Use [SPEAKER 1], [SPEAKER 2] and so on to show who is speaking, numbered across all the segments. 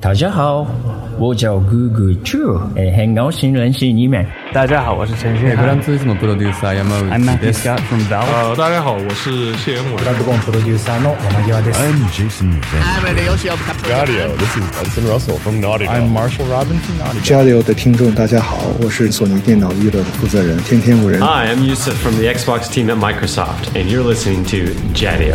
[SPEAKER 1] 大家好，我叫 Google Chu，哎，很高兴认识你们。
[SPEAKER 2] 大家好，我是陈迅。
[SPEAKER 3] ランツーリスモプロデューサー山内
[SPEAKER 4] 哎
[SPEAKER 2] I'm Matthew
[SPEAKER 3] です。
[SPEAKER 2] Scott from Valve。
[SPEAKER 5] 呃，大家好，我是谢元伟。
[SPEAKER 6] I'm Jason Van.
[SPEAKER 7] Jadio 的听众，大家好，我是索尼电脑娱乐的负责人天天五人。
[SPEAKER 8] Hi, I'm Yusuf from the Xbox team at Microsoft, and you're listening to Jadio.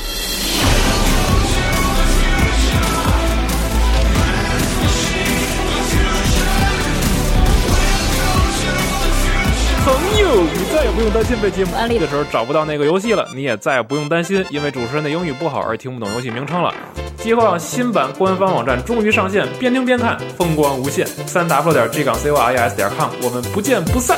[SPEAKER 9] 朋友，你再也不用担心被节目安利的时候找不到那个游戏了，你也再也不用担心因为主持人的英语不好而听不懂游戏名称了。集合网新版官方网站终于上线，边听边看，风光无限。三 w 点 g 港 c o r e s 点 com，我们不见不散。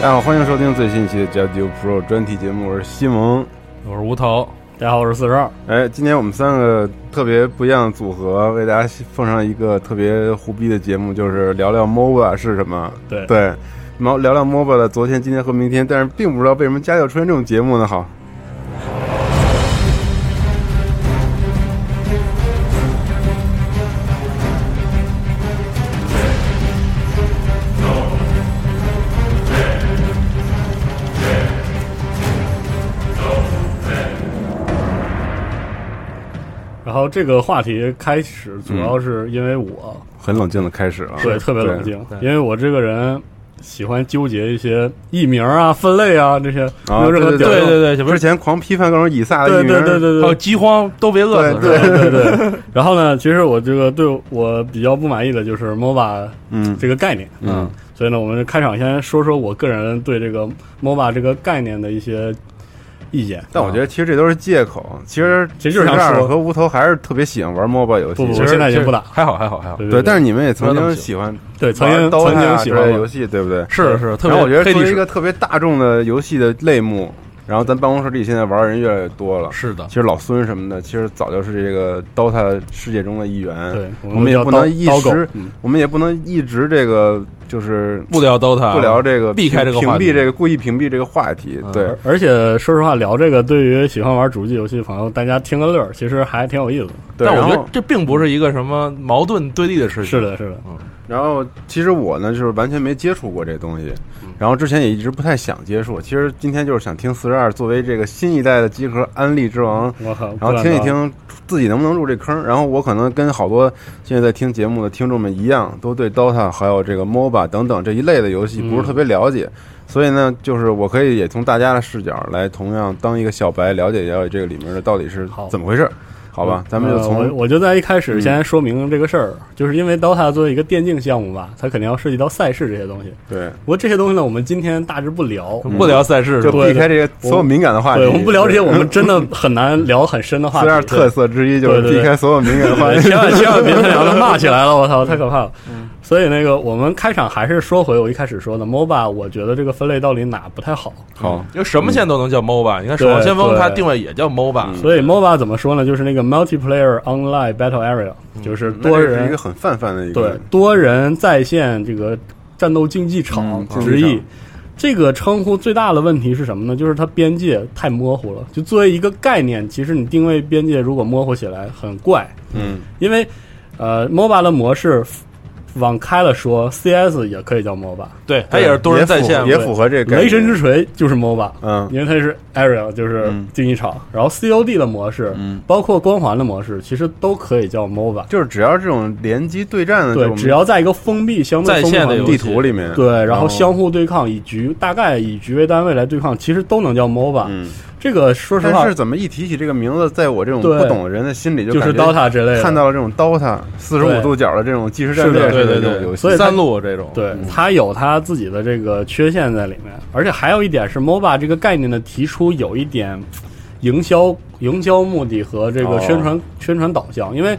[SPEAKER 10] 大家好，欢迎收听最新一期的《加九 Pro》专题节目，我是西蒙。
[SPEAKER 2] 我是无头。大家好，我是四十二。
[SPEAKER 10] 哎，今天我们三个特别不一样的组合，为大家奉上一个特别胡逼的节目，就是聊聊 MOBA 是什么。
[SPEAKER 2] 对
[SPEAKER 10] 对，聊聊聊 MOBA 的昨天、今天和明天，但是并不知道为什么家教出现这种节目呢？好，
[SPEAKER 4] 然后这个话题开始
[SPEAKER 10] 嗯
[SPEAKER 4] 主要是因为我、
[SPEAKER 10] 很冷静的开始了，啊
[SPEAKER 4] 对特别冷静，因为我这个人喜欢纠结一些艺名啊、分类啊这些，没
[SPEAKER 10] 啊，
[SPEAKER 4] 有任何
[SPEAKER 10] 对
[SPEAKER 4] 屌
[SPEAKER 10] 对
[SPEAKER 4] 用。
[SPEAKER 10] 对对，之前狂批判各种以撒的
[SPEAKER 4] 对
[SPEAKER 10] 艺名，哦
[SPEAKER 4] 对对对
[SPEAKER 2] 还有哦饥荒都别饿死。
[SPEAKER 10] 对
[SPEAKER 2] 是吧
[SPEAKER 4] 对对对。 然后呢，其实我这个对我比较不满意的就是 MOBA
[SPEAKER 10] 嗯
[SPEAKER 4] 这个概念，
[SPEAKER 10] 嗯，
[SPEAKER 4] 所以呢，我们开场先说说我个人对这个 MOBA 这个概念的一些意见。
[SPEAKER 10] 但我觉得其实这都是借口，其实
[SPEAKER 4] 其实就是想
[SPEAKER 10] 这
[SPEAKER 4] 说
[SPEAKER 10] 儿和无头还是特别喜欢玩 MOBA 游戏
[SPEAKER 4] 不，不，
[SPEAKER 10] 其
[SPEAKER 4] 我
[SPEAKER 10] 实
[SPEAKER 4] 现在已经不打了。
[SPEAKER 2] 还好还好还好。
[SPEAKER 4] 对
[SPEAKER 10] 对，但
[SPEAKER 4] 对
[SPEAKER 10] 是你们也曾
[SPEAKER 2] 不要那
[SPEAKER 10] 经
[SPEAKER 2] 么
[SPEAKER 10] 喜欢
[SPEAKER 4] 对曾经
[SPEAKER 10] 玩 DOTA
[SPEAKER 4] 曾经喜
[SPEAKER 10] 之
[SPEAKER 4] 欢
[SPEAKER 10] 类的
[SPEAKER 4] 过
[SPEAKER 10] 游戏，对不对？
[SPEAKER 2] 是是，特别
[SPEAKER 10] 然后我觉得
[SPEAKER 2] 黑
[SPEAKER 10] 作
[SPEAKER 2] 历
[SPEAKER 10] 为
[SPEAKER 2] 史
[SPEAKER 10] 一个特别大众的游戏的类目，然后咱办公室里现在玩的人越来越多了。
[SPEAKER 2] 是的
[SPEAKER 10] 其，实老孙什么的，其实早就是这个 DOTA 世界中的一员。
[SPEAKER 4] 对我
[SPEAKER 10] 我
[SPEAKER 4] 们
[SPEAKER 10] 们也
[SPEAKER 4] 叫
[SPEAKER 10] 不
[SPEAKER 4] 刀
[SPEAKER 10] 能一
[SPEAKER 4] 刀狗
[SPEAKER 10] 直
[SPEAKER 4] 嗯，
[SPEAKER 10] 我们也不能一直这个就是
[SPEAKER 2] 不聊 DOTA，
[SPEAKER 10] 不聊这个，
[SPEAKER 2] 啊避开这个
[SPEAKER 10] 屏
[SPEAKER 2] 话题
[SPEAKER 10] 蔽这个，故意屏蔽这个话题。对，
[SPEAKER 4] 而而且说实话，聊这个对于喜欢玩主机游戏的朋友，大家听个乐儿，其实还挺有意思的。
[SPEAKER 10] 对，
[SPEAKER 2] 但我
[SPEAKER 10] 然
[SPEAKER 2] 觉
[SPEAKER 10] 后
[SPEAKER 2] 得这并不是一个什么矛盾对立的事情。
[SPEAKER 4] 是的，是的，
[SPEAKER 10] 然后其实我呢，就是完全没接触过这东西，
[SPEAKER 4] 嗯
[SPEAKER 10] 然后之前也一直不太想接触。其实今天就是想听四十二作为这个新一代的集合安利之王，
[SPEAKER 4] 我靠！
[SPEAKER 10] 然
[SPEAKER 4] 不
[SPEAKER 10] 后
[SPEAKER 4] 敢
[SPEAKER 10] 听一
[SPEAKER 4] 当，
[SPEAKER 10] 听自己能不能入这坑。然后我可能跟好多现在在听节目的听众们一样，都对 DOTA 还有这个 MOBA 等等这一类的游戏不是特别了解，
[SPEAKER 4] 嗯
[SPEAKER 10] 所以呢，就是我可以也从大家的视角来同样当一个小白，了解了解这个里面的到底是
[SPEAKER 4] 好
[SPEAKER 10] 怎么回事儿，好吧？咱们就
[SPEAKER 4] 呃
[SPEAKER 10] 从、嗯
[SPEAKER 4] 我我就在一开始先说明这个事儿，就是因为 DOTA 作为一个电竞项目吧，它肯定要涉及到赛事这些东西。
[SPEAKER 10] 对。嗯
[SPEAKER 4] 不过这些东西呢，我们今天大致不聊，
[SPEAKER 2] 不聊赛
[SPEAKER 4] 嗯
[SPEAKER 2] 事是
[SPEAKER 10] 就
[SPEAKER 2] 吧？
[SPEAKER 10] 避开这个所有敏感的话题，
[SPEAKER 4] 对，我们不聊这些，我们真的很难聊很深的话
[SPEAKER 10] 四
[SPEAKER 4] 题。
[SPEAKER 10] 十二特色之一 就是
[SPEAKER 4] 对对
[SPEAKER 10] 避
[SPEAKER 4] 对
[SPEAKER 10] 开所有敏感的话
[SPEAKER 4] 对，
[SPEAKER 10] 题。
[SPEAKER 4] 千万千万别他娘的骂起来了，我
[SPEAKER 10] 嗯
[SPEAKER 4] 操，太可怕了。所以那个，我们开场还是说回我一开始说的 MOBA，我觉得这个分类到底哪不太好。
[SPEAKER 10] 好，
[SPEAKER 2] 因为什么现在都能叫 MOBA，你看《
[SPEAKER 4] 嗯
[SPEAKER 2] 守望先锋》它定位也叫 MOBA，
[SPEAKER 4] 所以 MOBA 怎么说呢？就是那个 multiplayer online battle area，就是多
[SPEAKER 10] 嗯那这是一
[SPEAKER 4] 人
[SPEAKER 10] 个很泛泛的一
[SPEAKER 4] 对
[SPEAKER 10] 个，
[SPEAKER 4] 多人在线这个战斗竞技场
[SPEAKER 10] 嗯竞技
[SPEAKER 4] 直译
[SPEAKER 10] 场。
[SPEAKER 4] 这个称呼最大的问题是什么呢？就是它边界太模糊了。就作为一个概念，其实你定位边界如果模糊起来很怪，
[SPEAKER 10] 嗯，
[SPEAKER 4] 因为呃，MOBA 的模式往开了说，CS 也可以叫 MOBA，
[SPEAKER 2] 对，它也是多人在线，
[SPEAKER 10] 也符合这个
[SPEAKER 4] 雷神之锤就是 MOBA，
[SPEAKER 10] 嗯
[SPEAKER 4] 因为它是 area 就是
[SPEAKER 10] 嗯
[SPEAKER 4] 竞技场，然后 COD 的模式，包括光环的模式，其实都可以叫 MOBA。
[SPEAKER 10] 就是只要这种联机对战的这
[SPEAKER 4] 对，
[SPEAKER 10] 种
[SPEAKER 4] 只要在一个封闭相对
[SPEAKER 2] 在
[SPEAKER 4] 封闭
[SPEAKER 2] 线的
[SPEAKER 4] 环
[SPEAKER 2] 游
[SPEAKER 10] 地
[SPEAKER 4] 境
[SPEAKER 10] 图里面，
[SPEAKER 4] 对，然后相互对抗，以局大概以局为单位来对抗，其实都能叫 MOBA。
[SPEAKER 10] 嗯，
[SPEAKER 4] 这个说实
[SPEAKER 10] 但
[SPEAKER 4] 话
[SPEAKER 10] 是怎么一提起这个名字，在我这种
[SPEAKER 4] 对
[SPEAKER 10] 不懂的人的心里
[SPEAKER 4] 就是是 DOTA 之类的，
[SPEAKER 10] 看到了这种 DOTA 四十五
[SPEAKER 4] 对
[SPEAKER 10] 度角的这种即时战略
[SPEAKER 4] 是
[SPEAKER 2] 的
[SPEAKER 10] 式
[SPEAKER 2] 对
[SPEAKER 10] 的
[SPEAKER 2] 对
[SPEAKER 10] 这种
[SPEAKER 2] 对
[SPEAKER 10] 游戏
[SPEAKER 4] 所以它
[SPEAKER 2] 三路这种。
[SPEAKER 4] 对，
[SPEAKER 10] 嗯
[SPEAKER 4] 它有它自己的这个缺陷在里面，而且还有一点是 MOBA 这个概念的提出有一点营销营销目的和这个
[SPEAKER 10] 哦
[SPEAKER 4] 宣传、宣传导向，因为。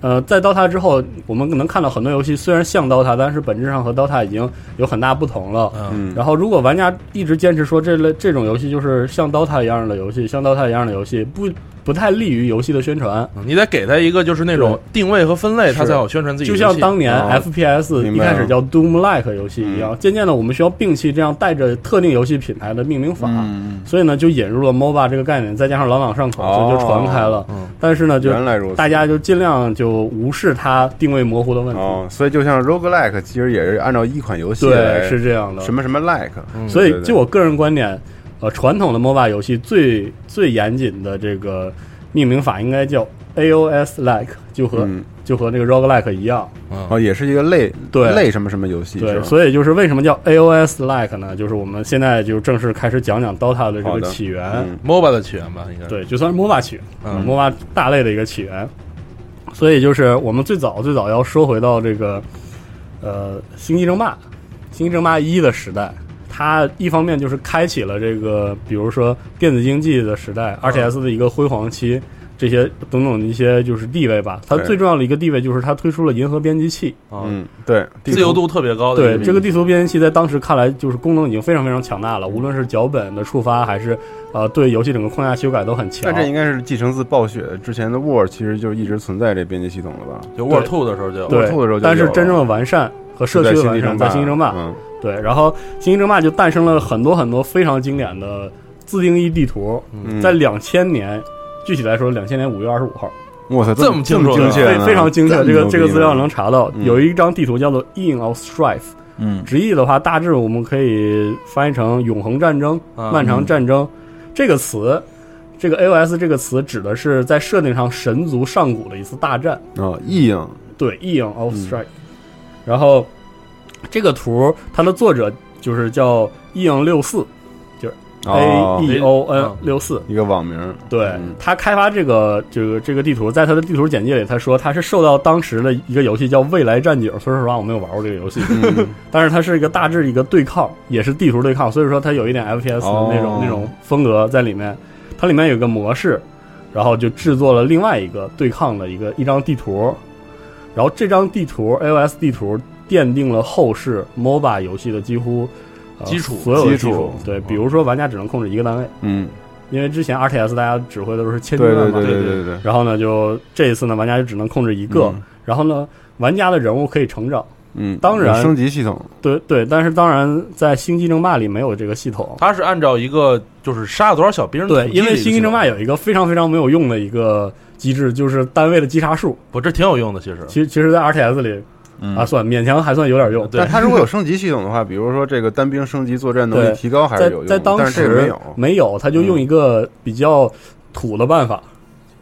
[SPEAKER 4] 呃，在 DOTA 之后，我们能看到很多游戏虽然像 DOTA，但是本质上和 DOTA 已经有很大不同了。
[SPEAKER 10] 嗯
[SPEAKER 4] 然后如果玩家一直坚持说这类这种游戏就是像 DOTA 一样的游戏，像 DOTA 一样的游戏，不不太利于游戏的宣传。
[SPEAKER 2] 你得给他一个就是那种定位和分类，他才好宣传自己
[SPEAKER 4] 就
[SPEAKER 2] 游戏。
[SPEAKER 4] 像当年
[SPEAKER 10] 哦
[SPEAKER 4] FPS
[SPEAKER 10] 明
[SPEAKER 4] 一
[SPEAKER 10] 白了嗯
[SPEAKER 4] 开始叫 Doom Like 游戏一样，渐渐的我们需要摒弃这样带着特定游戏品牌的命名法，
[SPEAKER 10] 嗯，
[SPEAKER 4] 所以呢就引入了 MOBA 这个概念，再加上朗朗上口，
[SPEAKER 10] 哦嗯
[SPEAKER 4] 所以就传开了。但是呢，就
[SPEAKER 10] 原来如此
[SPEAKER 4] 大家就尽量就无视它定位模糊的问题。
[SPEAKER 10] 哦，所以就像 roguelike，其实也是按照一款游戏来
[SPEAKER 4] 对，是这样的。
[SPEAKER 10] 什么什么 like，
[SPEAKER 4] 所
[SPEAKER 10] 对
[SPEAKER 4] 以，
[SPEAKER 10] 对
[SPEAKER 4] 就我个人观点，呃，传统的 MOBA 游戏最最严谨的这个命名法应该叫 AOS like，就和、
[SPEAKER 10] 嗯
[SPEAKER 4] 就和那个 Rogue like 一样。
[SPEAKER 10] 哦，也是一个类
[SPEAKER 4] 对
[SPEAKER 10] 类什么什么游戏，
[SPEAKER 4] 对，
[SPEAKER 10] 以
[SPEAKER 4] 所以就是为什么叫 AOS like 呢？就是我们现在就正式开始讲讲 DOTA 的这
[SPEAKER 10] 好
[SPEAKER 4] 个
[SPEAKER 10] 的
[SPEAKER 4] 起源。
[SPEAKER 10] 嗯
[SPEAKER 2] MOBA 的起源吧，应该是。
[SPEAKER 4] 对，就算是 MOBA 起源，
[SPEAKER 2] 嗯
[SPEAKER 4] m o b a 大类的一个起源。所以就是我们最早最早要说回到这个呃《星际争霸》《星际争霸一》的时代，它一方面就是开启了这个比如说电子竞技的时代，RTS 的一个辉煌期。这些等等的一些就是地位吧，它
[SPEAKER 10] 对
[SPEAKER 4] 最重要的一个地位就是它推出了银河编辑器，
[SPEAKER 2] 嗯，
[SPEAKER 10] 嗯，对，地
[SPEAKER 2] 自由
[SPEAKER 10] 图
[SPEAKER 2] 度特别高的一
[SPEAKER 4] 对
[SPEAKER 2] 个。
[SPEAKER 4] 这个地图编辑器，在当时看来就是功能已经非常非常强
[SPEAKER 10] 嗯
[SPEAKER 4] 大了，无论是脚本的触发，还是呃对游戏整个框架修改都很强。
[SPEAKER 10] 但这应该是继承自暴雪之前的 War，其实就一直存在这编辑系统了吧？
[SPEAKER 2] 就 War Two 的时候就有
[SPEAKER 4] 对，
[SPEAKER 10] War Two 的时候就
[SPEAKER 4] 但是
[SPEAKER 10] 有了
[SPEAKER 4] 真正的完善和社
[SPEAKER 10] 在
[SPEAKER 4] 区的
[SPEAKER 10] 星
[SPEAKER 4] 完
[SPEAKER 10] 际
[SPEAKER 4] 善
[SPEAKER 10] 争
[SPEAKER 4] 在
[SPEAKER 10] 霸，
[SPEAKER 4] 《星际争霸》
[SPEAKER 10] 嗯，
[SPEAKER 4] 对，然后《星际争霸》就诞生了很多很多非常经典的自定义地图，
[SPEAKER 10] 嗯
[SPEAKER 4] 在两千年。具体来说，两千年五月二十五号，
[SPEAKER 10] 我操，
[SPEAKER 2] 这
[SPEAKER 10] 这
[SPEAKER 2] 么
[SPEAKER 10] 这
[SPEAKER 2] 清楚
[SPEAKER 10] 么
[SPEAKER 2] 的
[SPEAKER 10] 精确
[SPEAKER 4] 非
[SPEAKER 10] 呢，
[SPEAKER 4] 非常精确，
[SPEAKER 10] 么
[SPEAKER 4] 这个
[SPEAKER 10] 啊牛
[SPEAKER 4] 这个
[SPEAKER 10] 逼
[SPEAKER 4] 资料
[SPEAKER 10] 呢
[SPEAKER 4] 能查到。
[SPEAKER 10] 嗯
[SPEAKER 4] 有一张地图叫做 “In of Strife”，
[SPEAKER 10] 嗯
[SPEAKER 4] 直译的话，大致我们可以翻译成“永恒战争”“
[SPEAKER 2] 啊
[SPEAKER 4] 漫长战争”这个词。这个 AOS 这个词指的是在设定上神族上古的一次大战，
[SPEAKER 10] 啊，异影
[SPEAKER 4] 对，Eon of Strike。然后这个图它的作者就是叫 Eon 六四
[SPEAKER 10] 哦
[SPEAKER 4] A E O N 六四，
[SPEAKER 10] 一个网名，
[SPEAKER 4] 对
[SPEAKER 10] 嗯
[SPEAKER 4] 他开发这个这个这个地图，在他的地图简介里，他说他是受到当时的一个游戏叫《未来战警》。说实话，我没有玩过这个游戏， 但是它是一个大致一个对抗，也是地图对抗，所以说它有一点 FPS
[SPEAKER 10] 哦
[SPEAKER 4] 的那种、那种风格在里面。它里面有一个模式，然后就制作了另外一个对抗的一个一张地图，然后这张地图 iOS 地图奠定了后世 MOBA 游戏的几乎。呃
[SPEAKER 2] 基础
[SPEAKER 4] 所有的
[SPEAKER 10] 基
[SPEAKER 4] 基
[SPEAKER 10] 础
[SPEAKER 4] 对，比如说玩家只能控制一个单位，
[SPEAKER 10] 嗯，
[SPEAKER 4] 因为之前 RTS 大家指挥的都是千军
[SPEAKER 10] 对
[SPEAKER 4] 万
[SPEAKER 10] 对
[SPEAKER 4] 马，
[SPEAKER 2] 对
[SPEAKER 10] 对对对，
[SPEAKER 4] 然后呢，就这一次呢，玩家就只能控制一个。
[SPEAKER 10] 嗯
[SPEAKER 4] 然后呢，玩家的人物可以成长，
[SPEAKER 10] 嗯，
[SPEAKER 4] 当然
[SPEAKER 10] 有升级系统，
[SPEAKER 4] 对对。但是当然，在《星际争霸》里没有这个系统。
[SPEAKER 2] 他是按照一个就是杀了多少小兵，
[SPEAKER 4] 对，因为《星际争霸》
[SPEAKER 2] 也
[SPEAKER 4] 有一个非常非常没有用的一个机制，就是单位的击杀数。
[SPEAKER 10] 嗯
[SPEAKER 2] 不，这挺有用的，其实
[SPEAKER 4] 其实其实，在 RTS 里、啊，算勉强还算有点用。
[SPEAKER 2] 对
[SPEAKER 10] 但它如果有升级系统的话，比如说这个单兵升级作战能力
[SPEAKER 4] 对
[SPEAKER 10] 提高还是
[SPEAKER 4] 在
[SPEAKER 10] 有用的，
[SPEAKER 4] 在当
[SPEAKER 10] 但是这个
[SPEAKER 4] 时
[SPEAKER 10] 没有，嗯
[SPEAKER 4] 没有，他就用一个比较土的办法，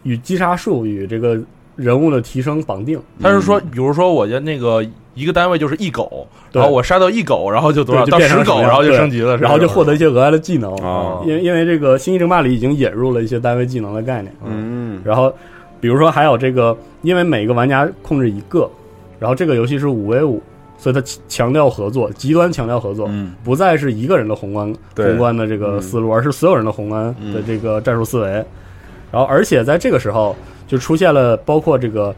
[SPEAKER 4] 与击杀数与这个人物的提升绑定。
[SPEAKER 2] 他是说，比如说我家那个一个单位就是一狗，
[SPEAKER 4] 对
[SPEAKER 2] 然后我杀到一狗，然后就多少
[SPEAKER 4] 对就
[SPEAKER 2] 到
[SPEAKER 4] 变成
[SPEAKER 2] 十狗，
[SPEAKER 4] 什么样
[SPEAKER 2] 然后就升级了，
[SPEAKER 4] 然后就获
[SPEAKER 2] 得
[SPEAKER 4] 得一些额外的技能
[SPEAKER 10] 哦
[SPEAKER 4] 因为因为这个《星际争霸》里已经引入了一些单位技能的概念，
[SPEAKER 10] 嗯，
[SPEAKER 4] 然后比如说还有这个，因为每个玩家控制一个，然后这个游戏是五 v 五，所以它强调合作，极端强调合作，
[SPEAKER 10] 嗯
[SPEAKER 4] 不再是一个人的宏观
[SPEAKER 10] 对嗯
[SPEAKER 4] 宏观的这个思路，而是所有人的宏观的这个战术思维。然后而且在这个时候就出现了包括这个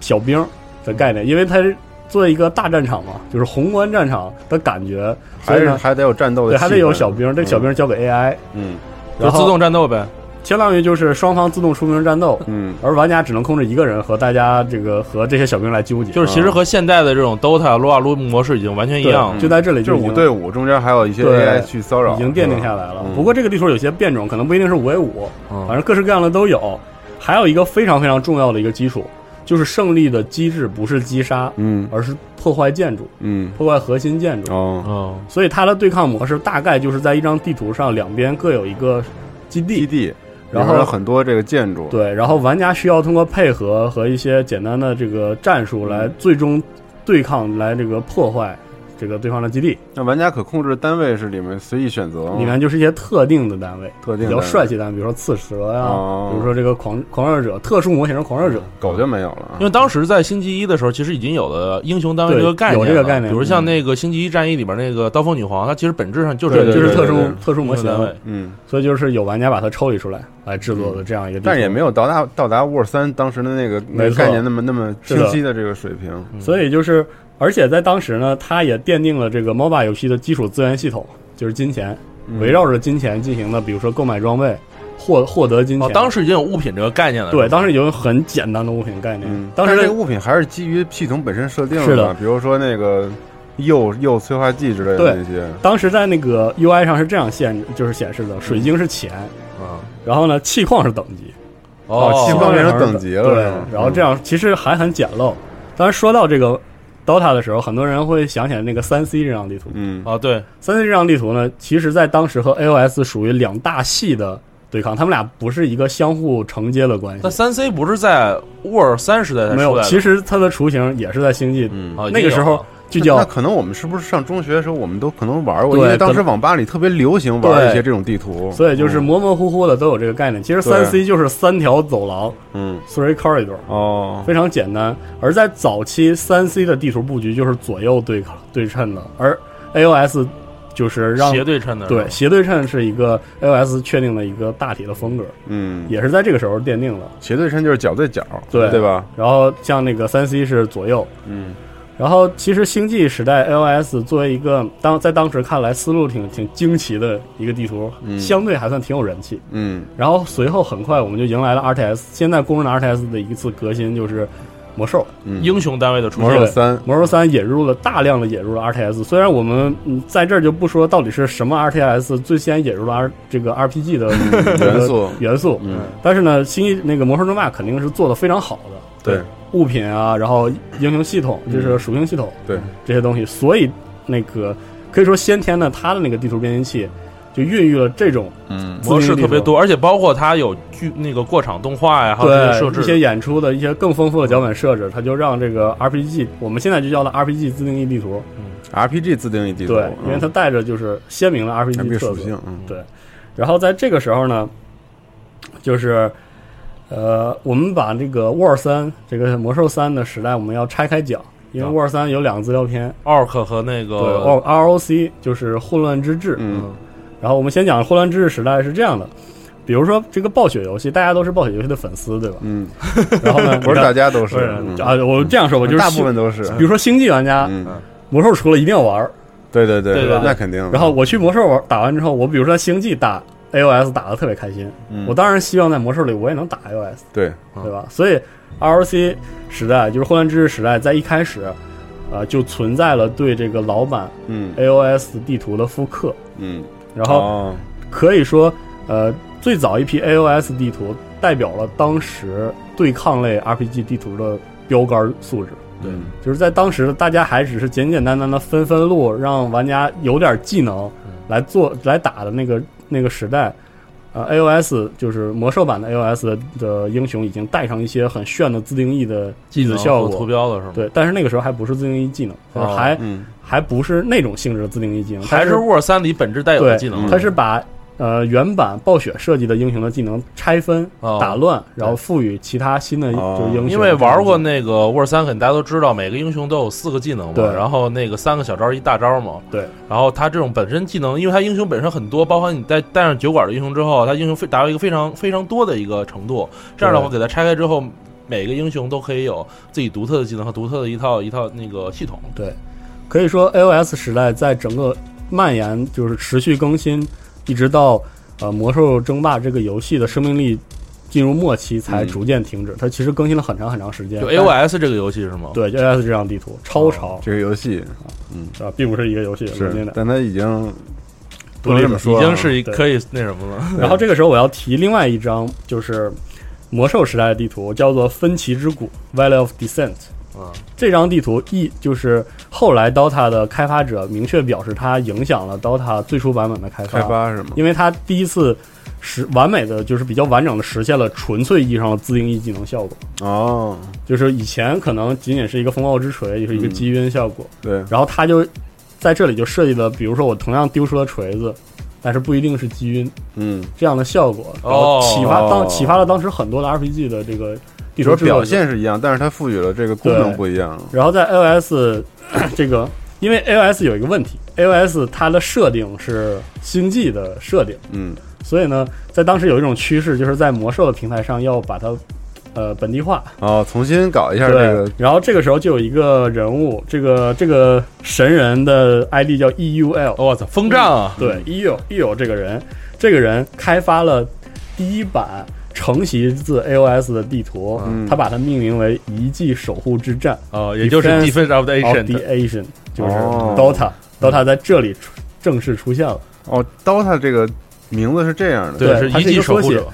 [SPEAKER 4] 小兵的概念，因为它是作为一个大战场嘛，就是宏观战场的感觉，所
[SPEAKER 10] 还
[SPEAKER 4] 以
[SPEAKER 10] 是
[SPEAKER 4] 呢。
[SPEAKER 10] 还得有战斗的，
[SPEAKER 4] 对，还得有小兵，这个小，兵交给 AI，、
[SPEAKER 10] 嗯
[SPEAKER 2] 就
[SPEAKER 4] 然
[SPEAKER 2] 自
[SPEAKER 4] 后嗯
[SPEAKER 2] 动战斗呗。
[SPEAKER 4] 相当于就是双方自动出兵战斗，
[SPEAKER 10] 嗯，
[SPEAKER 4] 而玩家只能控制一个人和大家这个和这些小兵来纠结，
[SPEAKER 2] 就是其实和现在的这种 DOTA、撸啊撸模式已经完全一
[SPEAKER 4] 对
[SPEAKER 2] 样了。
[SPEAKER 4] 就在这里
[SPEAKER 10] 就是
[SPEAKER 4] 已
[SPEAKER 10] 五
[SPEAKER 4] 经
[SPEAKER 10] 对五中间还有一些
[SPEAKER 4] 对
[SPEAKER 10] AI 去骚扰，
[SPEAKER 4] 已经奠定下来了
[SPEAKER 10] 嗯。
[SPEAKER 4] 不过这个地图有些变种，可能不一定是五 v 五，
[SPEAKER 2] 嗯
[SPEAKER 4] 反正各式各样的都有。还有一个非常非常重要的一个基础，就是胜利的机制不是击杀，
[SPEAKER 10] 嗯
[SPEAKER 4] 而是破坏建筑，
[SPEAKER 10] 嗯，
[SPEAKER 4] 破坏核心建筑。
[SPEAKER 10] 哦，
[SPEAKER 2] 嗯，
[SPEAKER 4] 所以它的对抗模式大概就是在一张地图上，两边各有一个基
[SPEAKER 10] 基
[SPEAKER 4] 地，
[SPEAKER 10] 地，
[SPEAKER 4] 然后
[SPEAKER 10] 里面有很多这个建筑，
[SPEAKER 4] 对，然后玩家需要通过配合和一些简单的这个战术来最终对抗，来这个破坏这个对方的基地。
[SPEAKER 10] 那玩家可控制的单位是里面随意选择吗，
[SPEAKER 4] 里面就是一些特定的单位，
[SPEAKER 10] 哦特定
[SPEAKER 4] 比
[SPEAKER 10] 的
[SPEAKER 4] 较帅气的单位，比如说刺蛇呀、
[SPEAKER 10] 哦
[SPEAKER 4] 比如说这个狂狂热者，特殊模型的狂热者。
[SPEAKER 10] 狗就没有了啊，
[SPEAKER 2] 因为当时在星期一的时候，其实已经有了英雄单位
[SPEAKER 4] 对
[SPEAKER 2] 这个概念了，
[SPEAKER 4] 有这个概念
[SPEAKER 2] 比如像那个星期一战役里边那个刀锋女皇，它其实本质上就
[SPEAKER 4] 对，
[SPEAKER 2] 是
[SPEAKER 4] 就是
[SPEAKER 10] 对
[SPEAKER 4] 特
[SPEAKER 10] 对
[SPEAKER 4] 殊
[SPEAKER 10] 对
[SPEAKER 4] 特殊
[SPEAKER 2] 英雄
[SPEAKER 4] 模型，
[SPEAKER 2] 单位。
[SPEAKER 10] 嗯
[SPEAKER 4] 所以就是有玩家把它抽离出来，来制作的这样一个地图，
[SPEAKER 10] 但也没有到达到达 Word 三当时的那个那
[SPEAKER 4] 没
[SPEAKER 10] 个
[SPEAKER 4] 错
[SPEAKER 10] 概念那么那么
[SPEAKER 4] 是的嗯
[SPEAKER 10] 清晰的这个水平。
[SPEAKER 4] 所以就是，而且在当时呢，它也奠定了这个 MOBA 游戏的基础资源系统，就是金钱，围绕着金钱进行的，比如说购买装备，获获得金钱。
[SPEAKER 2] 哦，当时已经有物品这个概念了。
[SPEAKER 4] 对，当
[SPEAKER 2] 时
[SPEAKER 4] 时有很简单的物品概念，
[SPEAKER 10] 嗯
[SPEAKER 4] 当时
[SPEAKER 10] 但这
[SPEAKER 4] 的
[SPEAKER 10] 个物品还是基于系统本身设定
[SPEAKER 4] 是
[SPEAKER 10] 吧
[SPEAKER 4] 的
[SPEAKER 10] 比如说那个铀铀催化剂之类的
[SPEAKER 4] 对
[SPEAKER 10] 那些。
[SPEAKER 4] 当时在那个 UI 上是这样限制，就是显示的：水晶是钱，
[SPEAKER 10] 啊，
[SPEAKER 4] 然后呢，气矿是等级，
[SPEAKER 2] 嗯哦，
[SPEAKER 10] 气矿变成
[SPEAKER 4] 是
[SPEAKER 10] 等级了
[SPEAKER 4] 对
[SPEAKER 10] 是嗯吗，
[SPEAKER 4] 然后这样其实还很简陋。当然说到这个 DOTA 的时候，很多人会想起来那个三 C 这张地图，
[SPEAKER 10] 嗯，
[SPEAKER 2] 啊，对，
[SPEAKER 4] 三 C 这张地图呢，其实在当时和 AOS 属于两大系的对抗，他们俩不是一个相互承接的关
[SPEAKER 2] 那
[SPEAKER 4] 系。
[SPEAKER 2] 三 C 不是在 Word 三时代才出
[SPEAKER 4] 没有，
[SPEAKER 2] 来的
[SPEAKER 4] 其实它的雏形也是在星际，
[SPEAKER 10] 嗯
[SPEAKER 2] 哦已经
[SPEAKER 4] 那个时
[SPEAKER 2] 有
[SPEAKER 4] 候
[SPEAKER 2] 了
[SPEAKER 4] 就
[SPEAKER 10] 那
[SPEAKER 4] 叫
[SPEAKER 10] 那可能我们是不是上中学的时候，我们都可能玩过，因
[SPEAKER 4] 对
[SPEAKER 10] 为当时
[SPEAKER 4] 可能
[SPEAKER 10] 网吧里特别流行玩
[SPEAKER 4] 对
[SPEAKER 10] 一些这种地图，
[SPEAKER 4] 所以就是
[SPEAKER 2] 嗯
[SPEAKER 4] 模模糊糊的都有这个概念。其实三 C 就是三条走廊
[SPEAKER 10] 嗯
[SPEAKER 4] ，three corridor，
[SPEAKER 10] 嗯哦
[SPEAKER 4] 非常简单。而在早期三 C 的地图布局就是左右对抗对称的，而 AOS 就是让
[SPEAKER 2] 斜对称的，
[SPEAKER 4] 对斜对称是一个 AOS 确定的一个大体的风格，
[SPEAKER 10] 嗯，
[SPEAKER 4] 也是在这个时候奠定了。
[SPEAKER 10] 斜对称就是角对角，
[SPEAKER 4] 对
[SPEAKER 10] 对吧？
[SPEAKER 4] 然后像那个三 C 是左右，
[SPEAKER 10] 嗯
[SPEAKER 4] 然后其实星际时代 iOS 作为一个当在当时看来思路挺挺惊奇的一个地图，
[SPEAKER 10] 嗯
[SPEAKER 4] 相对还算挺有人气。
[SPEAKER 10] 嗯
[SPEAKER 4] 然后随后很快我们就迎来了 RTS，现在公认的 RTS 的一次革新就是魔兽，
[SPEAKER 10] 嗯，
[SPEAKER 2] 英雄单位的出
[SPEAKER 10] 魔
[SPEAKER 2] 现
[SPEAKER 10] 兽三，
[SPEAKER 4] 魔兽三引入了大量的引入了 RTS，虽然我们嗯在这儿就不说到底是什么 RTS 最先引入了 R 这个 RPG 的
[SPEAKER 10] 元素
[SPEAKER 4] 元素，
[SPEAKER 10] 嗯
[SPEAKER 4] 但是呢，星际那个魔兽争霸肯定是做的非常好的，
[SPEAKER 10] 对嗯
[SPEAKER 4] 物品啊，然后英雄系统就是属性系统
[SPEAKER 10] 对，
[SPEAKER 4] 这些东西，所以那个可以说先天呢，它的那个地图编辑器就孕育了这种
[SPEAKER 10] 嗯
[SPEAKER 2] 模式特别
[SPEAKER 4] 多。
[SPEAKER 2] 多，而且包括它有剧那个过场动画呀，还有这些设
[SPEAKER 4] 对一
[SPEAKER 2] 置
[SPEAKER 4] 些演出的一些更丰富的脚本设置，它就让这个 RPG，我们现在就叫它 RPG 自定义地图，
[SPEAKER 10] ，RPG 自定义地图，
[SPEAKER 4] 对，因为它
[SPEAKER 10] 嗯
[SPEAKER 4] 带着就是鲜明的 RPG
[SPEAKER 10] RPG
[SPEAKER 4] 特
[SPEAKER 10] 属
[SPEAKER 4] 色。
[SPEAKER 10] 性，嗯
[SPEAKER 4] 对，然后在这个时候呢，就是呃，我们把这个 War 三这个魔兽三的时代，我们要拆开讲，因为
[SPEAKER 2] 啊
[SPEAKER 4] War 三有两个资料片，
[SPEAKER 2] ，Orc 和那
[SPEAKER 4] 对
[SPEAKER 2] 个
[SPEAKER 4] O R O C 就是混乱之治，
[SPEAKER 10] 哦嗯
[SPEAKER 4] 然后我们先讲混乱之治时代是这样的。比如说这个暴雪游戏，大家都是暴雪游戏的粉丝，对吧？
[SPEAKER 10] 嗯，
[SPEAKER 4] 然后呢，
[SPEAKER 10] 不是大家都是
[SPEAKER 4] 不是
[SPEAKER 10] 嗯
[SPEAKER 4] 啊，我这样说，我就是
[SPEAKER 10] 大部分都是，
[SPEAKER 4] 比如说星际玩家，
[SPEAKER 10] 嗯，
[SPEAKER 4] 魔兽出了一定要玩儿。
[SPEAKER 10] 对对对
[SPEAKER 2] 对对对
[SPEAKER 10] 那肯定的，
[SPEAKER 4] 然后我去魔兽玩打完之后，我比如说星际打 AOS 打的特别开心，
[SPEAKER 10] 嗯
[SPEAKER 4] 我当然希望在魔兽里我也能打 AOS，
[SPEAKER 10] 对，
[SPEAKER 4] 对吧？所以 ROC 时代就是混乱之日时代，在一开始，呃，就存在了对这个老版
[SPEAKER 10] 嗯
[SPEAKER 4] AOS 地图的复刻，
[SPEAKER 10] 嗯，
[SPEAKER 4] 然后
[SPEAKER 10] 哦
[SPEAKER 4] 可以说，呃，最早一批 AOS 地图代表了当时对抗类 RPG 地图的标杆素质。
[SPEAKER 10] 对，
[SPEAKER 4] 就是在当时，大家还只是简简单单的分分路，让玩家有点技能
[SPEAKER 2] 嗯
[SPEAKER 4] 来做来打的那个那个时代，呃，AOS 就是魔兽版的 AOS 的的英雄已经带上一些很炫的自定义的
[SPEAKER 2] 技能
[SPEAKER 4] 效
[SPEAKER 2] 和
[SPEAKER 4] 果
[SPEAKER 2] 图，标了是吗？
[SPEAKER 4] 对，但是那个时候还不是自定义技能，
[SPEAKER 2] 哦
[SPEAKER 4] 还
[SPEAKER 10] 嗯
[SPEAKER 4] 还不是那种性质的自定义技能，
[SPEAKER 2] 还
[SPEAKER 4] 它
[SPEAKER 2] 是
[SPEAKER 4] 是
[SPEAKER 2] Word 三里本质带有的技能
[SPEAKER 4] 对，它是把呃原版暴雪设计的英雄的技能拆分、
[SPEAKER 2] 哦
[SPEAKER 4] 打乱，然后赋予其他新的
[SPEAKER 10] 哦
[SPEAKER 4] 就是英雄，
[SPEAKER 2] 因为玩过那个 Word 三，肯定大家都知道，每个英雄都有四个技能嘛，
[SPEAKER 4] 对
[SPEAKER 2] 然后那个三个小招一大招嘛，
[SPEAKER 4] 对。
[SPEAKER 2] 然后他这种本身技能，因为他英雄本身很多，包括你带带上酒馆的英雄之后，他英雄非达到一个非常非常多的一个程度。这样的话，给他拆开之后，每个英雄都可以有自己独特的技能和独特的一套一套那个系统。
[SPEAKER 4] 对，可以说 iOS 时代在整个蔓延，就是持续更新，一直到呃《魔兽争霸》这个游戏的生命力进入末期才逐渐停止。它其实更新了很长很长时间。
[SPEAKER 2] 嗯就
[SPEAKER 4] 但
[SPEAKER 2] AOS 这个游戏是吗？
[SPEAKER 4] 对 iOS 这张地图超
[SPEAKER 2] 哦
[SPEAKER 4] 潮
[SPEAKER 10] 这个游戏
[SPEAKER 4] 啊，并不是一个游戏，冷静
[SPEAKER 10] 是
[SPEAKER 4] 点，
[SPEAKER 10] 但它已经
[SPEAKER 4] 啊
[SPEAKER 10] 不
[SPEAKER 4] 独
[SPEAKER 10] 能
[SPEAKER 4] 立
[SPEAKER 10] 这么
[SPEAKER 4] 的
[SPEAKER 10] 说
[SPEAKER 2] 已
[SPEAKER 10] 啊，
[SPEAKER 2] 经是一
[SPEAKER 4] 对
[SPEAKER 2] 可以那什么了。
[SPEAKER 4] 然后这个时候我要提另外一张，就是魔兽时代的地图，叫做分歧之谷 （Valley of Descent）。
[SPEAKER 2] 啊，
[SPEAKER 10] 嗯
[SPEAKER 4] 这张地图一就是后来 DOTA 的开发者明确表示，它影响了 DOTA 最初版本的开发。
[SPEAKER 10] 开发是吗？
[SPEAKER 4] 因为它第一次实完美的就是比较完整的实现了纯粹意义上的自定义技能效果，
[SPEAKER 10] 哦，
[SPEAKER 4] 就是以前可能仅仅是一个风暴之锤，就是一
[SPEAKER 10] 嗯
[SPEAKER 4] 个击晕效果，
[SPEAKER 10] 对，
[SPEAKER 4] 然后它就在这里就设计了，比如说我同样丢出了锤子，但是不一定是击晕
[SPEAKER 10] 嗯，
[SPEAKER 4] 这样的效果，然
[SPEAKER 2] 哦
[SPEAKER 4] 后启发当
[SPEAKER 10] 哦
[SPEAKER 4] 启发了当时很多的 RPG 的这个地
[SPEAKER 10] 你
[SPEAKER 4] 图
[SPEAKER 10] 说
[SPEAKER 4] 制作
[SPEAKER 10] 表
[SPEAKER 4] 者
[SPEAKER 10] 现是一样，但是它赋予了这个功能
[SPEAKER 4] 对
[SPEAKER 10] 不一样了，
[SPEAKER 4] 然后在 iOS 这个，因为 iOS 有一个问题，iOS 它的设定是星际的设定。
[SPEAKER 10] 嗯
[SPEAKER 4] 所以呢，在当时有一种趋势，就是在魔兽的平台上要把它呃本地化。
[SPEAKER 10] 哦，重新搞一下这
[SPEAKER 4] 对
[SPEAKER 10] 个，，
[SPEAKER 4] 然后这个时候就有一个人物，这个这个神人的 ID 叫 E EUL，
[SPEAKER 2] 我操，风障啊！
[SPEAKER 4] 对，EUL
[SPEAKER 10] 嗯
[SPEAKER 4] EUL 这个人，这个人开发了第一版承袭自 AOS 的地图，
[SPEAKER 10] 嗯
[SPEAKER 4] 他把它命名为“遗迹守护之战
[SPEAKER 2] 哦，也就是
[SPEAKER 4] Defense
[SPEAKER 2] Defense of the
[SPEAKER 4] ”，of
[SPEAKER 2] Ancient，
[SPEAKER 4] the Asian，就是
[SPEAKER 10] 哦
[SPEAKER 4] DOTA，DOTA、在这里出正式出现了。
[SPEAKER 10] 哦，DOTA 这个名字是这样的，
[SPEAKER 4] 对
[SPEAKER 2] 是
[SPEAKER 4] 它
[SPEAKER 2] 遗
[SPEAKER 4] 是一
[SPEAKER 2] 迹
[SPEAKER 4] 个
[SPEAKER 2] 守护
[SPEAKER 4] 缩写
[SPEAKER 2] 者，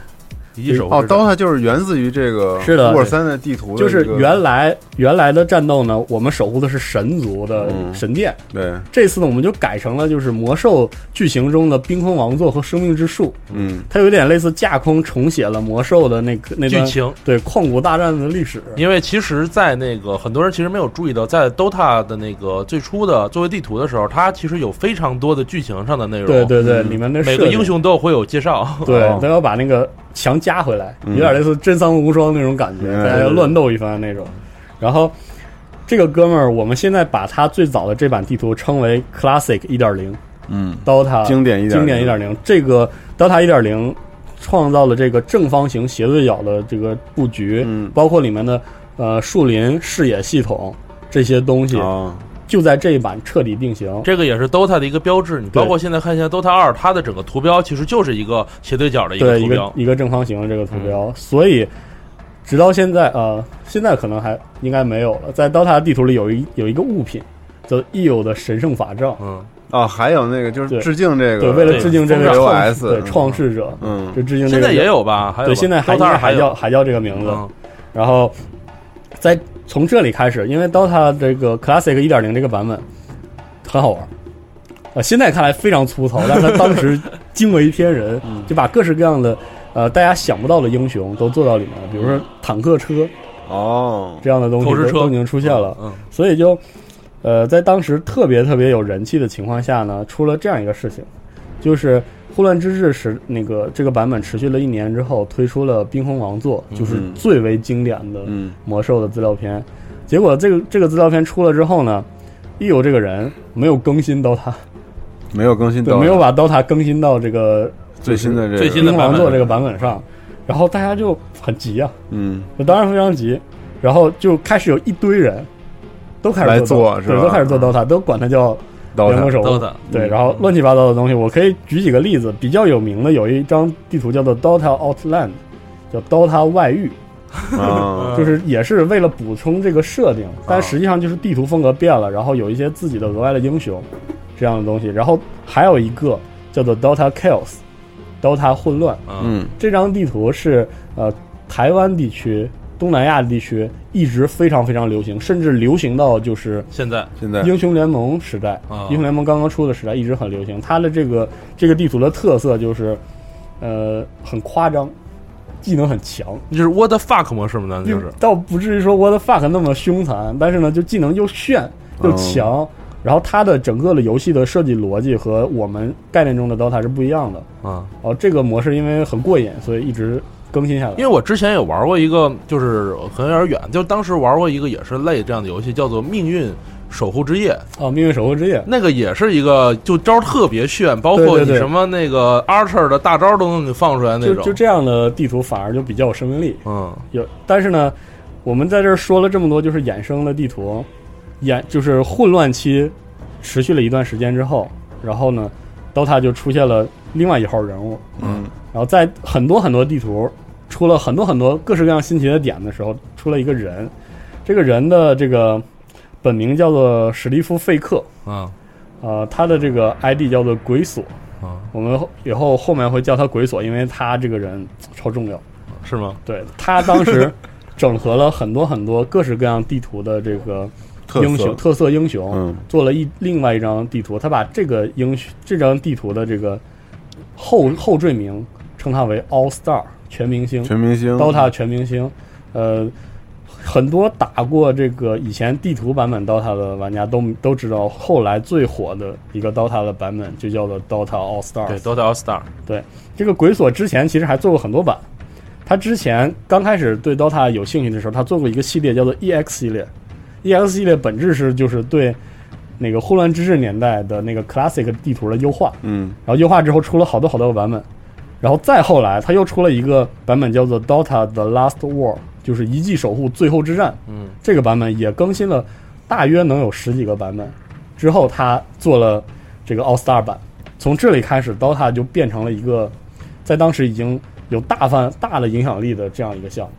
[SPEAKER 2] 遗迹守护
[SPEAKER 10] 哦
[SPEAKER 2] 者。
[SPEAKER 10] ，DOTA 就是源自于这个
[SPEAKER 4] 是的
[SPEAKER 10] 沃尔三的地图的
[SPEAKER 4] 就是
[SPEAKER 10] 一个
[SPEAKER 4] 原来原来的战斗呢，我们守护的是神族的
[SPEAKER 10] 嗯
[SPEAKER 4] 神殿，
[SPEAKER 10] 对，
[SPEAKER 4] 这次呢，我们就改成了就是魔兽剧情中的冰封王座和生命之树，
[SPEAKER 10] 嗯，
[SPEAKER 4] 它有点类似架空重写了魔兽的那个那
[SPEAKER 2] 剧
[SPEAKER 4] 段
[SPEAKER 2] 情，
[SPEAKER 4] 对旷古大战的历史。
[SPEAKER 2] 因为其实，在那个很多人其实没有注意到，在 DOTA 的那个最初的作为地图的时候，它其实有非常多的剧情上的内容。
[SPEAKER 4] 对对
[SPEAKER 10] 嗯
[SPEAKER 4] 对，里面的
[SPEAKER 2] 每
[SPEAKER 4] 设
[SPEAKER 2] 个
[SPEAKER 4] 定
[SPEAKER 2] 英雄都会有介绍。
[SPEAKER 4] 对
[SPEAKER 10] 哦
[SPEAKER 4] 都要把那个墙加回来，
[SPEAKER 10] 嗯
[SPEAKER 4] 有点类似真三国无双那种感觉，
[SPEAKER 10] 嗯
[SPEAKER 4] 大家要乱斗一番那种。然后这个哥们儿，我们现在把他最早的这版地图称为 Classic 一点零，
[SPEAKER 10] 嗯
[SPEAKER 4] ，DOTA
[SPEAKER 10] 经典1.0
[SPEAKER 4] 经典一点零，这个 DOTA 一点零创造了这个正方形斜对角的这个布局，
[SPEAKER 10] 嗯
[SPEAKER 4] 包括里面的呃树林视野系统这些东西，
[SPEAKER 10] 哦，
[SPEAKER 4] 就在这一版彻底定型。
[SPEAKER 2] 这个也是 DOTA 的一个标志，你包括现在看一下 DOTA 二，它的整个图标其实就是一个斜对角的一个
[SPEAKER 4] 对
[SPEAKER 2] 图
[SPEAKER 4] 一
[SPEAKER 2] 标嗯
[SPEAKER 4] 个。一个正方形的这个图标，所以直到现在呃，现在可能还应该没有了。在 DOTA 地图里有一有一个物品，叫 EO 的神圣法杖，
[SPEAKER 2] 嗯，
[SPEAKER 10] 哦，还有那个就是
[SPEAKER 4] 对
[SPEAKER 10] 致敬这个，
[SPEAKER 4] 对，为了致敬这位
[SPEAKER 10] 对
[SPEAKER 4] 创
[SPEAKER 10] AOS
[SPEAKER 4] 对
[SPEAKER 10] 嗯
[SPEAKER 4] 创世者，
[SPEAKER 10] 嗯
[SPEAKER 4] 就致敬这
[SPEAKER 2] 现
[SPEAKER 4] 个
[SPEAKER 2] 在也
[SPEAKER 4] 人
[SPEAKER 2] 有吧？还有
[SPEAKER 4] 对，
[SPEAKER 2] 吧
[SPEAKER 4] 现在还
[SPEAKER 2] DOTA
[SPEAKER 4] 应该
[SPEAKER 2] 二
[SPEAKER 4] 还叫
[SPEAKER 2] 有。
[SPEAKER 4] 还叫这个名字，
[SPEAKER 2] 嗯，
[SPEAKER 4] 然后在从这里开始，因为 DOTA 这个 Classic 一点零这个版本很好玩。呃，现在看来非常粗糙，但 是它当时惊为天人，
[SPEAKER 2] 嗯
[SPEAKER 4] 就把各式各样的呃大家想不到的英雄都做到里面
[SPEAKER 2] 嗯
[SPEAKER 4] 了，比如说坦克车
[SPEAKER 10] 哦，
[SPEAKER 4] 这样的东西
[SPEAKER 2] 投石
[SPEAKER 4] 都
[SPEAKER 2] 车
[SPEAKER 4] 都已经出现了，
[SPEAKER 2] 嗯，
[SPEAKER 4] 所以就呃在当时特别特别有人气的情况下呢，出了这样一个事情，就是《混乱之治》时那个这个版本持续了一年之后，推出了《冰封王座》，就是
[SPEAKER 10] 嗯
[SPEAKER 4] 最为经典的
[SPEAKER 10] 嗯
[SPEAKER 4] 魔兽的资料片。结果这个这个资料片出了之后呢，一有这个人没有更新 DOTA，
[SPEAKER 10] 没有更新
[SPEAKER 4] 对，
[SPEAKER 10] 到
[SPEAKER 4] 没有把 DOTA 更新到这个
[SPEAKER 10] 最新的这个
[SPEAKER 2] 最新
[SPEAKER 4] 英
[SPEAKER 2] 的版
[SPEAKER 4] 王
[SPEAKER 2] 本
[SPEAKER 4] 座这个版本上，然后大家就很急啊，
[SPEAKER 10] 嗯
[SPEAKER 4] 就当然非常急，然后就开始有一堆人都开
[SPEAKER 10] 来
[SPEAKER 4] 始做 DOTA，
[SPEAKER 10] 做是
[SPEAKER 4] 对，
[SPEAKER 10] 吧
[SPEAKER 4] 都开始做 DOTA，都管它叫联盟
[SPEAKER 10] DOTA
[SPEAKER 4] 守护
[SPEAKER 2] DOTA
[SPEAKER 4] 对，然后乱七八糟的东西，我可以举几个例子，比较有名的有一张地图叫做 DOTA Outland，叫 DOTA 外域，
[SPEAKER 10] 啊，
[SPEAKER 4] 就是也是为了补充这个设定，但实际上就是地图风格变了，然后有一些自己的额外的英雄这样的东西，然后还有一个叫做 Dota Chaos，Dota 混乱
[SPEAKER 10] 嗯
[SPEAKER 4] 这张地图是呃台湾地区、东南亚地区一直非常非常流行，甚至流行到就是
[SPEAKER 2] 现在
[SPEAKER 10] 现在
[SPEAKER 4] 英雄联盟时代，
[SPEAKER 2] 啊
[SPEAKER 4] 英雄联盟刚刚出的时代一直很流行。它的这个这个地图的特色就是，呃，很夸张，技能很强。
[SPEAKER 2] 就是 What the fuck 模式嘛，那就是
[SPEAKER 4] 倒不至于说 what the fuck 那么凶残，但是呢，就技能又炫
[SPEAKER 2] 嗯
[SPEAKER 4] 又强，然后它的整个的游戏的设计逻辑和我们概念中的 DOTA 是不一样的。
[SPEAKER 2] 啊。
[SPEAKER 4] 哦，这个模式因为很过瘾，所以一直更新下来
[SPEAKER 2] 因为。我之前也玩过一个，就是可能有点远，就当时玩过一个也是类这样的游戏，叫做《命运守护之夜》。
[SPEAKER 4] 哦，命运守护之夜，
[SPEAKER 2] 那个也是一个，就招特别炫，包括
[SPEAKER 4] 对对
[SPEAKER 2] 你
[SPEAKER 4] 对
[SPEAKER 2] 什么那个 Archer 的大招都能给放出来那
[SPEAKER 4] 就
[SPEAKER 2] 种。
[SPEAKER 4] 就这样的地图反而就比较有生命力。
[SPEAKER 2] 嗯，
[SPEAKER 4] 有，但是呢，我们在这儿说了这么多，就是衍生的地图，衍就是混乱期持续了一段时间之后，然后呢，DOTA 就出现了另外一号人物，
[SPEAKER 10] 嗯，
[SPEAKER 4] 然后在很多很多地图出了很多很多各式各样新奇的点的时候，出了一个人，这个人的这个本名叫做史蒂夫·费克，
[SPEAKER 2] 啊
[SPEAKER 4] 呃，他的这个 ID 叫做鬼锁，
[SPEAKER 2] 啊，
[SPEAKER 4] 我们后以后后面会叫他鬼锁，因为他这个人超重要。
[SPEAKER 2] 是吗？
[SPEAKER 4] 对他当 时整合了很多很多各式各样地图的这个
[SPEAKER 10] 特
[SPEAKER 4] 英雄
[SPEAKER 10] 色
[SPEAKER 4] 特色英雄，
[SPEAKER 10] 嗯
[SPEAKER 4] 做了一另外一张地图，他把这个英雄这张地图的这个后后缀名称它为 All Star 全明星
[SPEAKER 10] 全明星
[SPEAKER 4] DOTA 全明星，呃。很多打过这个以前地图版本 DOTA 的玩家都都知道，后来最火的一个 DOTA 的版本就叫做 DOTA All Star。
[SPEAKER 2] 对，Dota All Star，
[SPEAKER 4] 对，这个鬼锁之前其实还做过很多版。他之前刚开始对 DOTA 有兴趣的时候，他做过一个系列叫做 EX 系列。EX 系列本质是就是对那个混乱之治年代的那个 Classic 地图的优化，
[SPEAKER 10] 嗯
[SPEAKER 4] 然后优化之后出了好多好多个版本。然后再后来，它又出了一个版本叫做《Dota: The Last War》，就是《遗迹守护：最后之战》。
[SPEAKER 2] 嗯，
[SPEAKER 4] 这个版本也更新了，大约能有十几个版本。之后，它做了这个 All Star 版。从这里开始，Dota 就变成了一个在当时已经有大范大的影响力的这样一个项目。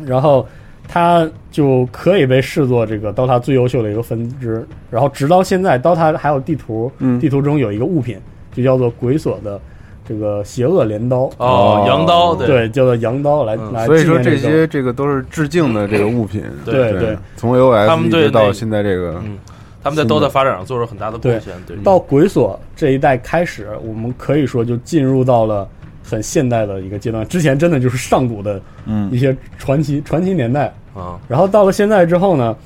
[SPEAKER 2] 嗯，
[SPEAKER 4] 然后它就可以被视作这个 DOTA 最优秀的一个分支。然后直到现在，DOTA 还有地图，
[SPEAKER 10] 嗯
[SPEAKER 4] 地图中有一个物品，就叫做鬼锁的这个邪恶镰刀，
[SPEAKER 2] 哦
[SPEAKER 10] 哦，
[SPEAKER 2] 羊刀对
[SPEAKER 4] 对，叫做羊刀来、
[SPEAKER 2] 嗯
[SPEAKER 4] 来纪
[SPEAKER 10] 所以
[SPEAKER 4] 念
[SPEAKER 10] 说
[SPEAKER 4] 这
[SPEAKER 10] 这
[SPEAKER 4] 个
[SPEAKER 10] 些这个都是致敬的这个物品，
[SPEAKER 4] 对对
[SPEAKER 10] 对
[SPEAKER 4] 对，
[SPEAKER 10] 从
[SPEAKER 2] 他
[SPEAKER 10] OS
[SPEAKER 2] 们
[SPEAKER 10] 一
[SPEAKER 2] 对
[SPEAKER 10] 直到
[SPEAKER 2] 那
[SPEAKER 10] 现在这个，
[SPEAKER 2] 嗯，他们在 DOTA 发展上做出很大的贡献，对，
[SPEAKER 4] 到鬼锁这一代开始，我们可以说就进入到了很现代的一个阶段。之前真的就是上古的
[SPEAKER 10] 嗯
[SPEAKER 4] 一些传奇、传奇年代，
[SPEAKER 2] 啊，
[SPEAKER 4] 然后到了现在之后呢，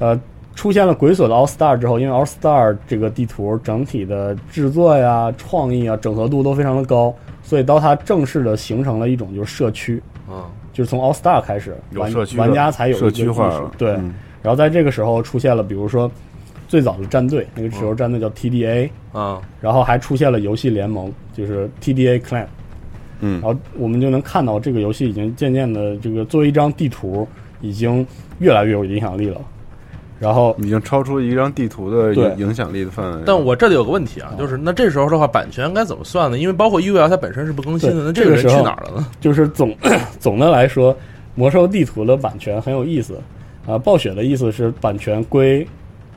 [SPEAKER 4] 呃，出现了鬼锁的 All Star 之后，因为 All Star 这个地图整体的制作呀、创意啊、整合度都非常的高，所以 DOTA 正式的形成了一种就是社区，
[SPEAKER 2] 嗯，
[SPEAKER 4] 就是从 All Star 开始，
[SPEAKER 10] 有
[SPEAKER 4] 玩
[SPEAKER 10] 社区了
[SPEAKER 4] 玩家才有一个
[SPEAKER 10] 社区化
[SPEAKER 4] 意识
[SPEAKER 10] 了
[SPEAKER 4] 对，
[SPEAKER 10] 嗯
[SPEAKER 4] 然后在这个时候出现了，比如说最早的战队，那个时
[SPEAKER 10] 嗯
[SPEAKER 4] 候战队叫 TDA，、
[SPEAKER 2] 啊，
[SPEAKER 4] 然后还出现了游戏联盟，就是 TDA Clan。
[SPEAKER 10] 嗯
[SPEAKER 4] 然后我们就能看到这个游戏已经渐渐的这个作为一张地图，已经越来越有影响力了。然后
[SPEAKER 10] 已经超出一张地图的
[SPEAKER 4] 对
[SPEAKER 10] 影影响力的范围。
[SPEAKER 2] 但我这里有个问题啊，就是那这时候的话，版权该怎么算呢？因为包括 UL 它本身是不更新的，
[SPEAKER 4] 对
[SPEAKER 2] 那
[SPEAKER 4] 这
[SPEAKER 2] 个
[SPEAKER 4] 个
[SPEAKER 2] 人
[SPEAKER 4] 时
[SPEAKER 2] 去
[SPEAKER 4] 候
[SPEAKER 2] 哪儿了呢？
[SPEAKER 4] 就是总
[SPEAKER 10] 嗯
[SPEAKER 4] 总的来说，魔兽地图的版权很有意思。啊，暴雪的意思是版权归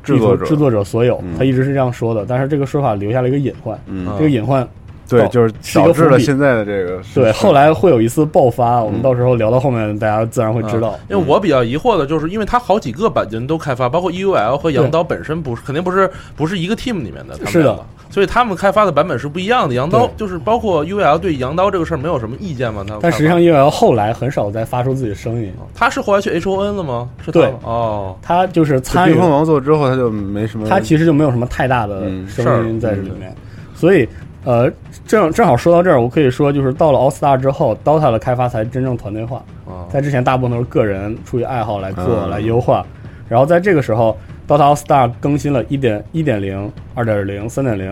[SPEAKER 10] 制作
[SPEAKER 4] 地
[SPEAKER 10] 者
[SPEAKER 4] 图制作者所有，
[SPEAKER 10] 嗯
[SPEAKER 4] 他一直是这样说的。但是这个说法留下了一个隐患，
[SPEAKER 10] 嗯，
[SPEAKER 4] 这个隐患
[SPEAKER 10] 对，
[SPEAKER 4] 到
[SPEAKER 10] 就是
[SPEAKER 4] 哦是一
[SPEAKER 10] 导
[SPEAKER 4] 个
[SPEAKER 10] 致
[SPEAKER 4] 伏
[SPEAKER 10] 了
[SPEAKER 4] 笔
[SPEAKER 10] 现在嗯的这个是。
[SPEAKER 4] 对
[SPEAKER 10] 是
[SPEAKER 4] 后来会有一次爆发，我们到时候聊到后面，大家自然会
[SPEAKER 10] 嗯
[SPEAKER 4] 知道。
[SPEAKER 2] 因为我比较疑惑的就是，因为它好几个版权都开发，包括 EUL 和羊刀本身不是，肯定不是不是一个 team 里面的，他们
[SPEAKER 4] 是的
[SPEAKER 2] 两个，所以他们开发的版本是不一样的。羊刀
[SPEAKER 4] 对
[SPEAKER 2] 就是包括 UL 对羊刀这个事儿没有什么意见吗？他们
[SPEAKER 4] 但实际
[SPEAKER 2] 开
[SPEAKER 4] 上，EOL 后来很少再发出自己的声音，
[SPEAKER 2] 发他是后来去 HON 了吗？是他
[SPEAKER 4] 对
[SPEAKER 2] 吗哦，
[SPEAKER 4] 他就是参与
[SPEAKER 10] 冰封王座之后，他就没什么。
[SPEAKER 4] 它其实就没有什么太大的
[SPEAKER 10] 嗯
[SPEAKER 4] 声音在这里面，所以呃，正正好说到这儿，我可以说就是到了 All Star 之后，DOTA 的开发才真正团队化，
[SPEAKER 2] 哦
[SPEAKER 4] 在之前大部分都是个人出于爱好来做、
[SPEAKER 10] 嗯
[SPEAKER 4] 来优化，然后在这个时候，DOTA All Star 更新了一点一点零、二点零、三点零，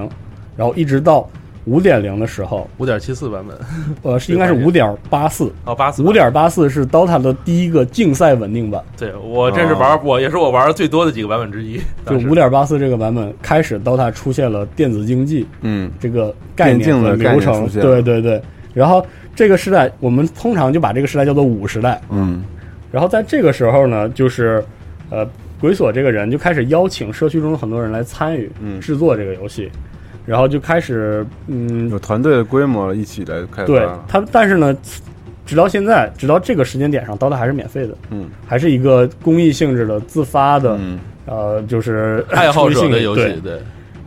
[SPEAKER 4] 然后一直到五点零的时候，
[SPEAKER 2] 五点七四版本，
[SPEAKER 4] 呃，是应该是五点八四。
[SPEAKER 2] 哦，八四
[SPEAKER 4] 五点八四是 DOTA 的第一个竞赛稳定版，
[SPEAKER 2] 对我这是玩儿，我也是我玩儿最多的几个版本之一。
[SPEAKER 4] 哦就
[SPEAKER 2] 当时
[SPEAKER 4] 五点八四这个版本开始，DOTA 出现了电子竞技，
[SPEAKER 10] 嗯，
[SPEAKER 4] 这个概念和流
[SPEAKER 10] 电竞的概念
[SPEAKER 4] 程
[SPEAKER 10] 出。现
[SPEAKER 4] 对对对。然后这个时代，我们通常就把这个时代叫做五时代。
[SPEAKER 10] 嗯，
[SPEAKER 4] 然后在这个时候呢，就是呃，鬼锁这个人就开始邀请社区中的很多人来参与
[SPEAKER 10] 嗯
[SPEAKER 4] 制作这个游戏，然后就开始嗯，
[SPEAKER 10] 有团队的规模一起来开发。
[SPEAKER 4] 对他，但是呢，直到现在，直到这个时间点上，DOTA 还是免费的，
[SPEAKER 10] 嗯，
[SPEAKER 4] 还是一个公益性质的、自发的，
[SPEAKER 10] 嗯
[SPEAKER 4] 呃，就是
[SPEAKER 2] 爱好
[SPEAKER 4] 出于
[SPEAKER 2] 者
[SPEAKER 4] 兴趣
[SPEAKER 2] 的游
[SPEAKER 4] 对
[SPEAKER 2] 戏，对，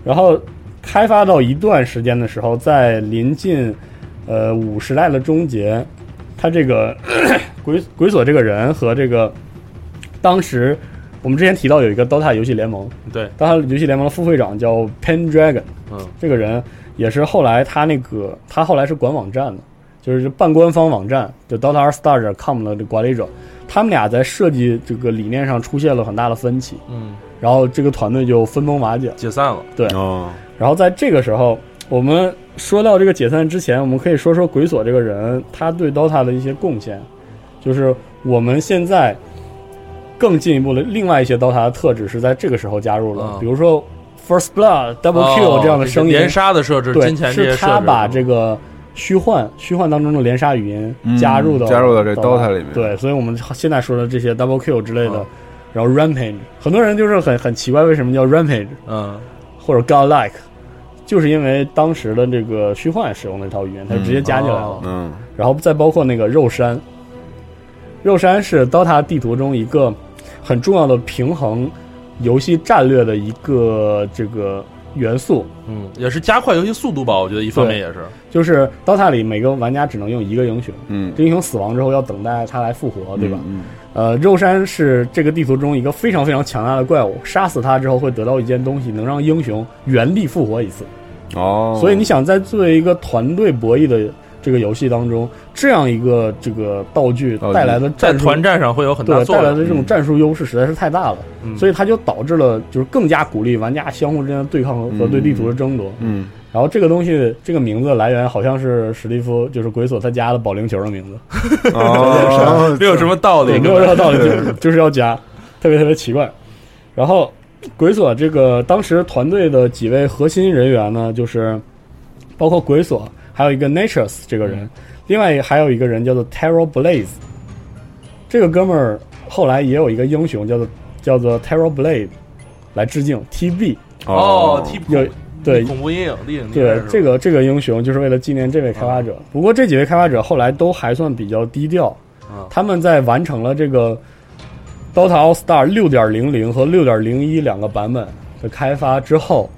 [SPEAKER 4] 然后开发到一段时间的时候，在临近呃五时代的终结，他这个 鬼鬼锁这个人和这个当时我们之前提到有一个 DOTA 游戏联盟
[SPEAKER 2] 对，
[SPEAKER 4] ，DOTA 游戏联盟的副会长叫 Pendragon，
[SPEAKER 2] 嗯，
[SPEAKER 4] 这个人也是后来他那个他后来是管网站的，就是半官方网站，就 Dota Star com 的这个管理者，他们俩在设计这个理念上出现了很大的分歧，
[SPEAKER 2] 嗯，
[SPEAKER 4] 然后这个团队就分崩瓦解。
[SPEAKER 2] 解散了，
[SPEAKER 10] 哦，
[SPEAKER 4] 然后在这个时候，我们说到这个解散之前，我们可以说说鬼锁这个人他对 DOTA 的一些贡献，就是我们现在更进一步的另外一些 DOTA 的特质是在这个时候加入了，
[SPEAKER 2] 啊
[SPEAKER 4] 比如说 First Blood、Double Kill
[SPEAKER 2] 哦
[SPEAKER 4] 这样的声音，
[SPEAKER 2] 连杀的设置，
[SPEAKER 4] 对
[SPEAKER 2] 金，钱这些
[SPEAKER 4] 是
[SPEAKER 2] 设
[SPEAKER 4] 他
[SPEAKER 2] 置，
[SPEAKER 4] 把这个虚幻虚幻当中的连杀语
[SPEAKER 10] 嗯
[SPEAKER 4] 音加入到、
[SPEAKER 10] 加入到这
[SPEAKER 4] DOTA
[SPEAKER 10] DOTA 里面哦
[SPEAKER 4] 对，所以我们现在说的这些 Double Kill 之类的，
[SPEAKER 2] 啊
[SPEAKER 4] 然后 Rampage，很多人就是很很奇怪为什么叫 Rampage。
[SPEAKER 2] 嗯
[SPEAKER 4] 或者 Godlike，就是因为当时的这个虚幻使用的那套语言，它直接加进来了。
[SPEAKER 2] 哦
[SPEAKER 10] 嗯
[SPEAKER 4] 然后再包括那个肉山，肉山是 DOTA 地图中一个很重要的平衡游戏战略的一个这个元素，
[SPEAKER 2] 嗯，也是加快游戏速度吧，我觉得一方面也是，
[SPEAKER 4] 就是 DOTA 里每个玩家只能用一个英雄，
[SPEAKER 10] 嗯，
[SPEAKER 4] 这英雄死亡之后要等待他来复活，对吧？
[SPEAKER 10] 嗯
[SPEAKER 4] 呃，肉山是这个地图中一个非常非常强大的怪物，杀死它之后会得到一件东西，能让英雄原地复活一次。
[SPEAKER 10] 哦，
[SPEAKER 4] 所以你想在作为一个团队博弈的这个游戏当中，这样一个这个道具
[SPEAKER 10] 道具
[SPEAKER 4] 带来的
[SPEAKER 2] 哦在
[SPEAKER 4] 战术
[SPEAKER 2] 团战上会有很大
[SPEAKER 4] 对
[SPEAKER 2] 作
[SPEAKER 4] 带来的
[SPEAKER 2] 用，
[SPEAKER 4] 这种战术优势实在是太大了，
[SPEAKER 2] 嗯
[SPEAKER 4] 所以它就导致了就是更加鼓励玩家相互之间的对抗和和对地图的争夺。
[SPEAKER 10] 嗯
[SPEAKER 4] 然后这个东西，这个名字来源好像是史蒂夫，就是鬼所他家的保龄球的名字，
[SPEAKER 10] 哦
[SPEAKER 2] 没有什么道理，
[SPEAKER 4] 没有任何道 理，就是就是要加，特别特别奇怪。然后鬼所这个当时团队的几位核心人员呢，就是包括鬼所，还有一个 Natures 这个
[SPEAKER 2] 嗯
[SPEAKER 4] 人，另外还有一个人叫做 Terror Blaze，这个哥们儿后来也有一个英雄叫做叫做 Terror Blaze 来致敬 TB。
[SPEAKER 2] 哦，T
[SPEAKER 4] 有对
[SPEAKER 2] 恐怖阴影电影
[SPEAKER 4] 对这个这个英雄就是为了纪念这位开发
[SPEAKER 2] 啊
[SPEAKER 4] 者。不过这几位开发者后来都还算比较低调，
[SPEAKER 2] 啊
[SPEAKER 4] 他们在完成了这个《Dota All Star》六点零零和六点零一两个版本的开发之后，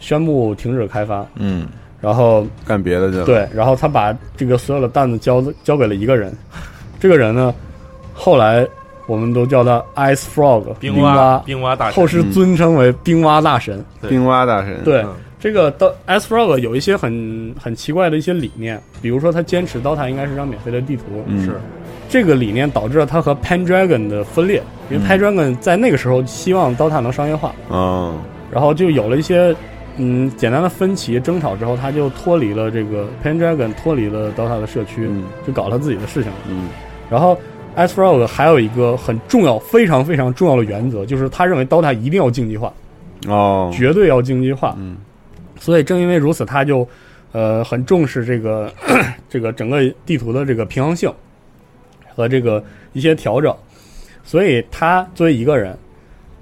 [SPEAKER 4] 宣布停止开发。
[SPEAKER 10] 嗯，
[SPEAKER 4] 然后
[SPEAKER 10] 干别的去了。
[SPEAKER 4] 对，然后他把这个所有的担子交交给了一个人，这个人呢，后来我们都叫他 Ice Frog
[SPEAKER 2] 冰
[SPEAKER 4] 蛙
[SPEAKER 2] 冰蛙大神
[SPEAKER 4] 后世尊称为冰蛙大神。
[SPEAKER 10] 冰蛙大神，
[SPEAKER 4] 对，这个到 S Frog 有一些很很奇怪的一些理念，比如说他坚持 DOTA 应该是张免费的地图，
[SPEAKER 10] 嗯是
[SPEAKER 4] 这个理念导致了他和 Pendragon 的分裂，因
[SPEAKER 10] 嗯
[SPEAKER 4] 为 Pendragon 在那个时候希望 DOTA 能商业化，
[SPEAKER 10] 哦，
[SPEAKER 4] 然后就有了一些嗯简单的分歧争吵之后，他就脱离了这个 Pendragon，脱离了 DOTA 的社区，就搞了自己的事情，
[SPEAKER 10] 嗯，
[SPEAKER 4] 然后。S Frog 还有一个很重要、非常非常重要的原则，就是他认为 DOTA 一定要竞技化。
[SPEAKER 10] 哦，
[SPEAKER 4] 绝对要经济化。嗯，所以正因为如此，他就呃很重视这个 这个整个地图的这个平衡性和这个一些调整。所以他作为一个人，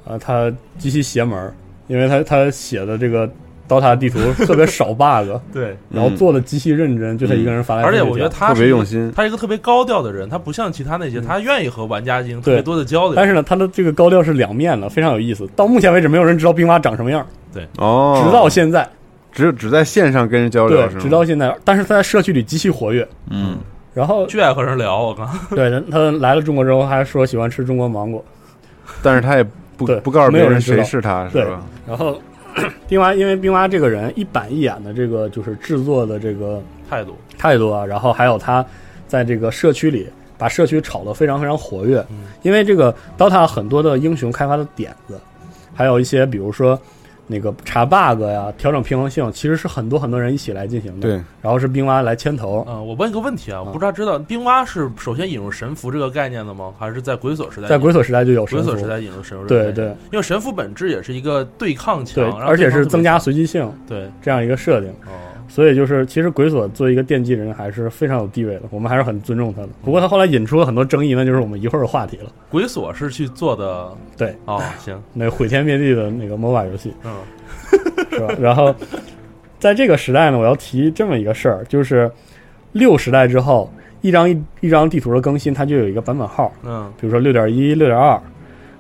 [SPEAKER 4] 呃，他极其邪门儿，因为他他写的这个 DOTA 地图 特别少 bug，
[SPEAKER 2] 对，嗯
[SPEAKER 4] 然后做的极其认真，就他一个人发来发
[SPEAKER 2] 而
[SPEAKER 4] 去
[SPEAKER 2] 且
[SPEAKER 4] 讲。嗯
[SPEAKER 2] 我觉得他
[SPEAKER 10] 特别
[SPEAKER 2] 是一个
[SPEAKER 10] 用心
[SPEAKER 2] 他是一个特别高调的人，他不像其他那些，他愿意和玩家进行特别
[SPEAKER 4] 对
[SPEAKER 2] 多的交流。
[SPEAKER 4] 但是呢，他的这个高调是两面的，非常有意思。到目前为止，没有人知道冰蛙长什么样儿，
[SPEAKER 10] 哦，
[SPEAKER 4] 直到现在。
[SPEAKER 10] 只只在线上跟人交流
[SPEAKER 4] 对
[SPEAKER 10] 是，吗，
[SPEAKER 4] 直到现在，但是他在社区里极其活跃。
[SPEAKER 10] 嗯，
[SPEAKER 4] 然后
[SPEAKER 2] 巨爱和人聊，我靠，
[SPEAKER 4] 对，他他来了中国之后还说喜欢吃中国芒果，
[SPEAKER 10] 但是他也不
[SPEAKER 4] 对
[SPEAKER 10] 不告诉
[SPEAKER 4] 没
[SPEAKER 10] 别
[SPEAKER 4] 有人知
[SPEAKER 10] 谁
[SPEAKER 4] 道
[SPEAKER 10] 是他，是
[SPEAKER 4] 对
[SPEAKER 10] 吧？
[SPEAKER 4] 然后冰蛙，因为冰蛙这个人一板一眼的这个就是制作的这个
[SPEAKER 2] 态度
[SPEAKER 4] 态度啊，然后还有他在这个社区里把社区炒得非常非常活跃，
[SPEAKER 2] 嗯
[SPEAKER 4] 因为这个 DOTA 很多的英雄开发的点子，还有一些比如说那个查 bug 呀、调整平衡性，其实是很多很多人一起来进行的，
[SPEAKER 10] 对，
[SPEAKER 4] 然后是冰蛙来牵头，
[SPEAKER 2] 嗯，我问一个问题啊，我不知道知道冰蛙是首先引入神符这个概念的吗？还是在鬼锁时代引入？
[SPEAKER 4] 在鬼锁时代就有
[SPEAKER 2] 鬼
[SPEAKER 4] 神
[SPEAKER 2] 锁
[SPEAKER 4] 符，
[SPEAKER 2] 时代引入神符这个概
[SPEAKER 4] 对
[SPEAKER 2] 念？
[SPEAKER 4] 对
[SPEAKER 2] 因为神符本质也是一个对抗强，
[SPEAKER 4] 对，
[SPEAKER 2] 然后
[SPEAKER 4] 而且
[SPEAKER 2] 对抗
[SPEAKER 4] 是
[SPEAKER 2] 特别
[SPEAKER 4] 增加随机性
[SPEAKER 2] 对
[SPEAKER 4] 这样一个设定。
[SPEAKER 2] 哦，
[SPEAKER 4] 所以就是，其实鬼所作为一个奠基人还是非常有地位的，我们还是很尊重他的。不过他后来引出了很多争议，那就是我们一会儿的话题了。
[SPEAKER 2] 鬼锁是去做的
[SPEAKER 4] 对，
[SPEAKER 2] 哦， 行，
[SPEAKER 4] 那毁天灭地的那个 MOBA 游戏
[SPEAKER 2] 嗯
[SPEAKER 4] 是吧？然后在这个时代呢，我要提这么一个事儿，就是六时代之后，一张一一张地图的更新，它就有一个版本号，
[SPEAKER 2] 嗯
[SPEAKER 4] 比如说六点一、六点二，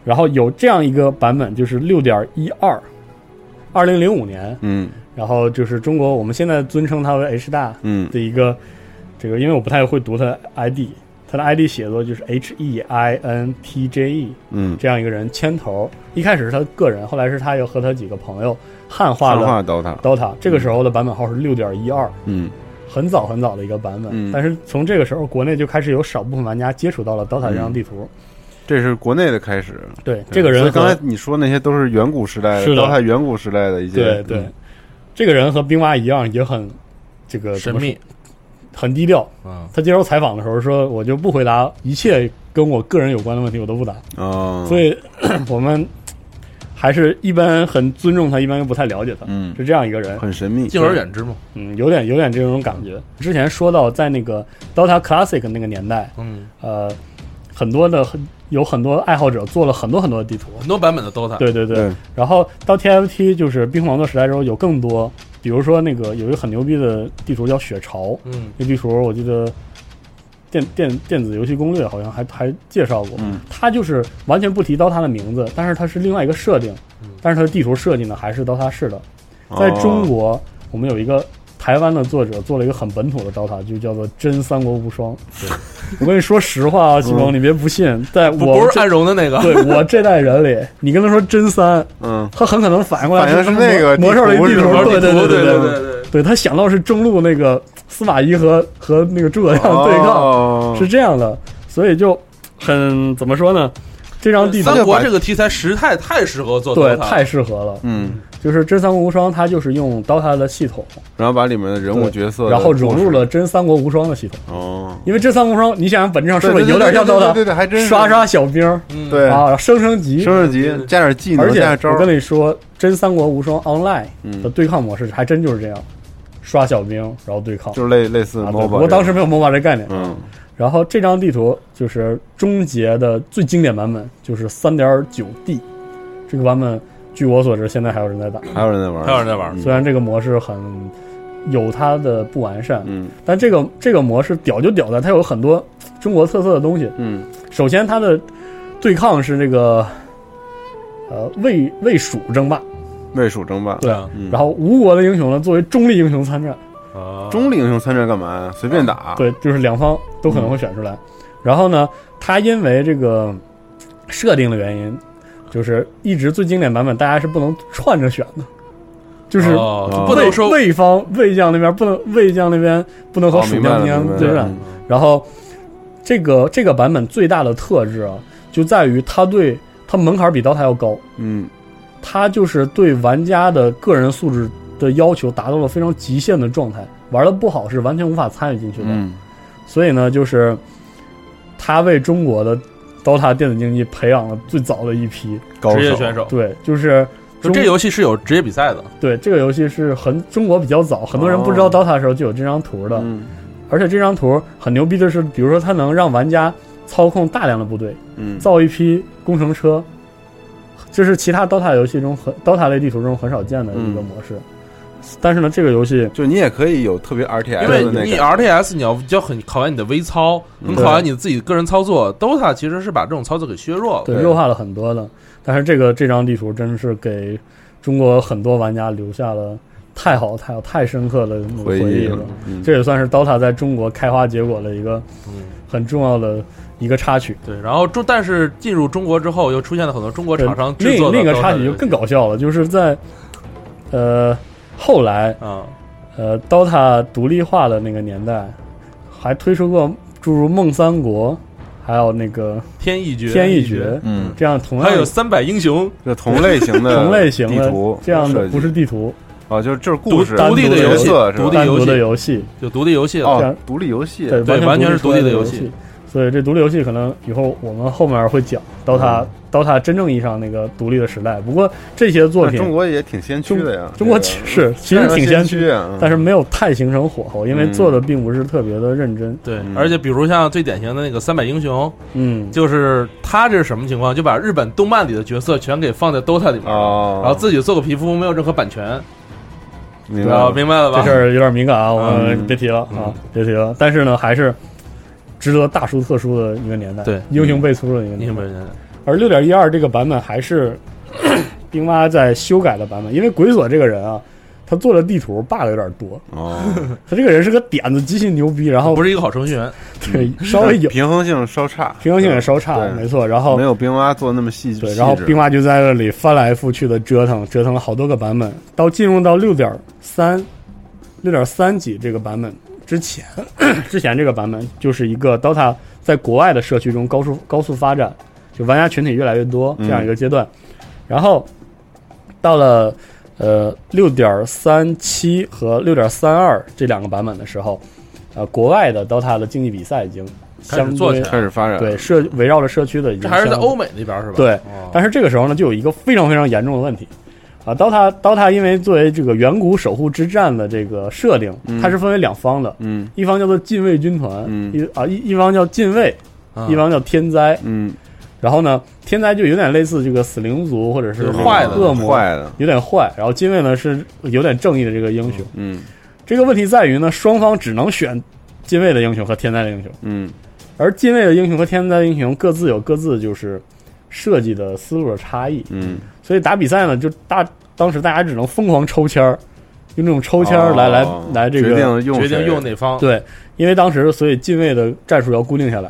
[SPEAKER 4] 然后有这样一个版本就是六点一二，二零零五年，
[SPEAKER 10] 嗯
[SPEAKER 4] 然后就是中国我们现在尊称它为 H 大，
[SPEAKER 10] 嗯
[SPEAKER 4] 的一个这个，因为我不太会读他的 ID，他的 ID 写作就是 H E I N T J E
[SPEAKER 10] 嗯，
[SPEAKER 4] 这样一个人牵头。一开始是他个人，后来是他又和他几个朋友汉化
[SPEAKER 10] 汉
[SPEAKER 4] 了
[SPEAKER 10] 化 DOTA，
[SPEAKER 4] DOTA。这个时候的版本号是六点一二，
[SPEAKER 10] 嗯
[SPEAKER 4] 很早很早的一个版本。
[SPEAKER 10] 嗯
[SPEAKER 4] 但是从这个时候，国内就开始有少部分玩家接触到了 DOTA 这张地图。
[SPEAKER 10] 这是国内的开始。
[SPEAKER 4] 对，
[SPEAKER 10] 嗯对
[SPEAKER 4] 这个
[SPEAKER 10] 所
[SPEAKER 4] 人
[SPEAKER 10] 以刚
[SPEAKER 4] 和
[SPEAKER 10] 才你说那些都是远古时代的
[SPEAKER 4] 是的
[SPEAKER 10] ，DOTA 远古时代的一些，嗯
[SPEAKER 4] 对对，这个人和冰蛙一样也很这个
[SPEAKER 2] 神，秘
[SPEAKER 4] 怎么说很低调。
[SPEAKER 2] 嗯，
[SPEAKER 4] 他接受采访的时候说：“我就不回答一切跟我个人有关的问题，我都不答。”
[SPEAKER 10] 哦，
[SPEAKER 4] 所以 我们还是一般很尊重他，一般又不太了解他，
[SPEAKER 10] 嗯
[SPEAKER 4] 是这样一个人，
[SPEAKER 10] 很神秘，
[SPEAKER 2] 敬而远之嘛，
[SPEAKER 4] 嗯，有点有点这种感觉。之前说到在那个 DOTA Classic 那个年代，
[SPEAKER 2] 嗯，
[SPEAKER 4] 呃，很多的很有很多爱好者做了很多很多的地图，
[SPEAKER 2] 很多版本的 DOTA，
[SPEAKER 4] 对对对。
[SPEAKER 10] 对
[SPEAKER 4] 然后到 TFT 就是冰封王座时代之后，有更多，比如说那个有一个很牛逼的地图叫血潮，
[SPEAKER 2] 嗯，
[SPEAKER 4] 那地图我记得电电电子游戏攻略好像还还介绍过，它就是完全不提到它的名字，但是它是另外一个设定，但是它的地图设计呢还是 DOTA 式的。在中国，我们有一个台湾的作者做了一个很本土的 DOTA，就叫做《真三国无双》。我跟你说实话啊，西蒙，你别不信，在
[SPEAKER 2] 不
[SPEAKER 4] 我
[SPEAKER 2] 不是
[SPEAKER 4] 这
[SPEAKER 2] 安荣的那个，
[SPEAKER 4] 对我这代人里，你跟他说真三，
[SPEAKER 10] 嗯，
[SPEAKER 4] 他很可能反应过来，
[SPEAKER 10] 反应是那个
[SPEAKER 4] 魔兽的
[SPEAKER 10] 地图
[SPEAKER 4] 地
[SPEAKER 10] 是吧
[SPEAKER 4] 图，对对
[SPEAKER 2] 对
[SPEAKER 4] 对
[SPEAKER 2] 对
[SPEAKER 4] 对，
[SPEAKER 2] 对，
[SPEAKER 4] 对他想到是中路那个司马懿和和那个诸葛亮对抗，
[SPEAKER 10] 哦
[SPEAKER 4] 是这样的，所以就很怎么说呢？这张地图
[SPEAKER 2] 三国这个题材实在太适合做
[SPEAKER 4] 对
[SPEAKER 2] DOTA，
[SPEAKER 4] 太适合了，
[SPEAKER 10] 嗯
[SPEAKER 4] 就是《真三国无双》，它就是用 DOTA 的系统，
[SPEAKER 10] 然后把里面的人物角色，
[SPEAKER 4] 然后融入了《真三国无双》的系统。
[SPEAKER 10] 哦，
[SPEAKER 4] 因为《真三国无双》，你想想本质上是不是
[SPEAKER 10] 对对
[SPEAKER 4] 有点像
[SPEAKER 10] 对对
[SPEAKER 4] DOTA？
[SPEAKER 10] 对对还真是
[SPEAKER 4] 刷刷小兵，
[SPEAKER 10] 对
[SPEAKER 4] 啊，升升级，
[SPEAKER 10] 升升级加点技能，
[SPEAKER 4] 而且
[SPEAKER 10] 加点招
[SPEAKER 4] 我
[SPEAKER 10] 儿，
[SPEAKER 4] 跟你说，《真三国无双 Online》的
[SPEAKER 10] 嗯，
[SPEAKER 4] 对抗模式还真就是这样，刷小兵然后对抗。
[SPEAKER 10] 就是类类似
[SPEAKER 4] 啊
[SPEAKER 10] MOBA
[SPEAKER 4] 对
[SPEAKER 10] 这种。
[SPEAKER 4] 不过当时没有 MOBA 这概念。
[SPEAKER 10] 嗯，
[SPEAKER 4] 然后这张地图就是终结的最经典版本，就是三点九 D，这个版本据我所知现在还有人在打。
[SPEAKER 10] 还有人在玩儿，
[SPEAKER 2] 还有人在玩儿
[SPEAKER 10] 嗯
[SPEAKER 4] 虽然这个模式很有它的不完善，
[SPEAKER 10] 嗯
[SPEAKER 4] 但这个这个模式屌就屌在它有很多中国特色的东西。
[SPEAKER 10] 嗯
[SPEAKER 4] 首先，它的对抗是这个呃魏魏蜀争霸，
[SPEAKER 10] 魏蜀争霸，
[SPEAKER 4] 对
[SPEAKER 2] 啊
[SPEAKER 10] 嗯
[SPEAKER 4] 然后吴国的英雄呢作为中立英雄参战，
[SPEAKER 2] 啊，
[SPEAKER 10] 中立英雄参战干嘛呀？随便打，
[SPEAKER 4] 啊对，就是两方都可能会选出来。然后呢，它因为这个设定的原因，就是一直最经典版本大家是不能串着选的，就是啊
[SPEAKER 2] 哦就
[SPEAKER 10] 哦
[SPEAKER 2] 不
[SPEAKER 4] 魏
[SPEAKER 2] 能说
[SPEAKER 4] 魏方魏将那边不能魏将那边不能和
[SPEAKER 10] 哦
[SPEAKER 4] 蜀
[SPEAKER 10] 明白了
[SPEAKER 4] 将之间
[SPEAKER 10] 明白了
[SPEAKER 4] 对战
[SPEAKER 10] 嗯。
[SPEAKER 4] 然后这个这个版本最大的特质啊，就在于它对它门槛比 DOTA 要高，
[SPEAKER 10] 嗯
[SPEAKER 4] 它就是对玩家的个人素质的要求达到了非常极限的状态，玩的不好是完全无法参与进去的。
[SPEAKER 10] 嗯，
[SPEAKER 4] 所以呢，就是他为中国的 DOTA 电子竞技培养了最早的一批，
[SPEAKER 10] 高
[SPEAKER 2] 职业
[SPEAKER 10] 手
[SPEAKER 2] 选手，
[SPEAKER 4] 对，就是
[SPEAKER 2] 就
[SPEAKER 4] 中
[SPEAKER 2] 这游戏是有职业比赛的，
[SPEAKER 4] 对这个游戏是很中国比较早，很多人不知道
[SPEAKER 10] 哦
[SPEAKER 4] DOTA 的时候就有这张图的，
[SPEAKER 10] 嗯
[SPEAKER 4] 而且这张图很牛逼的是，比如说它能让玩家操控大量的部队，
[SPEAKER 10] 嗯，
[SPEAKER 4] 造一批工程车，这是其他 DOTA 游戏中很 DOTA 类地图中很少见的一个
[SPEAKER 10] 嗯
[SPEAKER 4] 模式。但是呢，这个游戏
[SPEAKER 10] 就你也可以有特别 R T S
[SPEAKER 2] 因
[SPEAKER 10] 的
[SPEAKER 2] 为
[SPEAKER 10] 那个
[SPEAKER 2] 你 RTS 你要就很考验你的微操，
[SPEAKER 4] 嗯
[SPEAKER 2] 很考验你自己个人操作。DOTA 其实是把这种操作给削弱了，
[SPEAKER 4] 对弱化了很多的，但是这个这张地图真是给中国很多玩家留下了太好、太好、太深刻的那种
[SPEAKER 10] 回
[SPEAKER 4] 忆了
[SPEAKER 10] 了。，嗯
[SPEAKER 4] 这也算是 DOTA 在中国开花结果的一个很重要的一个插曲。
[SPEAKER 2] 对，然后中但是进入中国之后，又出现了很多中国厂商制
[SPEAKER 4] 另
[SPEAKER 2] 作的
[SPEAKER 4] 另一个
[SPEAKER 2] DOTA
[SPEAKER 4] 插曲就更搞笑了，就是在呃后来
[SPEAKER 2] 啊，
[SPEAKER 4] 呃 DOTA 独立化的那个年代，还推出过诸如《梦三国》，还有那个
[SPEAKER 2] 天意
[SPEAKER 4] 《
[SPEAKER 2] 诀，
[SPEAKER 4] 天
[SPEAKER 2] 意
[SPEAKER 4] 意诀》
[SPEAKER 10] 嗯，
[SPEAKER 4] 这样同样
[SPEAKER 2] 还有三百英雄
[SPEAKER 10] 这同类型的
[SPEAKER 4] 同类型
[SPEAKER 10] 地
[SPEAKER 4] 的
[SPEAKER 10] 图
[SPEAKER 4] 这样的
[SPEAKER 10] 设计
[SPEAKER 4] 不是地图，
[SPEAKER 10] 哦，就是就是
[SPEAKER 2] 独
[SPEAKER 10] 故事
[SPEAKER 2] 独立的游戏
[SPEAKER 10] 角色，是吧
[SPEAKER 2] 独立
[SPEAKER 4] 单
[SPEAKER 2] 游
[SPEAKER 4] 独的
[SPEAKER 2] 戏
[SPEAKER 4] 游戏，
[SPEAKER 2] 就独立游戏了。
[SPEAKER 4] 这
[SPEAKER 10] 哦
[SPEAKER 4] 样，
[SPEAKER 10] 独立游戏，
[SPEAKER 4] 对，
[SPEAKER 2] 对
[SPEAKER 4] 完
[SPEAKER 2] 完全是独
[SPEAKER 4] 立
[SPEAKER 2] 立的
[SPEAKER 4] 游
[SPEAKER 2] 游戏。
[SPEAKER 4] 所以这独立游戏可能以后我们后面会讲 DOTA、DOTA 真正意义上那个独立的时代。不过这些作
[SPEAKER 10] 但
[SPEAKER 4] 品，
[SPEAKER 10] 中国也挺先驱的呀，
[SPEAKER 4] 中国
[SPEAKER 10] 这
[SPEAKER 4] 其
[SPEAKER 10] 个
[SPEAKER 4] 是其实挺先
[SPEAKER 10] 先
[SPEAKER 4] 驱，
[SPEAKER 10] 啊，
[SPEAKER 4] 但是没有太形成火候，因为
[SPEAKER 10] 嗯
[SPEAKER 4] 做的并不是特别的认真。
[SPEAKER 2] 对，
[SPEAKER 10] 嗯
[SPEAKER 2] 而且比如像最典型的那个三百英雄，
[SPEAKER 4] 嗯，
[SPEAKER 2] 就是他这是什么情况？就把日本动漫里的角色全给放在 DOTA 里面了，
[SPEAKER 10] 哦
[SPEAKER 2] 然后自己做个皮肤，没有任何版权，
[SPEAKER 10] 明白
[SPEAKER 2] 然后
[SPEAKER 10] 了
[SPEAKER 2] 明白了吧？
[SPEAKER 4] 这事儿有点敏感啊，我们
[SPEAKER 10] 嗯
[SPEAKER 4] 别提了啊，别提了。但是呢，还是值得大书特书的一个年代，
[SPEAKER 2] 对
[SPEAKER 4] 英雄辈出的一个
[SPEAKER 2] 英
[SPEAKER 4] 年
[SPEAKER 2] 雄
[SPEAKER 4] 代
[SPEAKER 2] 本。人
[SPEAKER 4] 而六点一二这个版本还是冰妈在修改的版本，因为鬼锁这个人啊，他做的地图 bug 有点多，
[SPEAKER 10] 哦，
[SPEAKER 4] 他这个人是个点子极其牛逼，然后
[SPEAKER 2] 不是一个好程序员，
[SPEAKER 4] 对稍微有
[SPEAKER 10] 平衡性稍差，
[SPEAKER 4] 平衡性也稍差，
[SPEAKER 10] 对
[SPEAKER 4] 没错。然后
[SPEAKER 10] 没有冰蛙做那么细
[SPEAKER 4] 对，然后
[SPEAKER 10] 细致
[SPEAKER 4] 冰妈就在那里翻来覆去的折腾，折腾了好多个版本，到进入到六点三、六点三几这个版本之前， 之前这个版本就是一个 DOTA 在国外的社区中高速高速发展，就玩家群体越来越多
[SPEAKER 2] 嗯
[SPEAKER 4] 这样一个阶段。然后到了呃六点三七和六点三二这两个版本的时候，呃，国外的 DOTA 的竞技比赛已经
[SPEAKER 2] 开始
[SPEAKER 4] 相
[SPEAKER 2] 做起
[SPEAKER 4] 对
[SPEAKER 2] 来
[SPEAKER 10] 开始发展，
[SPEAKER 4] 对社围绕着社区的已经
[SPEAKER 2] 这还是在
[SPEAKER 4] 相
[SPEAKER 2] 欧美那边是吧？
[SPEAKER 4] 对
[SPEAKER 2] 哦，
[SPEAKER 4] 但是这个时候呢，就有一个非常非常严重的问题，啊，DOTA DOTA 因为作为这个远古守护之战的这个设定，它是分为两方的，
[SPEAKER 10] 嗯
[SPEAKER 4] 一方叫做禁卫军团，
[SPEAKER 10] 嗯
[SPEAKER 4] 一啊一一方叫禁卫，一方叫天灾。
[SPEAKER 10] 嗯，
[SPEAKER 4] 然后呢，天灾就有点类似这个死灵族或者是
[SPEAKER 2] 就是坏的
[SPEAKER 4] 恶魔，
[SPEAKER 10] 坏的，
[SPEAKER 4] 有点坏。然后禁卫呢是有点正义的这个英雄。
[SPEAKER 10] 嗯
[SPEAKER 4] 这个问题在于呢，双方只能选禁卫的英雄和天灾的英雄。
[SPEAKER 10] 嗯
[SPEAKER 4] 而禁卫的英雄和天灾的英雄各自有各自就是设计的思路的差异，
[SPEAKER 10] 嗯，
[SPEAKER 4] 所以打比赛呢，就大当时大家只能疯狂抽签儿，用这种抽签儿来、
[SPEAKER 10] 哦
[SPEAKER 4] 来来这
[SPEAKER 10] 决
[SPEAKER 4] 个
[SPEAKER 10] 定用
[SPEAKER 2] 决定
[SPEAKER 10] 谁
[SPEAKER 2] 用哪方。
[SPEAKER 4] 对，因为当时所以禁卫的战术要固定下来，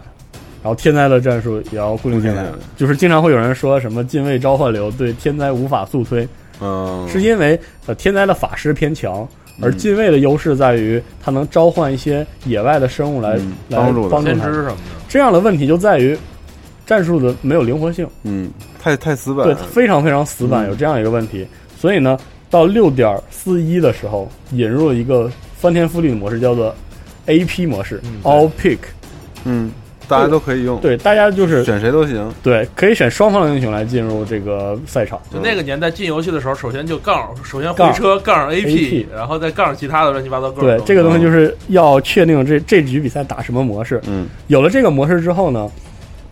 [SPEAKER 4] 然后天灾的战术也要固定下来
[SPEAKER 10] 固定下来，
[SPEAKER 4] 就是经常会有人说什么禁卫召唤流对天灾无法速推，
[SPEAKER 10] 嗯
[SPEAKER 4] 是因为呃天灾的法师偏强。而
[SPEAKER 10] 嗯
[SPEAKER 4] 禁卫的优势在于，它能召唤一些野外的生物来、
[SPEAKER 10] 嗯
[SPEAKER 4] 来
[SPEAKER 10] 帮助它
[SPEAKER 4] 帮助
[SPEAKER 2] 先
[SPEAKER 4] 它
[SPEAKER 2] 知。什么
[SPEAKER 4] 这样的问题就在于战术的没有灵活性，
[SPEAKER 10] 嗯，太太死板
[SPEAKER 4] 对，
[SPEAKER 10] 了，
[SPEAKER 4] 非常非常死
[SPEAKER 10] 嗯
[SPEAKER 4] 板，有这样一个问题。所以呢，到六点四一的时候，引入了一个翻天覆地的模式，叫做 AP 模式、a l l Pick。
[SPEAKER 10] 嗯，大家都可以用，
[SPEAKER 4] 对，大家就是
[SPEAKER 10] 选谁都行。
[SPEAKER 4] 对，可以选双方的英雄来进入这个赛场。
[SPEAKER 2] 就那个年代进游戏的时候，首先就杠，首先
[SPEAKER 4] 杠
[SPEAKER 2] 回车杠
[SPEAKER 4] AP
[SPEAKER 2] AP，然后再杠其他的乱七八糟各种。
[SPEAKER 4] 对，这个东西就是要确定这这局比赛打什么模式。
[SPEAKER 10] 嗯，
[SPEAKER 4] 有了这个模式之后呢，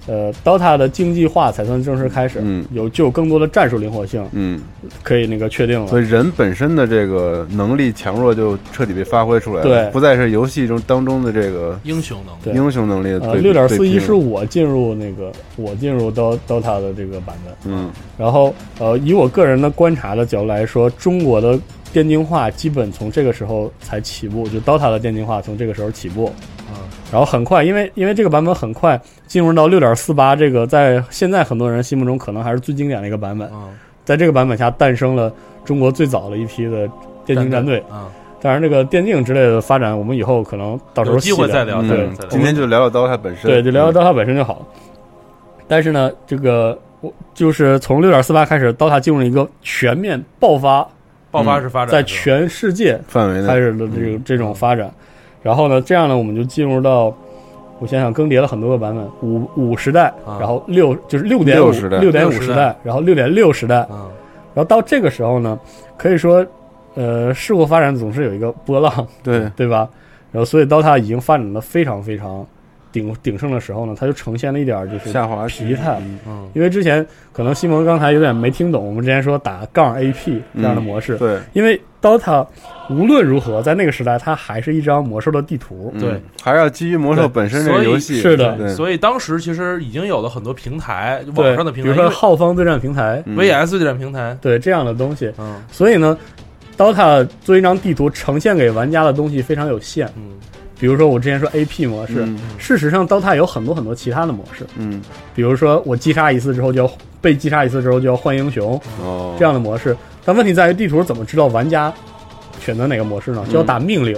[SPEAKER 4] 呃，DOTA 的竞技化才算正式开始。
[SPEAKER 10] 嗯
[SPEAKER 4] 有就有更多的战术灵活性，
[SPEAKER 10] 嗯，
[SPEAKER 4] 可以那个确定了。
[SPEAKER 10] 所以人本身的这个能力强弱就彻底被发挥出来了，
[SPEAKER 4] 对
[SPEAKER 10] 不再是游戏中当中的这个
[SPEAKER 2] 英雄能力
[SPEAKER 4] 对
[SPEAKER 10] 英雄能力的
[SPEAKER 4] 呃，
[SPEAKER 10] 对
[SPEAKER 4] 六点四一
[SPEAKER 10] 对拼
[SPEAKER 4] 是我进入那个我进入 DO DOTA 的这个版本，
[SPEAKER 10] 嗯
[SPEAKER 4] 然后呃，以我个人的观察的角度来说，中国的电竞化基本从这个时候才起步，就 DOTA 的电竞化从这个时候起步。
[SPEAKER 2] 啊
[SPEAKER 4] 然后很快，因为因为这个版本很快进入到六点四八，这个在现在很多人心目中可能还是最经典的一个版本。
[SPEAKER 2] 嗯，
[SPEAKER 4] 在这个版本下诞生了中国最早的一批的电竞战队。
[SPEAKER 2] 嗯，
[SPEAKER 4] 当然，这个电竞之类的发展，我们以后可能到时候
[SPEAKER 2] 有机会
[SPEAKER 4] 细
[SPEAKER 2] 再
[SPEAKER 4] 聊
[SPEAKER 2] 聊
[SPEAKER 4] 对，
[SPEAKER 10] 嗯，今天就聊聊 DOTA 本身，
[SPEAKER 4] 对，就聊聊 DOTA 本身就好。但是呢，这个我就是从六点四八开始，DOTA 进入了一个全面爆发，
[SPEAKER 2] 爆发式发展
[SPEAKER 4] 在
[SPEAKER 2] 是吧
[SPEAKER 4] 全世界
[SPEAKER 10] 嗯范围
[SPEAKER 4] 开
[SPEAKER 10] 内，
[SPEAKER 4] 始的这个这种发展。然后呢，这样呢，我们就进入到我想想，更迭了很多个版本，五五时代，
[SPEAKER 2] 啊
[SPEAKER 4] 然后六就是六点五
[SPEAKER 10] 六时代
[SPEAKER 4] 六点五
[SPEAKER 2] 六时
[SPEAKER 4] 时
[SPEAKER 2] 代
[SPEAKER 4] 代，然后六点六时代，
[SPEAKER 2] 嗯
[SPEAKER 4] 然后到这个时候呢，可以说，呃，事物发展总是有一个波浪，
[SPEAKER 10] 对，
[SPEAKER 4] 对吧？然后所以 DOTA 已经发展的非常非常鼎鼎盛的时候呢，它就呈现了一点儿就是
[SPEAKER 10] 下滑
[SPEAKER 4] 疲态，
[SPEAKER 2] 嗯
[SPEAKER 4] 因为之前可能西蒙刚才有点没听懂，我们之前说打杠 AP 这样的模式，
[SPEAKER 10] 嗯对
[SPEAKER 4] 因为 DOTA 无论如何在那个时代它还是一张魔兽的地图，
[SPEAKER 10] 嗯
[SPEAKER 2] 对，
[SPEAKER 10] 还是要基于魔兽本身这个游戏，
[SPEAKER 4] 所以是的
[SPEAKER 10] 对
[SPEAKER 2] 所以当时其实已经有了很多平台，网
[SPEAKER 4] 对
[SPEAKER 2] 上的，平
[SPEAKER 4] 比
[SPEAKER 2] 台，
[SPEAKER 4] 如说浩方对战平台，
[SPEAKER 10] 嗯
[SPEAKER 2] 因为 VS 对战平台，
[SPEAKER 4] 对这样的东西，
[SPEAKER 2] 嗯
[SPEAKER 4] 所以呢。DOTA 作为一张地图，呈现给玩家的东西非常有限。
[SPEAKER 2] 嗯
[SPEAKER 4] 比如说，我之前说 AP 模式，
[SPEAKER 10] 嗯
[SPEAKER 4] 事实上 DOTA 有很多很多其他的模式。
[SPEAKER 10] 嗯
[SPEAKER 4] 比如说我击杀一次之后就要被击杀一次之后就要换英雄
[SPEAKER 10] 哦
[SPEAKER 4] 这样的模式。但问题在于地图怎么知道玩家选择哪个模式呢？就要打命令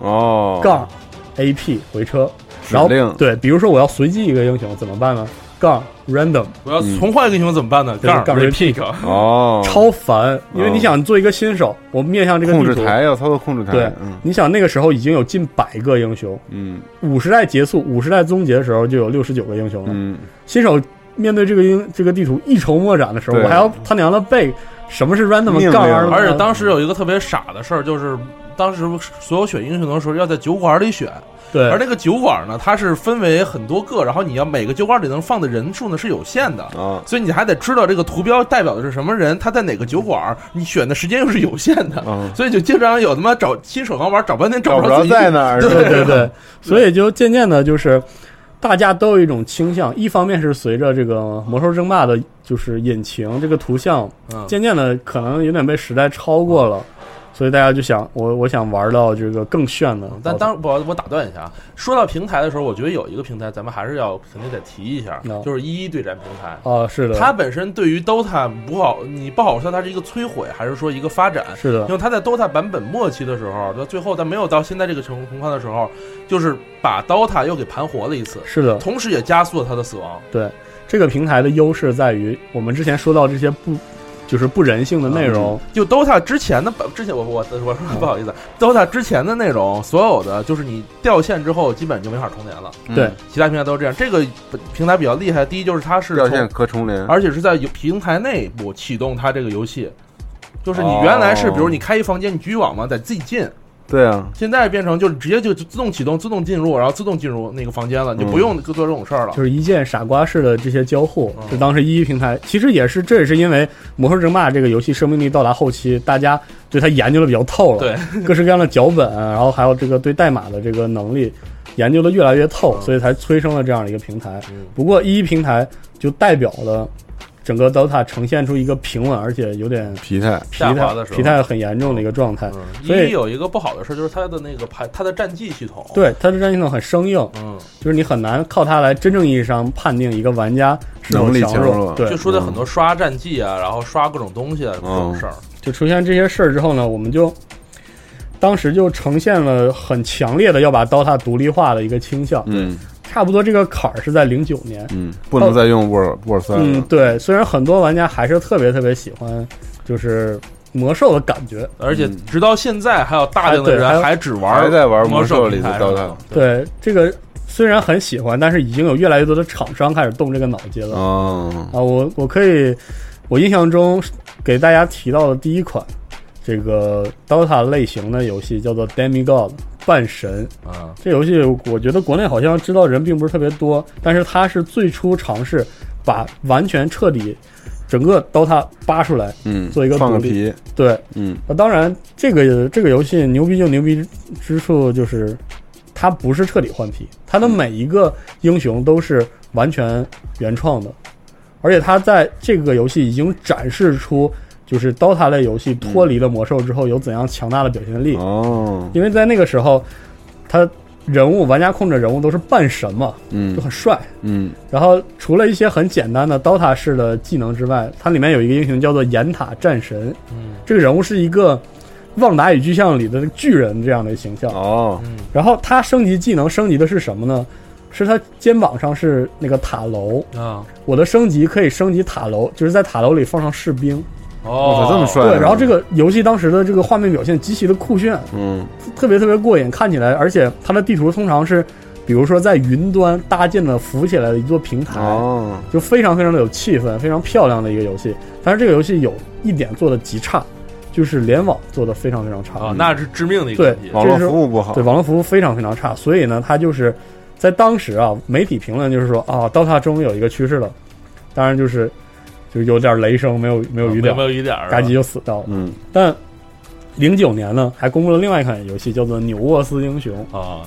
[SPEAKER 10] 嗯哦
[SPEAKER 4] 杠 AP 回车，
[SPEAKER 10] 指
[SPEAKER 4] 然后
[SPEAKER 10] 令
[SPEAKER 4] 对，比如说我要随机一个英雄怎么办呢？杠 random
[SPEAKER 2] 我要重换一个英雄怎么办呢？
[SPEAKER 4] 对
[SPEAKER 2] 杠
[SPEAKER 4] 杠
[SPEAKER 2] repeat，
[SPEAKER 10] 哦，
[SPEAKER 4] 超烦，因为你想做一个新手，我面向这个
[SPEAKER 10] 控
[SPEAKER 4] 地
[SPEAKER 10] 制
[SPEAKER 4] 图，
[SPEAKER 10] 台要操作控制台，
[SPEAKER 4] 对
[SPEAKER 10] 嗯，
[SPEAKER 4] 你想那个时候已经有近百个英雄，
[SPEAKER 10] 嗯
[SPEAKER 4] 五十代结束，五十代终结的时候就有六十九个英雄了，
[SPEAKER 10] 嗯，
[SPEAKER 4] 新手面对这个英这个地图一筹莫展的时候，
[SPEAKER 10] 对
[SPEAKER 4] 我还要他娘的背什么是 random
[SPEAKER 10] 命令啊
[SPEAKER 4] 杠啊 r
[SPEAKER 2] 而且当时有一个特别傻的事儿，就是当时所有选英雄的时候要在酒馆里选，
[SPEAKER 4] 对
[SPEAKER 2] 而那个酒馆呢，它是分为很多个，然后你要每个酒馆里能放的人数呢是有限的。
[SPEAKER 10] 啊，
[SPEAKER 2] 所以你还得知道这个图标代表的是什么人，他在哪个酒馆，你选的时间又是有限的，
[SPEAKER 10] 嗯
[SPEAKER 2] 所以就经常有他妈找新手刚玩找半天
[SPEAKER 10] 找
[SPEAKER 2] 不
[SPEAKER 10] 不
[SPEAKER 2] 着
[SPEAKER 10] 着
[SPEAKER 2] 自己
[SPEAKER 10] 在哪儿，
[SPEAKER 2] 对
[SPEAKER 4] 对对对，所以就渐渐的就是。大家都有一种倾向，一方面是随着这个《魔兽争霸》的，就是引擎这个图像，
[SPEAKER 2] 嗯
[SPEAKER 4] 渐渐的可能有点被时代超过了，所以大家就想，我我想玩到这个更炫的。
[SPEAKER 2] 嗯但当我我打断一下，啊，说到平台的时候，我觉得有一个平台咱们还是要肯定得提一下，
[SPEAKER 4] No
[SPEAKER 2] 就是一一对战平台。
[SPEAKER 4] 哦，是的，
[SPEAKER 2] 它本身对于 DOTA 不好，你不好说它是一个摧毁，还是说一个发展？
[SPEAKER 4] 是的
[SPEAKER 2] 因，为它在 DOTA 版本末期的时候，到最后在没有到现在这个情情况的时候，就是把 DOTA 又给盘活了一次，
[SPEAKER 4] 是的，
[SPEAKER 2] 同时也加速了它的死亡。
[SPEAKER 4] 对，这个平台的优势在于，我们之前说到这些不，就是不人性的内容，
[SPEAKER 2] 就 DOTA 之前的版，之前我我我说
[SPEAKER 4] 嗯
[SPEAKER 2] 不好意思，DOTA 之前的内容，所有的就是你掉线之后，基本就没法重连了。
[SPEAKER 10] 嗯
[SPEAKER 4] 对，
[SPEAKER 2] 其他平台都是这样。这个平台比较厉害，第一就是它是
[SPEAKER 10] 掉
[SPEAKER 2] 从
[SPEAKER 10] 线可重连，
[SPEAKER 2] 而且是在游平台内部启动它这个游戏。就是你
[SPEAKER 10] 哦
[SPEAKER 2] 原来是，比如你开一房间，你局域网嘛，得自己进，
[SPEAKER 10] 对啊，
[SPEAKER 2] 现在变成就是直接就自动启动、自动进入，然后自动进入那个房间了，你就
[SPEAKER 10] 嗯
[SPEAKER 2] 不用做这种事儿了
[SPEAKER 4] 就。是一键傻瓜式的这些交互
[SPEAKER 2] 嗯，
[SPEAKER 4] 这当时一一平台其实也是，这也是因为《魔兽争霸》这个游戏生命力到达后期，大家对它研究的比较透了，
[SPEAKER 2] 对，
[SPEAKER 4] 各式各样的脚本，啊然后还有这个对代码的这个能力研究的越来越
[SPEAKER 2] 嗯
[SPEAKER 4] 透，所以才催生了这样的一个平台。不过一一平台就代表了整个 DOTA 呈现出一个平稳而且有点
[SPEAKER 10] 疲态，
[SPEAKER 4] 疲
[SPEAKER 2] 下滑
[SPEAKER 4] 态
[SPEAKER 2] 的时候嗯
[SPEAKER 4] 疲态很严重的一个 状态，
[SPEAKER 2] 一、
[SPEAKER 4] 嗯所以
[SPEAKER 2] 有一个不好的事儿就是它的那个排，它的战绩系统。，
[SPEAKER 4] 对它的战系统很生硬，
[SPEAKER 2] 嗯，
[SPEAKER 4] 就是你很难靠它来真正意义上判定一个玩家是否
[SPEAKER 10] 能力
[SPEAKER 4] 强
[SPEAKER 10] 强
[SPEAKER 4] 弱
[SPEAKER 10] 弱。
[SPEAKER 4] 对
[SPEAKER 2] 就，说的很多刷战绩
[SPEAKER 10] 嗯
[SPEAKER 2] 啊，然后刷各种东西啊，各种事儿。
[SPEAKER 4] 就出现这些事儿之后呢，我们就当时就呈现了很强烈的要把 DOTA 独立化的一个倾向。
[SPEAKER 10] 嗯
[SPEAKER 4] 差不多这个坎儿是在零九年。
[SPEAKER 10] 嗯，不能再用 Word Word 三
[SPEAKER 4] 嗯，
[SPEAKER 10] 了，
[SPEAKER 4] 对，虽然很多玩家还是特别特别喜欢，就是魔兽的感觉。
[SPEAKER 2] 而且直到现在，还有大量的
[SPEAKER 4] 还对还
[SPEAKER 2] 人
[SPEAKER 4] 有
[SPEAKER 2] 还只玩
[SPEAKER 10] 嗯哎还在玩
[SPEAKER 2] 魔
[SPEAKER 10] 魔兽里
[SPEAKER 2] 平
[SPEAKER 10] 的
[SPEAKER 2] 台
[SPEAKER 10] DOTA
[SPEAKER 2] 上
[SPEAKER 4] 对这个虽然很喜欢，但是已经有越来越多的厂商开始动这个脑筋了。
[SPEAKER 10] 哦，
[SPEAKER 4] 啊，我我可以，我印象中给大家提到的第一款这个 DOTA 类型的游戏叫做 Demigod 半神。
[SPEAKER 2] 啊，
[SPEAKER 4] 这游戏我觉得国内好像知道人并不是特别多，但是它是最初尝试把完全彻底整个 DOTA 扒出来，
[SPEAKER 10] 嗯，
[SPEAKER 4] 做一个
[SPEAKER 10] 放
[SPEAKER 4] 独
[SPEAKER 10] 个
[SPEAKER 4] 立。
[SPEAKER 10] 皮，
[SPEAKER 4] 对，
[SPEAKER 10] 嗯
[SPEAKER 4] 那当然，这个这个游戏牛逼就牛逼之处就是，它不是彻底换皮，它
[SPEAKER 10] 嗯
[SPEAKER 4] 的每一个英雄都是完全原创的，而且它在这个游戏已经展示出，就是 DOTA 类游戏脱离了魔兽之后有怎样强大的表现力。
[SPEAKER 10] 嗯哦，
[SPEAKER 4] 因为在那个时候，它人物玩家控制人物都是半神嘛，
[SPEAKER 10] 嗯
[SPEAKER 4] 就很帅。
[SPEAKER 10] 嗯
[SPEAKER 4] 然后除了一些很简单的 DOTA 式的技能之外，它里面有一个英雄叫做岩塔战神，
[SPEAKER 2] 嗯
[SPEAKER 4] 这个人物是一个《旺达与巨像》里的巨人这样的形象。
[SPEAKER 10] 哦，
[SPEAKER 4] 然后他升级技能升级的是什么呢？是他肩膀上是那个塔楼，
[SPEAKER 2] 啊，
[SPEAKER 4] 我的升级可以升级塔楼，就是在塔楼里放上士兵。
[SPEAKER 10] 我
[SPEAKER 2] 哦
[SPEAKER 10] 操，，这么帅啊，
[SPEAKER 4] 对，然后这个游戏当时的这个画面表现极其的酷炫，
[SPEAKER 10] 嗯
[SPEAKER 4] 特别特别过瘾，看起来，而且它的地图通常是，比如说在云端搭建的浮起来的一座平台，
[SPEAKER 10] 哦，
[SPEAKER 4] 就非常非常的有气氛，非常漂亮的一个游戏。但是这个游戏有一点做的极差，就是联网做的非常非常差
[SPEAKER 2] 啊，那是致命的一个
[SPEAKER 4] 对
[SPEAKER 2] 问题。
[SPEAKER 10] 网络服务不好
[SPEAKER 4] 哎对，网络服务非常非常差，所以呢，它就是在当时啊，媒体评论就是说啊，DOTA 终于有一个趋势了，当然就是就有点雷声没有没有
[SPEAKER 2] 啊
[SPEAKER 4] 雨
[SPEAKER 2] 没有
[SPEAKER 4] 点
[SPEAKER 2] 没，有雨点儿啊，
[SPEAKER 4] 嘎叽就死掉了。
[SPEAKER 10] 嗯
[SPEAKER 4] 但零九年呢，还公布了另外一款游戏，叫做《纽沃斯英雄》，
[SPEAKER 2] 啊，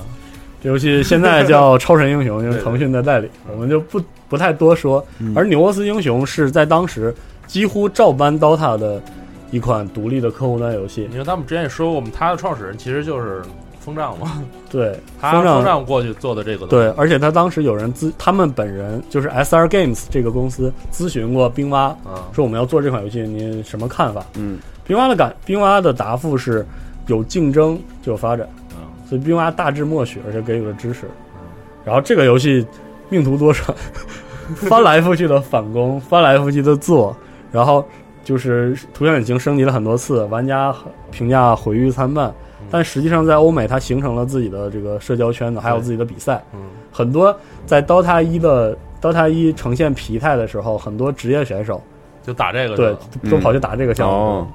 [SPEAKER 4] 这游戏现在叫《超神英雄》，因 为
[SPEAKER 2] 对嗯
[SPEAKER 4] 腾讯在代理，我们就不不太多说。而《纽沃斯英雄》是在当时几乎照搬 DOTA 的一款独立的客户端游戏，
[SPEAKER 2] 因为他们之前也说过，我们他的创始人其实就是风丈嘛，
[SPEAKER 4] 对，
[SPEAKER 2] 他
[SPEAKER 4] 风
[SPEAKER 2] 风
[SPEAKER 4] 尚
[SPEAKER 2] 丈过去做的这个东西
[SPEAKER 4] 对，而且他当时有人咨，他们本人就是 SR Games 这个公司咨询过冰蛙，
[SPEAKER 2] 啊，
[SPEAKER 4] 说我们要做这款游戏，您什么看法？
[SPEAKER 10] 嗯
[SPEAKER 4] 冰蛙的感，冰蛙的答复是有竞争就有发展，
[SPEAKER 2] 嗯
[SPEAKER 4] 所以冰蛙大致默许，而且给予了支持。
[SPEAKER 2] 啊
[SPEAKER 4] 然后这个游戏命途多舛， 翻来覆去的反攻，翻来覆去的做，然后就是图像引擎升级了很多次，玩家评价毁誉参半。但实际上，在欧美，它形成了自己的这个社交圈子，还有
[SPEAKER 2] 嗯对
[SPEAKER 4] 自己的比赛。
[SPEAKER 2] 嗯
[SPEAKER 4] 很多在 DOTA 一的 DOTA 一呈现疲态的时候，很多职业选手
[SPEAKER 2] 就打这个
[SPEAKER 4] 对
[SPEAKER 2] 是吧
[SPEAKER 4] 都跑去打这个项目。
[SPEAKER 10] 嗯哦，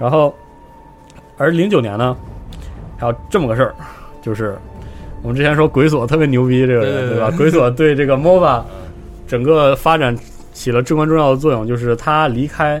[SPEAKER 4] 然后，而零九年呢，还有这么个事儿，就是我们之前说鬼锁特别牛逼，这个人
[SPEAKER 2] 对对对
[SPEAKER 4] 吧？鬼锁对这个 MOBA 整个发展起了至关重要的作用，就是他离开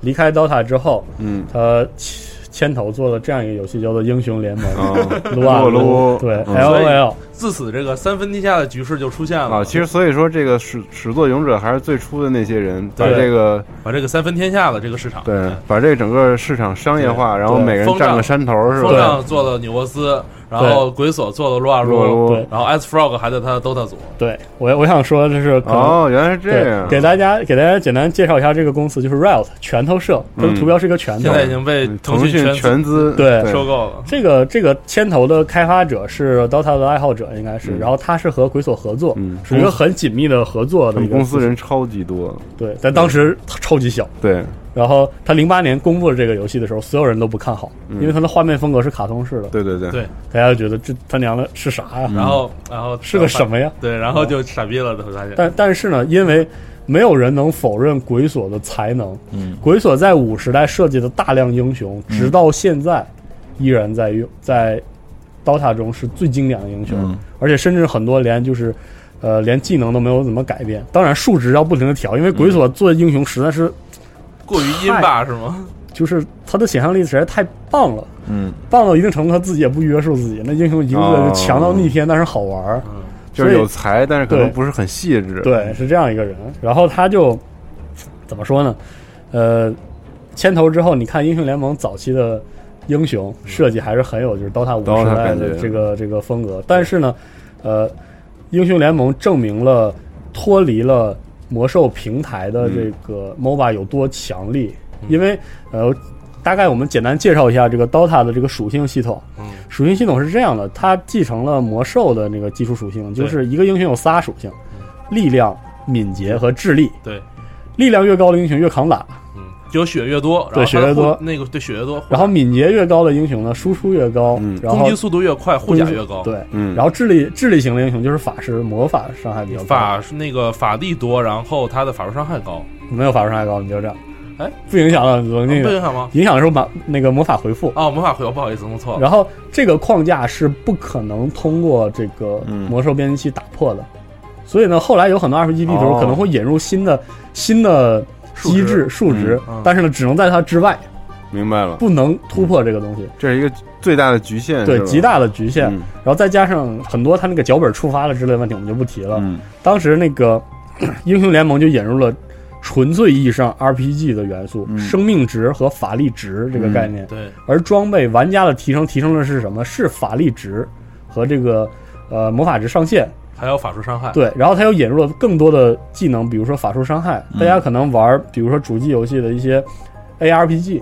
[SPEAKER 4] 离开 DOTA 之后，
[SPEAKER 10] 嗯
[SPEAKER 4] 他牵牵头做了这样一个游戏，叫做《英雄联盟》
[SPEAKER 10] 哦。
[SPEAKER 4] 撸啊
[SPEAKER 10] 撸啊撸
[SPEAKER 4] 对
[SPEAKER 10] 嗯
[SPEAKER 4] L O L，
[SPEAKER 2] 自此这个三分天下的局势就出现了
[SPEAKER 10] 啊，其实所以说这个始始作俑者还是最初的那些人，把
[SPEAKER 4] 对
[SPEAKER 10] 这个
[SPEAKER 2] 把这个三分天下的这个市场
[SPEAKER 10] 对把这整个市场商业化，然后每个人
[SPEAKER 2] 风
[SPEAKER 10] 占
[SPEAKER 2] 尚
[SPEAKER 10] 个山头是
[SPEAKER 2] 风
[SPEAKER 10] 吧？
[SPEAKER 2] 尚做了纽沃斯，然后鬼所做了撸啊
[SPEAKER 10] 撸啊
[SPEAKER 2] 撸，
[SPEAKER 10] 撸
[SPEAKER 4] 对
[SPEAKER 2] 然后 S Frog 还在他的 DOTA 组，
[SPEAKER 4] 对我我想说这是可能
[SPEAKER 10] 哦，原来是这
[SPEAKER 4] 对，
[SPEAKER 10] 样，
[SPEAKER 4] 给大家给大家简单介绍一下这个公司，就是 Riot 拳头社，它的
[SPEAKER 10] 嗯
[SPEAKER 4] 图标是一个拳头。
[SPEAKER 2] 现在已经被
[SPEAKER 10] 嗯
[SPEAKER 2] 腾
[SPEAKER 10] 腾讯
[SPEAKER 2] 全
[SPEAKER 10] 全资嗯
[SPEAKER 4] 对
[SPEAKER 2] 收购了。
[SPEAKER 4] 这个这个牵头的开发者是 DOTA 的爱好者，应该是，然后他是和鬼所合作，
[SPEAKER 10] 嗯
[SPEAKER 4] 是一个很紧密的合作
[SPEAKER 10] 他
[SPEAKER 4] 的一
[SPEAKER 10] 们
[SPEAKER 4] 个
[SPEAKER 10] 公司
[SPEAKER 4] 组织
[SPEAKER 10] 人超级多，
[SPEAKER 4] 对，但当时超级小。
[SPEAKER 10] 对，
[SPEAKER 4] 然后他零八年公布了这个游戏的时候，所有人都不看好，因为它的画面风格是卡通式的，
[SPEAKER 10] 嗯对嗯对对
[SPEAKER 2] 对
[SPEAKER 4] 大家就觉得这他娘的是啥呀？
[SPEAKER 2] 然后，然后
[SPEAKER 4] 是个什么呀？
[SPEAKER 2] 对，然后就傻逼了，他发现。
[SPEAKER 4] 但但是呢，因为没有人能否认鬼所的才能，嗯，鬼所在五时代设计的大量英雄，
[SPEAKER 10] 嗯
[SPEAKER 4] 直到现在依然在用，在 DOTA 中是最经典的英雄，
[SPEAKER 10] 嗯
[SPEAKER 4] 而且甚至很多连就是。呃，连技能都没有怎么改变，当然数值要不停的调，因为鬼所做英雄实在是，
[SPEAKER 2] 过于阴霸是吗？
[SPEAKER 4] 就是他的想象力实在太棒了，
[SPEAKER 10] 嗯，哦
[SPEAKER 4] 棒到一定程度他自己也不约束自己，那英雄一个个就强到逆天，但是好玩儿，
[SPEAKER 10] 就是
[SPEAKER 4] 所以
[SPEAKER 10] 有才，但是可能
[SPEAKER 4] 对
[SPEAKER 10] 不是很嗯细致，
[SPEAKER 4] 对，是这样一个人。然后他就怎么说呢？呃，牵头之后，你看英雄联盟早期的英雄设计还是很有就是 DOTA 五
[SPEAKER 10] DOTA
[SPEAKER 4] 时
[SPEAKER 10] 嗯
[SPEAKER 4] 代
[SPEAKER 10] 感觉
[SPEAKER 4] 的这个这个风格，但是呢，呃，英雄联盟证明了脱离了魔兽平台的
[SPEAKER 10] 嗯
[SPEAKER 4] 这个 MOBA 有多强力，因为呃。大概我们简单介绍一下这个 DOTA 的这个属性系统。
[SPEAKER 10] 嗯
[SPEAKER 4] 属性系统是这样的，它继承了魔兽的那个基础属性，就是一个英雄有仨属
[SPEAKER 10] 嗯
[SPEAKER 4] 性：力量、敏捷和智力。
[SPEAKER 2] 对，
[SPEAKER 4] 力量越高的英雄越扛打，
[SPEAKER 2] 嗯，就血越多，然后
[SPEAKER 4] 对血越多
[SPEAKER 2] 它的护那个对血越多，
[SPEAKER 4] 然后敏捷越高的英雄呢，输出越高，然后
[SPEAKER 2] 攻击速度越快，护甲
[SPEAKER 4] 攻击
[SPEAKER 2] 越高。
[SPEAKER 4] 对，然后智力智力型的英雄就是法师，魔法伤害比较高，
[SPEAKER 2] 法是那个法力多，然后他的法术伤害高。
[SPEAKER 4] 没有法术伤害高，你就这样。
[SPEAKER 2] 哎，
[SPEAKER 4] 不影响了，我那个
[SPEAKER 2] 啊不影响吗
[SPEAKER 4] 影响的时候把那个魔法回复。
[SPEAKER 2] 哦，魔法回我不好意思弄错了。
[SPEAKER 4] 然后这个框架是不可能通过这个魔兽编辑器打破的，所以呢，后来有很多 RPG 地图
[SPEAKER 2] 哦
[SPEAKER 4] 可能会引入新的、新的机制数值，
[SPEAKER 10] 嗯嗯
[SPEAKER 4] 但是呢，只能在它之外，
[SPEAKER 10] 明白了，
[SPEAKER 4] 不能突破这个东西。
[SPEAKER 10] 这是一个最大的局限，
[SPEAKER 4] 对
[SPEAKER 10] 是吧
[SPEAKER 4] 极大的局限。
[SPEAKER 10] 嗯
[SPEAKER 4] 然后再加上很多他那个脚本触发了之类的问题，我们就不提了。
[SPEAKER 10] 嗯
[SPEAKER 4] 当时那个 英雄联盟就引入了纯粹意义上 RPG 的元
[SPEAKER 10] 嗯
[SPEAKER 4] 素，生命值和法力值这个概念。
[SPEAKER 2] 嗯对，
[SPEAKER 4] 而装备玩家的提升提升的是什么？是法力值和这个呃魔法值上限。
[SPEAKER 2] 还有法术伤害。
[SPEAKER 4] 对，然后他又引入了更多的技能，比如说法术伤害。
[SPEAKER 2] 嗯
[SPEAKER 4] 大家可能玩儿，比如说主机游戏的一些 ARPG，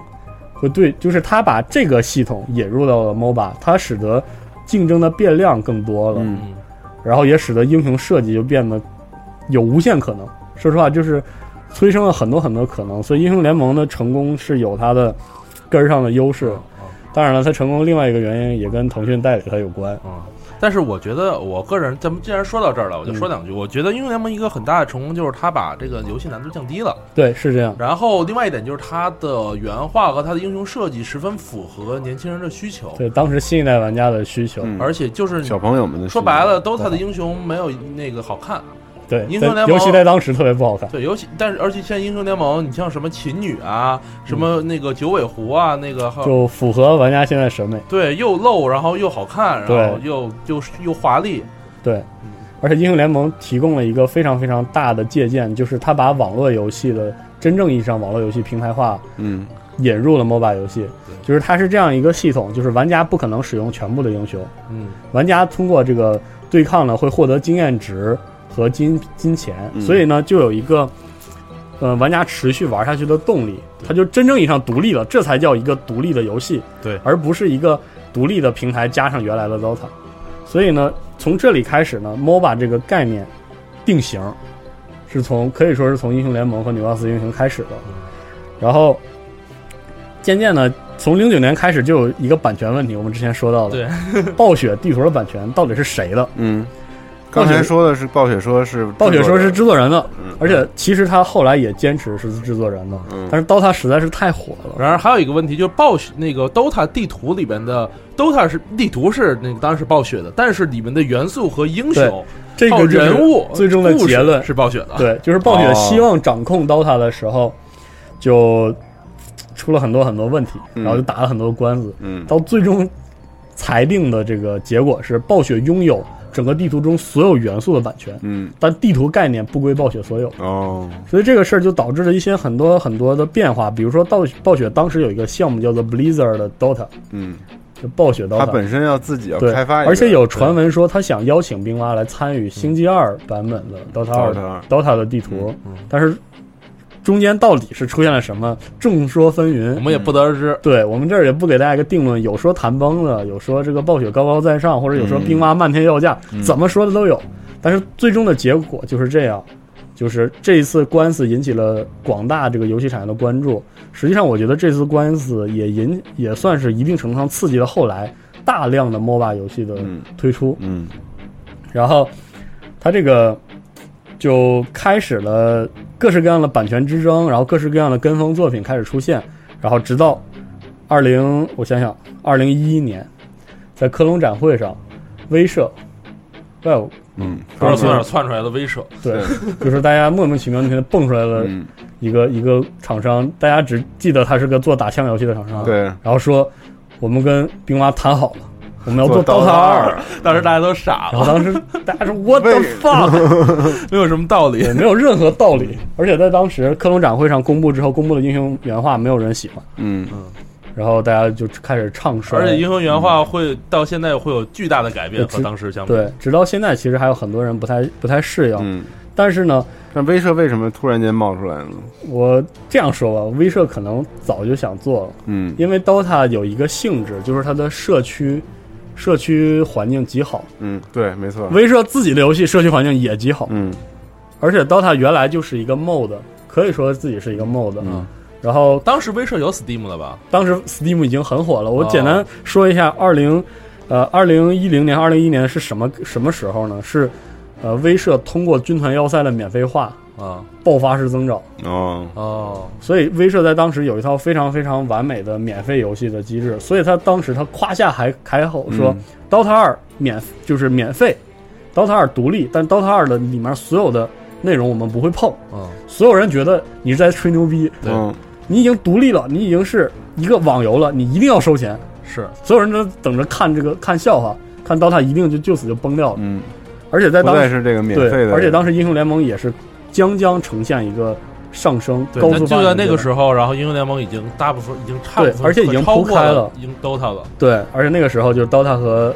[SPEAKER 4] 会对，就是他把这个系统引入到了 MOBA，它使得竞争的变量更多了，然后也使得英雄设计就变得有无限可能。说实话，就是催生了很多很多可能，所以英雄联盟的成功是有它的根儿上的优势。当然了，它成功另外一个原因也跟腾讯代理它有关。
[SPEAKER 2] 嗯但是我觉得，我个人，咱们既然说到这儿了，我就
[SPEAKER 4] 嗯
[SPEAKER 2] 说两句。我觉得英雄联盟一个很大的成功就是它把这个游戏难度降低了，
[SPEAKER 4] 对，是这样。
[SPEAKER 2] 然后另外一点就是它的原画和它的英雄设计十分符合年轻人的需求。
[SPEAKER 4] 对当时新一代玩家的需求，
[SPEAKER 2] 而且就是
[SPEAKER 10] 小朋友们的
[SPEAKER 2] 说白了，DOTA 的英雄没有那个好看。
[SPEAKER 4] 对，
[SPEAKER 2] 英雄
[SPEAKER 4] 在
[SPEAKER 2] 联盟
[SPEAKER 4] 尤其在当时特别不好看。
[SPEAKER 2] 对，尤其但是而且现在英雄联盟，你像什么琴女啊，什么那个九尾狐啊，那个还有
[SPEAKER 4] 就符合玩家现在审美。
[SPEAKER 2] 对又露，然后又好看，然后
[SPEAKER 4] 对
[SPEAKER 2] 又又又华丽，
[SPEAKER 4] 对，
[SPEAKER 2] 嗯
[SPEAKER 4] 而且英雄联盟提供了一个非常非常大的借鉴，就是它把网络游戏的真正意义上网络游戏平台化
[SPEAKER 10] 嗯
[SPEAKER 4] 引入了 MOBA 游戏，就是它是这样一个系统，就是玩家不可能使用全部的英雄，
[SPEAKER 2] 嗯，
[SPEAKER 4] 玩家通过这个对抗呢，会获得经验值和金金钱，
[SPEAKER 11] 嗯
[SPEAKER 4] 所以呢，就有一个呃玩家持续玩下去的动力，它就真正意义上独立了，这才叫一个独立的游戏，
[SPEAKER 2] 对，
[SPEAKER 4] 而不是一个独立的平台加上原来的 DOTA。所以呢，从这里开始呢，MOBA 这个概念定型，是从可以说是从英雄联盟和纽奥斯英雄开始的，
[SPEAKER 2] 嗯
[SPEAKER 4] 然后渐渐呢，从零九年开始就有一个版权问题，我们之前说到了，
[SPEAKER 2] 对
[SPEAKER 4] 暴雪地图的版权到底是谁的？
[SPEAKER 10] 嗯，刚才说的是暴雪说是
[SPEAKER 4] 暴雪说是制作人的
[SPEAKER 10] 嗯，
[SPEAKER 4] 而且其实他后来也坚持是制作人的，但是 DOTA 实在是太火了。
[SPEAKER 2] 然而还有一个问题，就是暴雪那个 DOTA 地图里边的 DOTA 是地图是那个当然是暴雪的，但是里面的元素和英雄
[SPEAKER 4] 对，这
[SPEAKER 2] 还
[SPEAKER 4] 个
[SPEAKER 2] 有
[SPEAKER 4] 就是
[SPEAKER 2] 人物
[SPEAKER 4] 最终的
[SPEAKER 2] 故事
[SPEAKER 4] 结论
[SPEAKER 2] 是暴雪的，
[SPEAKER 10] 啊
[SPEAKER 4] 对，就是暴雪希望掌控 DOTA 的时候，就出了很多很多问题，
[SPEAKER 2] 嗯
[SPEAKER 4] 然后就打了很多官司，
[SPEAKER 10] 嗯
[SPEAKER 4] 到最终裁定的这个结果是暴雪拥有整个地图中所有元素的版权，
[SPEAKER 10] 嗯，
[SPEAKER 4] 但地图概念不归暴雪所有，
[SPEAKER 10] 哦，
[SPEAKER 4] 所以这个事儿就导致了一些很多很多的变化，比如说暴暴雪当时有一个项目叫做 Blizzard 的 DOTA，
[SPEAKER 10] 嗯，
[SPEAKER 4] 就暴雪 DOTA，
[SPEAKER 10] 他本身要自己要
[SPEAKER 4] 对，
[SPEAKER 10] 开发一个，
[SPEAKER 4] 而且有传闻说他想邀请冰蛙来参与《星际二》版本的 DOTA 二
[SPEAKER 10] 嗯 DOTA 嗯
[SPEAKER 4] 2的地图，但是中间到底是出现了什么，众说纷纭，我
[SPEAKER 2] 们也不得而知。
[SPEAKER 4] 对我们这儿也不给大家一个定论，有说谈崩的，有说这个暴雪高高在上，或者有说
[SPEAKER 11] 嗯
[SPEAKER 4] 冰蛙漫天要价，
[SPEAKER 11] 嗯
[SPEAKER 4] 怎么说的都有。但是最终的结果就是这样。就是这一次官司引起了广大这个游戏产业的关注。实际上，我觉得这次官司也引也算是一定程度上刺激了后来大量的 MOBA 游戏的推出。
[SPEAKER 10] 嗯，
[SPEAKER 4] 然后它这个就开始了各式各样的版权之争，然后各式各样的跟风作品开始出现，然后直到二零，我想想，二零一一年在科隆展会上，威社 v i
[SPEAKER 10] 嗯，
[SPEAKER 2] 不知道从哪儿窜出来的威 慑，
[SPEAKER 4] 对，就是大家莫名其妙那天蹦出来了一个、一个厂商，大家只记得他是个做打枪游戏的厂商，
[SPEAKER 10] 对
[SPEAKER 4] 然后说我们跟冰蛙谈好了，我们要
[SPEAKER 2] 做
[SPEAKER 4] DOTA 二，
[SPEAKER 2] 当时大家都傻
[SPEAKER 4] 然
[SPEAKER 2] 了，
[SPEAKER 4] 后当时大家说 What the fuck，
[SPEAKER 2] 没有什么道理
[SPEAKER 4] 对， 没有任何道理，而且在当时科隆展会上公布之后，公布的英雄原画没有人喜欢，
[SPEAKER 10] 嗯，
[SPEAKER 4] 然后大家就开始唱衰，
[SPEAKER 2] 而且英雄原画会到现在会有巨大的改变和
[SPEAKER 4] 直
[SPEAKER 2] 当时相比，
[SPEAKER 4] 嗯对，直到现在其实还有很多人不太不太适应，
[SPEAKER 2] 嗯
[SPEAKER 4] 但是呢，
[SPEAKER 10] 嗯那威慑为什么突然间冒出来了呢？
[SPEAKER 4] 我这样说吧，威社可能早就想做了，
[SPEAKER 10] 嗯
[SPEAKER 4] 因为 DOTA 有一个性质，就是它的社区社区环境极好，
[SPEAKER 10] 嗯，对，没错，
[SPEAKER 4] 威社自己的游戏社区环境也极好，
[SPEAKER 10] 嗯，
[SPEAKER 4] 而且 DOTA 原来就是一个 MOD，可以说自己是一个 MOD，、嗯、然后
[SPEAKER 2] 当时威社有 Steam 了吧？
[SPEAKER 4] 当时 Steam 已经很火了。我简单说一下，二零呃二零一零年、二零一年是什么什么时候呢？是呃威社通过军团要塞的免费化
[SPEAKER 2] 啊，
[SPEAKER 4] 爆发式增长。
[SPEAKER 10] 哦
[SPEAKER 2] 哦，
[SPEAKER 4] 所以威社在当时有一套非常非常完美的免费游戏的机制，所以他当时他夸下海海口说，
[SPEAKER 10] 嗯
[SPEAKER 4] 刀 DOTA 二》免就是免费，《DOTA 二》独立，但《DOTA 二》的里面所有的内容我们不会碰。
[SPEAKER 2] 嗯，
[SPEAKER 4] 所有人觉得你是在吹牛逼，
[SPEAKER 2] 对
[SPEAKER 10] 嗯，
[SPEAKER 4] 你已经独立了，你已经是一个网游了，你一定要收钱。
[SPEAKER 2] 是
[SPEAKER 4] 所有人都等着看这个看笑话，看 DOTA 一定就就此就崩掉了。
[SPEAKER 10] 嗯，
[SPEAKER 4] 而且在
[SPEAKER 10] 不
[SPEAKER 4] 当
[SPEAKER 10] 再
[SPEAKER 4] 时
[SPEAKER 10] 是这个免费
[SPEAKER 4] 对，
[SPEAKER 10] 的，
[SPEAKER 4] 而且当时英雄联盟也是将将呈现一个上升
[SPEAKER 2] 对，
[SPEAKER 4] 高
[SPEAKER 2] 但
[SPEAKER 4] 速
[SPEAKER 2] 就
[SPEAKER 4] 发展
[SPEAKER 2] 在
[SPEAKER 4] 的
[SPEAKER 2] 那
[SPEAKER 4] 阶
[SPEAKER 2] 个
[SPEAKER 4] 段
[SPEAKER 2] 时候，然后英雄联盟已经大部分已经差不
[SPEAKER 4] 对
[SPEAKER 2] 多，
[SPEAKER 4] 而且已经
[SPEAKER 2] 超
[SPEAKER 4] 铺
[SPEAKER 2] 过
[SPEAKER 4] 开
[SPEAKER 2] 了
[SPEAKER 4] 了，
[SPEAKER 2] 已经 DOTA 了。
[SPEAKER 4] 对，而且那个时候就是 DOTA 和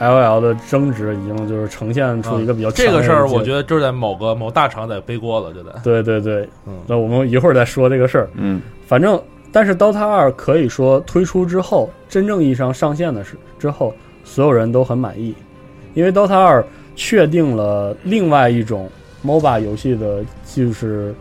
[SPEAKER 4] LOL 的争执已经就是呈现出一个比较
[SPEAKER 2] 啊嗯这个事儿，我觉
[SPEAKER 4] 得
[SPEAKER 2] 得就是在某个某大厂在背锅了，就在
[SPEAKER 4] 对对对，
[SPEAKER 2] 嗯
[SPEAKER 4] 那我们一会儿再说这个事儿。
[SPEAKER 10] 嗯
[SPEAKER 4] 反正，但是 DOTA 二可以说推出之后，真正意义上上线的是之后，所有人都很满意，因为 DOTA 二确定了另外一种 MOBA 游戏的就是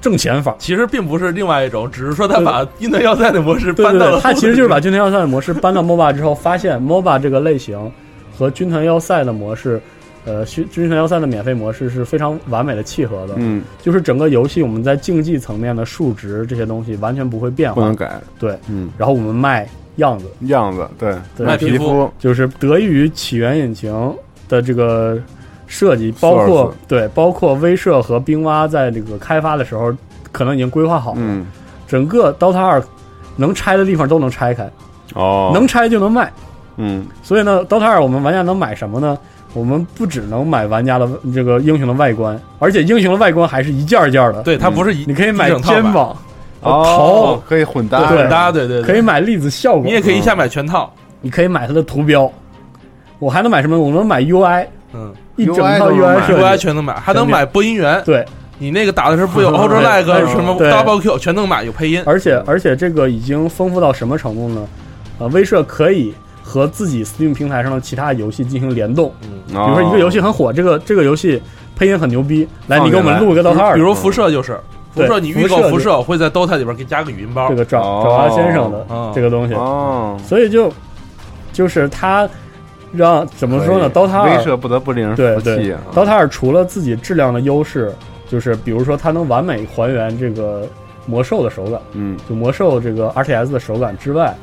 [SPEAKER 4] 挣钱法。
[SPEAKER 2] 其实并不是另外一种，只是说他
[SPEAKER 4] 对
[SPEAKER 2] 把英德要塞的模式
[SPEAKER 4] 对
[SPEAKER 2] 搬
[SPEAKER 4] 对
[SPEAKER 2] 到
[SPEAKER 4] 对，
[SPEAKER 2] 了，
[SPEAKER 4] 它其实就是把军团要塞的模式搬到 MOBA 之后，发现 MOBA 这个类型和军团要塞的模式，呃，军军团要塞的免费模式是非常完美的契合的。
[SPEAKER 10] 嗯，
[SPEAKER 4] 就是整个游戏我们在竞技层面的数值这些东西完全不会变
[SPEAKER 10] 不
[SPEAKER 4] 化
[SPEAKER 10] 能，改，
[SPEAKER 4] 对。
[SPEAKER 10] 嗯，
[SPEAKER 4] 然后我们卖样子，
[SPEAKER 10] 样子对，
[SPEAKER 4] 对
[SPEAKER 2] 卖
[SPEAKER 10] 皮
[SPEAKER 2] 皮
[SPEAKER 10] 肤
[SPEAKER 2] 肤，
[SPEAKER 4] 就是得益于起源引擎的这个设计，包括对，包括威社和冰蛙在这个开发的时候，可能已经规划好了，
[SPEAKER 10] 嗯，
[SPEAKER 4] 整个 DOTA 二能拆的地方都能拆开，
[SPEAKER 10] 哦，
[SPEAKER 4] 能拆就能卖。
[SPEAKER 10] 嗯
[SPEAKER 4] 所以呢，DOTA 二我们玩家能买什么呢？我们不只能买玩家的这个英雄的外观，而且英雄的外观还是一件儿一件儿的。，
[SPEAKER 2] 对，它不是一
[SPEAKER 4] 嗯你可以买
[SPEAKER 2] 一整套
[SPEAKER 4] 肩
[SPEAKER 2] 版
[SPEAKER 4] 膀、
[SPEAKER 10] 哦，可以混搭，
[SPEAKER 4] 对
[SPEAKER 2] 混搭，对对，
[SPEAKER 4] 头，
[SPEAKER 2] 对
[SPEAKER 4] 可以，买粒子效果，嗯
[SPEAKER 2] 你也可以一下买全套，
[SPEAKER 4] 你可以买它的图标。我还能买什么？我能买 UI，
[SPEAKER 2] 嗯
[SPEAKER 4] 一整
[SPEAKER 10] UI
[SPEAKER 4] 套
[SPEAKER 10] 都能买
[SPEAKER 4] UI 设计。
[SPEAKER 2] ，UI 全能买，还能买播音员，
[SPEAKER 4] 对，
[SPEAKER 2] 你那个打的是不有 Overlag
[SPEAKER 4] 对
[SPEAKER 2] 什么
[SPEAKER 4] 对
[SPEAKER 2] Double Q 全能买，有配音，
[SPEAKER 4] 而且而且这个已经丰富到什么程度呢？呃，威社可以和自己 Steam 平台上的其他游戏进行联动。
[SPEAKER 10] 比
[SPEAKER 4] 比如说一个游戏很火，这个这个游戏配音很牛逼，来
[SPEAKER 10] 放
[SPEAKER 4] 你给我
[SPEAKER 10] 进
[SPEAKER 4] 们
[SPEAKER 10] 来
[SPEAKER 4] 录一个 DOTA 二，
[SPEAKER 2] 比如辐射就是辐
[SPEAKER 4] 对
[SPEAKER 2] 射，你预
[SPEAKER 4] 辐射
[SPEAKER 2] 购
[SPEAKER 4] 就
[SPEAKER 2] 辐射会在 DOTA 里边给加个语音包
[SPEAKER 4] 这，个爪
[SPEAKER 10] 哦
[SPEAKER 4] 爪哇先生的
[SPEAKER 2] 哦
[SPEAKER 4] 这个东西，
[SPEAKER 10] 哦，
[SPEAKER 4] 所以就就是他让怎么说呢
[SPEAKER 10] 可以
[SPEAKER 4] ？DOTA
[SPEAKER 10] 威
[SPEAKER 4] 二
[SPEAKER 10] 慑不得不令人
[SPEAKER 4] 对
[SPEAKER 10] 服气
[SPEAKER 4] 对
[SPEAKER 10] 啊，
[SPEAKER 4] ，DOTA 二除了自己质量的优势，就是比如说它能完美还原这个魔兽的手感，
[SPEAKER 10] 嗯
[SPEAKER 4] 就魔兽这个 RTS 的手感之外，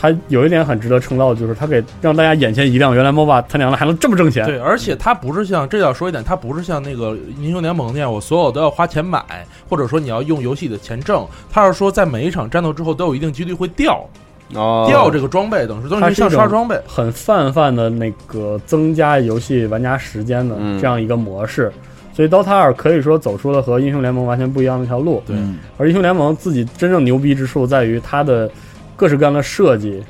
[SPEAKER 4] 它有一点很值得称道，就是它给让大家眼前一亮，原来 MOBA 他娘的还能这么挣钱。
[SPEAKER 2] 对，而且它不是像这要说一点，它不是像那个英雄联盟那样，我所有都要花钱买，或者说你要用游戏的钱挣。它是说在每一场战斗之后都有一定几率会掉
[SPEAKER 10] 哦，
[SPEAKER 2] 掉这个装备，等于是等
[SPEAKER 4] 它
[SPEAKER 2] 于
[SPEAKER 4] 是
[SPEAKER 2] 像
[SPEAKER 4] 一种嗯
[SPEAKER 2] 刷装备。
[SPEAKER 4] 很泛泛的那个增加游戏玩家时间的
[SPEAKER 10] 嗯
[SPEAKER 4] 这样一个模式，所以 DOTA 二可以说走出了和英雄联盟完全不一样的一条路。
[SPEAKER 2] 对
[SPEAKER 4] 嗯，而英雄联盟自己真正牛逼之处在于它的各式各样的设计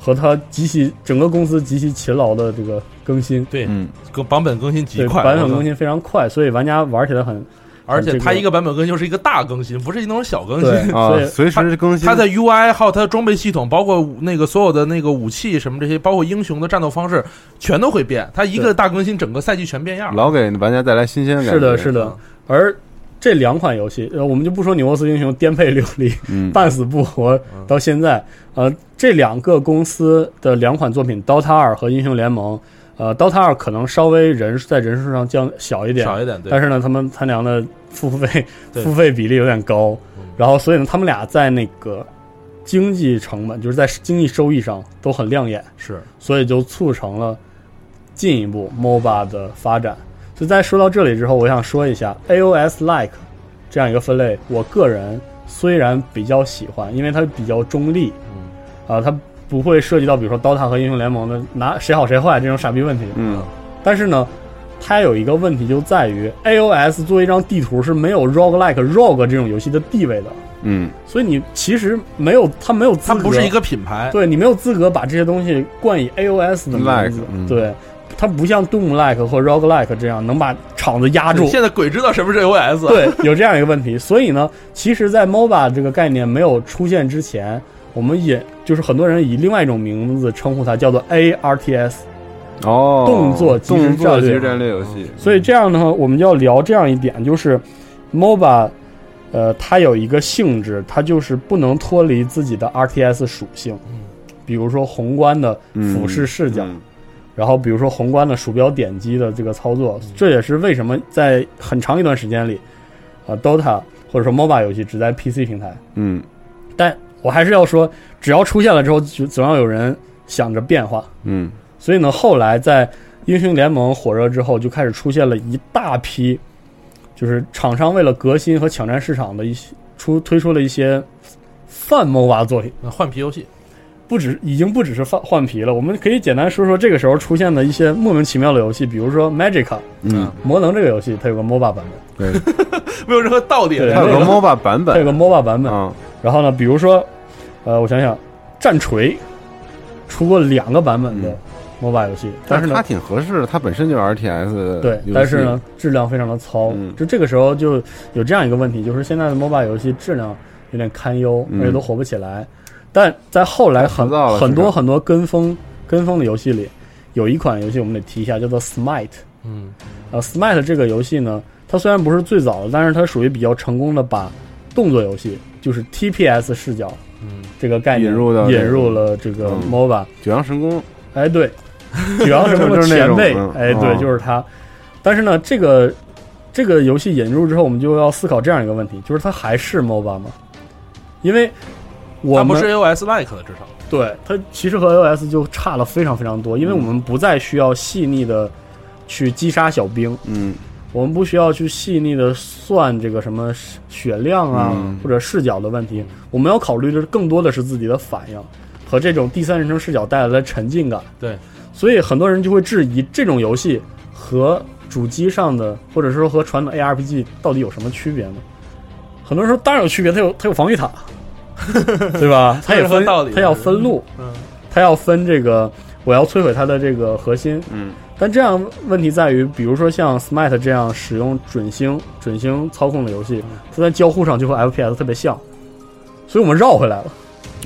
[SPEAKER 4] 和它极其整个公司极其勤劳的这个更新，
[SPEAKER 2] 对，
[SPEAKER 10] 嗯
[SPEAKER 2] 更版本更新极
[SPEAKER 4] 对
[SPEAKER 2] 快，
[SPEAKER 4] 版本更，新非常快，所以玩家玩起来很
[SPEAKER 2] 而且
[SPEAKER 4] 这个
[SPEAKER 2] 它一个版本更新就是一个大更新，不是那种小更
[SPEAKER 4] 对，
[SPEAKER 2] 新。
[SPEAKER 4] 所
[SPEAKER 10] 啊，
[SPEAKER 4] 以
[SPEAKER 10] 随时更新，
[SPEAKER 2] 它在 UI 还有它的装备系统，包括武那个所有的那个武器什么这些，包括英雄的战斗方式，全都会变。它一个
[SPEAKER 4] 对
[SPEAKER 2] 大更新，整个赛季全变样。
[SPEAKER 10] 老给玩家带来新鲜感，
[SPEAKER 4] 是的，是的
[SPEAKER 2] 嗯。
[SPEAKER 4] 而这两款游戏，呃，我们就不说《纽沃斯英雄》颠沛流离、
[SPEAKER 10] 嗯
[SPEAKER 4] 半死不活到现在，呃，这两个公司的两款作品《DOTA 二》和《英雄联盟》，呃，《DOTA 二》可能稍微人数在人数上降小一点，
[SPEAKER 2] 少一点，对。
[SPEAKER 4] 但是呢，他们他娘的付 费
[SPEAKER 2] 对
[SPEAKER 4] 付费比例有点高，然后所以呢，他们俩在那个经济成本，就是在经济收益上都很亮眼，
[SPEAKER 2] 是
[SPEAKER 4] 所以就促成了进一步 MOBA 的发展。所以在说到这里之后，我想说一下 AOS Like 这样一个分类，我个人虽然比较喜欢，因为它比较中立，
[SPEAKER 2] 嗯
[SPEAKER 4] 啊、它不会涉及到比如说 DOTA 和英雄联盟的拿谁好谁坏这种傻逼问题，
[SPEAKER 10] 嗯，
[SPEAKER 4] 但是呢。它有一个问题就在于，AOS 作为一张地图是没有 roguelike rogue 这种游戏的地位的，
[SPEAKER 10] 嗯
[SPEAKER 4] 所以你其实没有它没有资
[SPEAKER 2] 它
[SPEAKER 4] 格，
[SPEAKER 2] 不是一个品牌，
[SPEAKER 4] 对你没有资格把这些东西冠以 AOS 的名
[SPEAKER 10] Like，
[SPEAKER 4] 字，
[SPEAKER 10] 嗯
[SPEAKER 4] 对，它不像 Doom-like 或 Roguelike 这样能把场子压住。
[SPEAKER 2] 现在鬼知道什么是 AOS，，
[SPEAKER 4] 对，有这样一个问题，所以呢，其实，在 MOBA 这个概念没有出现之前，我们也就是很多人以另外一种名字称呼它，叫做 ARTS。
[SPEAKER 10] 哦，
[SPEAKER 4] 动作即时
[SPEAKER 10] 动作
[SPEAKER 4] 战
[SPEAKER 10] 即
[SPEAKER 4] 略
[SPEAKER 10] 时战略游戏，
[SPEAKER 4] 所以这样呢，我们就要聊这样一点，就是 MOBA 呃，它有一个性质，它就是不能脱离自己的 RTS 属性，比如说宏观的俯视视角，然后比如说宏观的鼠标点击的这个操作，这也是为什么在很长一段时间里，啊、d o t a 或者说 MOBA 游戏只在 PC 平台，
[SPEAKER 10] 嗯
[SPEAKER 4] 但我还是要说，只要出现了之后，就总要有人想着变化，
[SPEAKER 10] 嗯
[SPEAKER 4] 所以呢，后来在英雄联盟火热之后，就开始出现了一大批，就是厂商为了革新和抢占市场的一些出推出了一些呃泛 MOBA 作品，
[SPEAKER 2] 那换皮游戏，
[SPEAKER 4] 不止已经不只是换换皮了。我们可以简单说说这个时候出现的一些莫名其妙的游戏，比如说 Magic 啊
[SPEAKER 10] 嗯，
[SPEAKER 4] 魔能这个游戏，它有个 MOBA 版本，
[SPEAKER 10] 对，
[SPEAKER 2] 没有任何道理。
[SPEAKER 4] 对
[SPEAKER 10] 它有
[SPEAKER 4] 那
[SPEAKER 10] 个
[SPEAKER 4] 个
[SPEAKER 10] MOBA 版
[SPEAKER 4] 它有
[SPEAKER 10] 本
[SPEAKER 4] 个 MOBA 版本。
[SPEAKER 10] 啊，
[SPEAKER 4] 然后呢，比如说，呃，我想想，战锤出过两个版本的
[SPEAKER 10] 嗯
[SPEAKER 4] MOBA 游戏，
[SPEAKER 10] 但
[SPEAKER 4] 但是
[SPEAKER 10] 是
[SPEAKER 4] 呢
[SPEAKER 10] 它，挺合适的，它本身就是 RTS
[SPEAKER 4] 对
[SPEAKER 10] 游戏，
[SPEAKER 4] 但是呢，，质量非常的糙。
[SPEAKER 10] 嗯
[SPEAKER 4] 就这个时候就有这样一个问题，就是现在的 MOBA 游戏质量有点堪忧，
[SPEAKER 10] 嗯
[SPEAKER 4] 而且都火不起来。但在后来很
[SPEAKER 10] 太浮躁了
[SPEAKER 4] 很
[SPEAKER 10] 是
[SPEAKER 4] 多
[SPEAKER 10] 吧
[SPEAKER 4] 很多跟风跟风的游戏里，有一款游戏我们得提一下，叫做 Smite。
[SPEAKER 2] 嗯，
[SPEAKER 4] 呃，Smite 这个游戏呢，它虽然不是最早的，但是它属于比较成功的把动作游戏，就是 TPS 视角，
[SPEAKER 2] 嗯，
[SPEAKER 4] 这个概念
[SPEAKER 10] 引入到这个
[SPEAKER 4] 引入了这个
[SPEAKER 10] 嗯
[SPEAKER 4] MOBA，、
[SPEAKER 10] 九阳神功，
[SPEAKER 4] 哎， 对，九阳神功的
[SPEAKER 10] 就是那
[SPEAKER 4] 前
[SPEAKER 10] 种
[SPEAKER 4] 辈
[SPEAKER 10] 嗯，
[SPEAKER 4] 哎，对，
[SPEAKER 10] 哦
[SPEAKER 4] 就是他。但是呢，这个这个游戏引入之后，我们就要思考这样一个问题，就是它还是 MOBA 吗？因为我
[SPEAKER 2] 它不
[SPEAKER 4] 们
[SPEAKER 2] 是 AOS like 的，至少
[SPEAKER 4] 对它其实和 iOS 就差了非常非常多，因为我们不再需要细腻的去击杀小兵，
[SPEAKER 10] 嗯
[SPEAKER 4] 我们不需要去细腻的算这个什么血量啊、
[SPEAKER 10] 嗯
[SPEAKER 4] 或者视角的问题，我们要考虑的更多的是自己的反应和这种第三人称视角带来的沉浸感。
[SPEAKER 2] 对，
[SPEAKER 4] 所以很多人就会质疑这种游戏和主机上的，或者说和传统 ARPG 到底有什么区别呢？很多人说当然有区别，它有它有防御 塔，对吧？它也
[SPEAKER 2] 任何
[SPEAKER 4] 分
[SPEAKER 2] 道理啊
[SPEAKER 4] 它要分路，
[SPEAKER 2] 嗯，
[SPEAKER 4] 它要分这个我要摧毁它的这个核心，
[SPEAKER 10] 嗯
[SPEAKER 4] 但这样问题在于，比如说像 Smite 这样使用准星准星操控的游戏，
[SPEAKER 2] 嗯
[SPEAKER 4] 它在交互上就和 FPS 特别像，所以我们绕回来了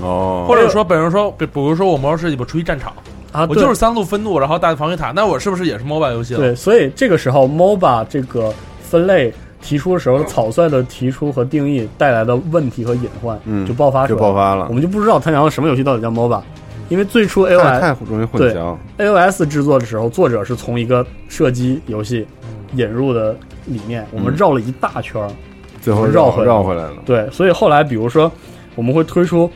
[SPEAKER 10] 哦，
[SPEAKER 2] 或者说，本人说，比比如说我魔兽世界，我出一战场，
[SPEAKER 4] 啊
[SPEAKER 2] 我就是三路分路，然后大防御塔，那我是不是也是 MOBA 游戏了？
[SPEAKER 4] 对，所以这个时候 MOBA 这个分类提出的时候，草率的提出和定义带来的问题和隐患，
[SPEAKER 10] 嗯
[SPEAKER 4] 就爆发
[SPEAKER 10] 就
[SPEAKER 4] 出来，
[SPEAKER 10] 爆发了
[SPEAKER 4] 我，们就不知道它然后什么游戏到底叫 MOBA，因为最初 AOS
[SPEAKER 10] 太太容易混
[SPEAKER 4] 对
[SPEAKER 10] 淆，
[SPEAKER 4] iOS 制作的时候，作者是从一个射击游戏引入的理念，我
[SPEAKER 10] 嗯
[SPEAKER 4] 们绕了一大圈儿。
[SPEAKER 10] 最后
[SPEAKER 4] 绕回
[SPEAKER 10] 回
[SPEAKER 4] 来
[SPEAKER 10] 绕回来了，
[SPEAKER 4] 对，所以后来比如说，我们会推出，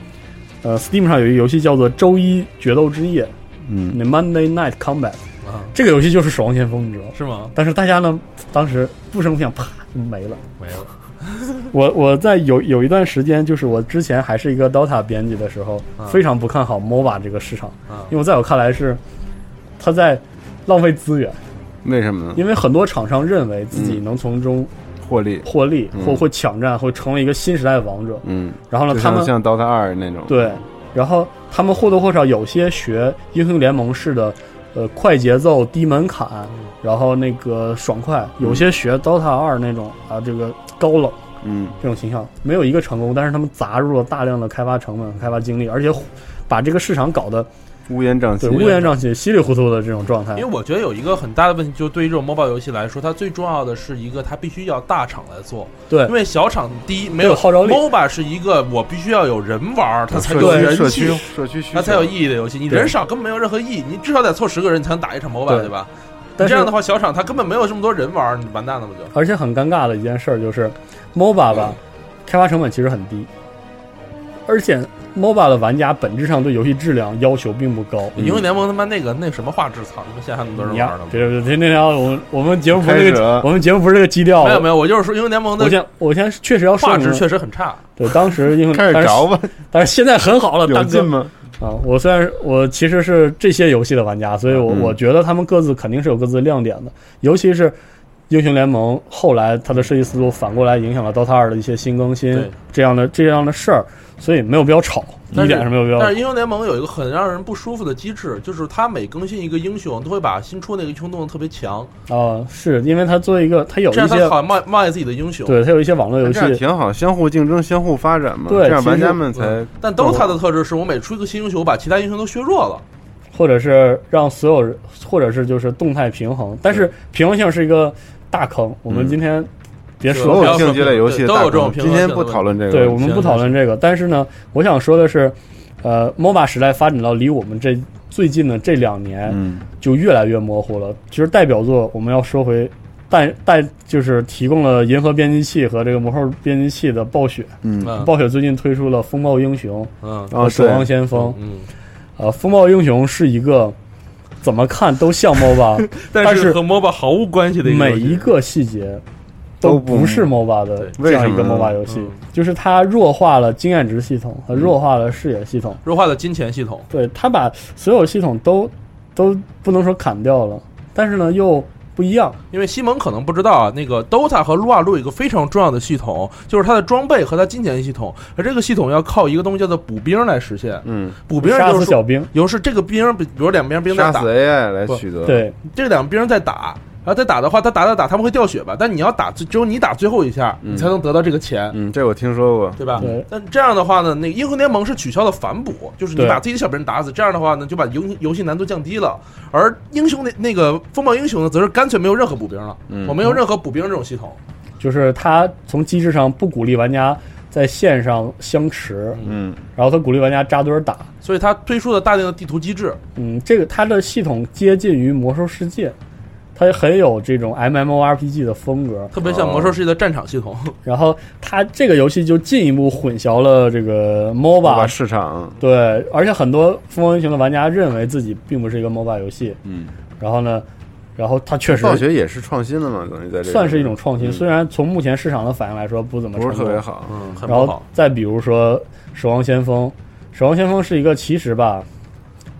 [SPEAKER 4] 呃，Steam 上有一个游戏叫做《周一决斗之夜》
[SPEAKER 10] 嗯
[SPEAKER 4] t Monday Night Combat），
[SPEAKER 2] 啊，
[SPEAKER 4] 这个游戏就是《守望先锋》，你知道吗？
[SPEAKER 2] 是吗？
[SPEAKER 4] 但是大家呢，当时不声不响，啪就没了。
[SPEAKER 2] 没了，
[SPEAKER 4] 我我在有有一段时间，就是我之前还是一个 DOTA 编辑的时候，
[SPEAKER 2] 啊
[SPEAKER 4] 非常不看好 MOBA 这个市场，
[SPEAKER 2] 啊
[SPEAKER 4] 因为在我看来是它在浪费资源。
[SPEAKER 10] 为什么呢？
[SPEAKER 4] 因为很多厂商认为自己能从中
[SPEAKER 10] 获利，
[SPEAKER 4] 获利，
[SPEAKER 10] 嗯
[SPEAKER 4] 或会抢占，会成为一个新时代的王者。
[SPEAKER 10] 嗯，
[SPEAKER 4] 然后
[SPEAKER 10] 就
[SPEAKER 4] 呢，他
[SPEAKER 10] 像
[SPEAKER 4] 们
[SPEAKER 10] 像 DOTA 二那种，
[SPEAKER 4] 对，然后他们或多或少有些学英雄联盟式的，呃，快节奏、低门槛，
[SPEAKER 2] 嗯
[SPEAKER 4] 然后那个爽快；有些学 DOTA 二那种啊，这个高冷
[SPEAKER 10] 嗯
[SPEAKER 4] 这种形象，没有一个成功。但是他们砸入了大量的开发成本、开发精力，而且把这个市场搞得
[SPEAKER 10] 乌烟瘴气
[SPEAKER 4] 对，乌烟瘴气、稀里糊涂的这种状态
[SPEAKER 2] 因为。我觉得有一个很大的问题，就对于这种 MOBA 游戏来说，它最重要的是一个，它必须要大厂来做，
[SPEAKER 4] 对
[SPEAKER 2] 因，为小厂第一没
[SPEAKER 4] 有号召力
[SPEAKER 2] MOBA 是一个我必须要有人玩儿，它才
[SPEAKER 10] 社
[SPEAKER 2] 有
[SPEAKER 10] 区
[SPEAKER 2] 人
[SPEAKER 10] 社
[SPEAKER 2] 气
[SPEAKER 10] 区，社区需
[SPEAKER 2] 它才
[SPEAKER 10] 求
[SPEAKER 2] 有意义的游戏。你
[SPEAKER 4] 对
[SPEAKER 2] 人少根本没有任何意义，你至少得凑十个人才能打一场 MOBA，
[SPEAKER 4] 对
[SPEAKER 2] 对吧？你
[SPEAKER 4] 但是
[SPEAKER 2] 这样的话，小厂它根本没有这么多人玩儿，你完蛋了不就？
[SPEAKER 4] 而且很尴尬的一件事儿就是，MOBA 吧，开发成本其实很低，而且 MOBA 的玩家本质上对游戏质量要求并不高。
[SPEAKER 2] 英雄联盟他妈那个那什么画质，操！你们现在还那么多人
[SPEAKER 4] 嗯你
[SPEAKER 2] 玩儿
[SPEAKER 4] 呀
[SPEAKER 2] 呢，吗？
[SPEAKER 4] 别别别，那条我们我们节目不是这
[SPEAKER 10] 开始
[SPEAKER 4] 个
[SPEAKER 10] 了，
[SPEAKER 4] 我们节目不是这个基调。
[SPEAKER 2] 没有没有，我就是说英雄联盟
[SPEAKER 4] 我
[SPEAKER 2] 的
[SPEAKER 4] 先我先确实要说
[SPEAKER 2] 画
[SPEAKER 4] 明
[SPEAKER 2] 质确实很差，
[SPEAKER 4] 对当时英雄
[SPEAKER 10] 开始
[SPEAKER 4] 但是
[SPEAKER 10] 着吧，
[SPEAKER 4] 但是现在很好了，大
[SPEAKER 10] 有
[SPEAKER 4] 哥
[SPEAKER 10] 劲吗？
[SPEAKER 4] 啊！我虽然我其实是这些游戏的玩家，所以我、
[SPEAKER 10] 嗯
[SPEAKER 4] 我觉得他们各自肯定是有各自的亮点的，尤其是英雄联盟后来它的设计思路反过来影响了 DOTA 二的一些新更新
[SPEAKER 2] 对
[SPEAKER 4] 这样的这样的事儿，所以没有必要吵，
[SPEAKER 2] 但
[SPEAKER 4] 一
[SPEAKER 2] 是
[SPEAKER 4] 点是没有必要
[SPEAKER 2] 但
[SPEAKER 4] 吵
[SPEAKER 2] 是。英雄联盟有一个很让人不舒服的机制，就是它每更新一个英雄，都会把新出那个英雄弄得特别强，
[SPEAKER 4] 啊，是因为它作为一个它有
[SPEAKER 2] 这样
[SPEAKER 4] 一
[SPEAKER 2] 它
[SPEAKER 4] 些
[SPEAKER 2] 好像卖卖自己的英雄。
[SPEAKER 4] 对它有一些网络游
[SPEAKER 10] 这
[SPEAKER 4] 戏
[SPEAKER 10] 样挺好，相互竞争，相互发展嘛，
[SPEAKER 4] 对
[SPEAKER 10] 这样
[SPEAKER 4] 其实
[SPEAKER 10] 玩家们才
[SPEAKER 2] 嗯但 DOTA 的特质是我每出一个新英雄，我把其他英雄都削弱了。
[SPEAKER 4] 或者是让所有人，或者是就是动态平衡，但是平衡性是一个大坑。我们今天别
[SPEAKER 10] 嗯所
[SPEAKER 4] 说
[SPEAKER 10] 有
[SPEAKER 4] 了。
[SPEAKER 10] 竞技类游戏
[SPEAKER 2] 都有这种
[SPEAKER 10] 大
[SPEAKER 2] 评
[SPEAKER 10] 众
[SPEAKER 2] 论
[SPEAKER 10] 今天
[SPEAKER 2] 性的
[SPEAKER 10] 不讨论这个，
[SPEAKER 4] 对我们不讨论这个，但是呢，我想说的是，呃，MOBA 时代发展到离我们这最近的这两年，
[SPEAKER 10] 嗯，
[SPEAKER 4] 就越来越模糊了。其实代表作我们要说回代代，就是提供了银河编辑器和这个魔兽编辑器的暴雪。
[SPEAKER 2] 嗯
[SPEAKER 4] 暴雪最近推出了风暴英雄
[SPEAKER 2] 嗯
[SPEAKER 4] 和
[SPEAKER 10] 啊，
[SPEAKER 4] 守望
[SPEAKER 10] 对，
[SPEAKER 4] 先锋。
[SPEAKER 2] 嗯，
[SPEAKER 4] 呃，风暴英雄是一个怎么看都像 MOBA，但
[SPEAKER 2] 但
[SPEAKER 4] 是
[SPEAKER 2] 和 MOBA 毫无关系的一个游
[SPEAKER 4] 每
[SPEAKER 2] 戏
[SPEAKER 4] 一个细节
[SPEAKER 10] 都不
[SPEAKER 4] 不是 MOBA 的
[SPEAKER 10] 对
[SPEAKER 4] 这样一
[SPEAKER 10] 为
[SPEAKER 4] 个
[SPEAKER 10] 什么呢
[SPEAKER 4] MOBA 游戏
[SPEAKER 2] 嗯，
[SPEAKER 4] 就是它弱化了经验值系统和弱化了视野系统，
[SPEAKER 2] 弱化的金钱系统，
[SPEAKER 4] 对它把所有系统都都不能说砍掉了，但是呢又不一样。
[SPEAKER 2] 因为西蒙可能不知道啊，那个 DOTA 和撸啊撸有一个非常重要的系统，就是它的装备和它金钱系统，而这个系统要靠一个东西叫做补兵来实现。
[SPEAKER 10] 嗯，
[SPEAKER 2] 补兵
[SPEAKER 4] 杀
[SPEAKER 2] 就
[SPEAKER 4] 死
[SPEAKER 2] 是
[SPEAKER 4] 小
[SPEAKER 2] 说，
[SPEAKER 4] 兵，
[SPEAKER 2] 有时这个兵，比比如两边兵在
[SPEAKER 10] 杀
[SPEAKER 2] 打
[SPEAKER 10] 死，AI 哎来取得，，
[SPEAKER 4] 对
[SPEAKER 2] 这两兵在打，然后再打的话，他打打打他们会掉血吧，但你要打，只有你打最后一下，你才能得到这个钱。
[SPEAKER 10] 嗯，这我听说过，
[SPEAKER 2] 对吧
[SPEAKER 4] 对？
[SPEAKER 2] 但这样的话呢，那个英雄联盟是取消了反捕，就是你
[SPEAKER 4] 对
[SPEAKER 2] 把自己的小兵打死，这样的话呢，就把游游戏难度降低了。而英雄那那个风暴英雄呢，则是干脆没有任何补兵了，
[SPEAKER 10] 嗯
[SPEAKER 2] 我没有任何补兵这种系统。
[SPEAKER 4] 就是它从机制上不鼓励玩家在线上相持，
[SPEAKER 10] 嗯，
[SPEAKER 4] 然后它鼓励玩家扎堆儿打。
[SPEAKER 2] 所以它推出了大量的地图机制，
[SPEAKER 4] 嗯，这个它的系统接近于魔兽世界，它很有这种 MMORPG 的风格。
[SPEAKER 2] 特别像魔兽世界的战场系统。
[SPEAKER 4] 然后它这个游戏就进一步混淆了这个
[SPEAKER 10] 把
[SPEAKER 4] MOBA。
[SPEAKER 10] 市场，
[SPEAKER 4] 对，而且很多风暴英雄的玩家认为自己并不是一个 MOBA 游戏。
[SPEAKER 10] 嗯，
[SPEAKER 4] 然后呢，然后它确实
[SPEAKER 10] 暴雪也是创新了嘛，等于在这
[SPEAKER 4] 算是一种创新，
[SPEAKER 10] 嗯
[SPEAKER 4] 虽然从目前市场的反应来说不怎么
[SPEAKER 10] 不是
[SPEAKER 4] 成
[SPEAKER 10] 特
[SPEAKER 4] 功
[SPEAKER 10] 别好，
[SPEAKER 2] 嗯， 很
[SPEAKER 4] 然
[SPEAKER 2] 不
[SPEAKER 4] 后
[SPEAKER 2] 好。
[SPEAKER 4] 再比如说《守望先锋》，《守望先锋》是一个其实吧，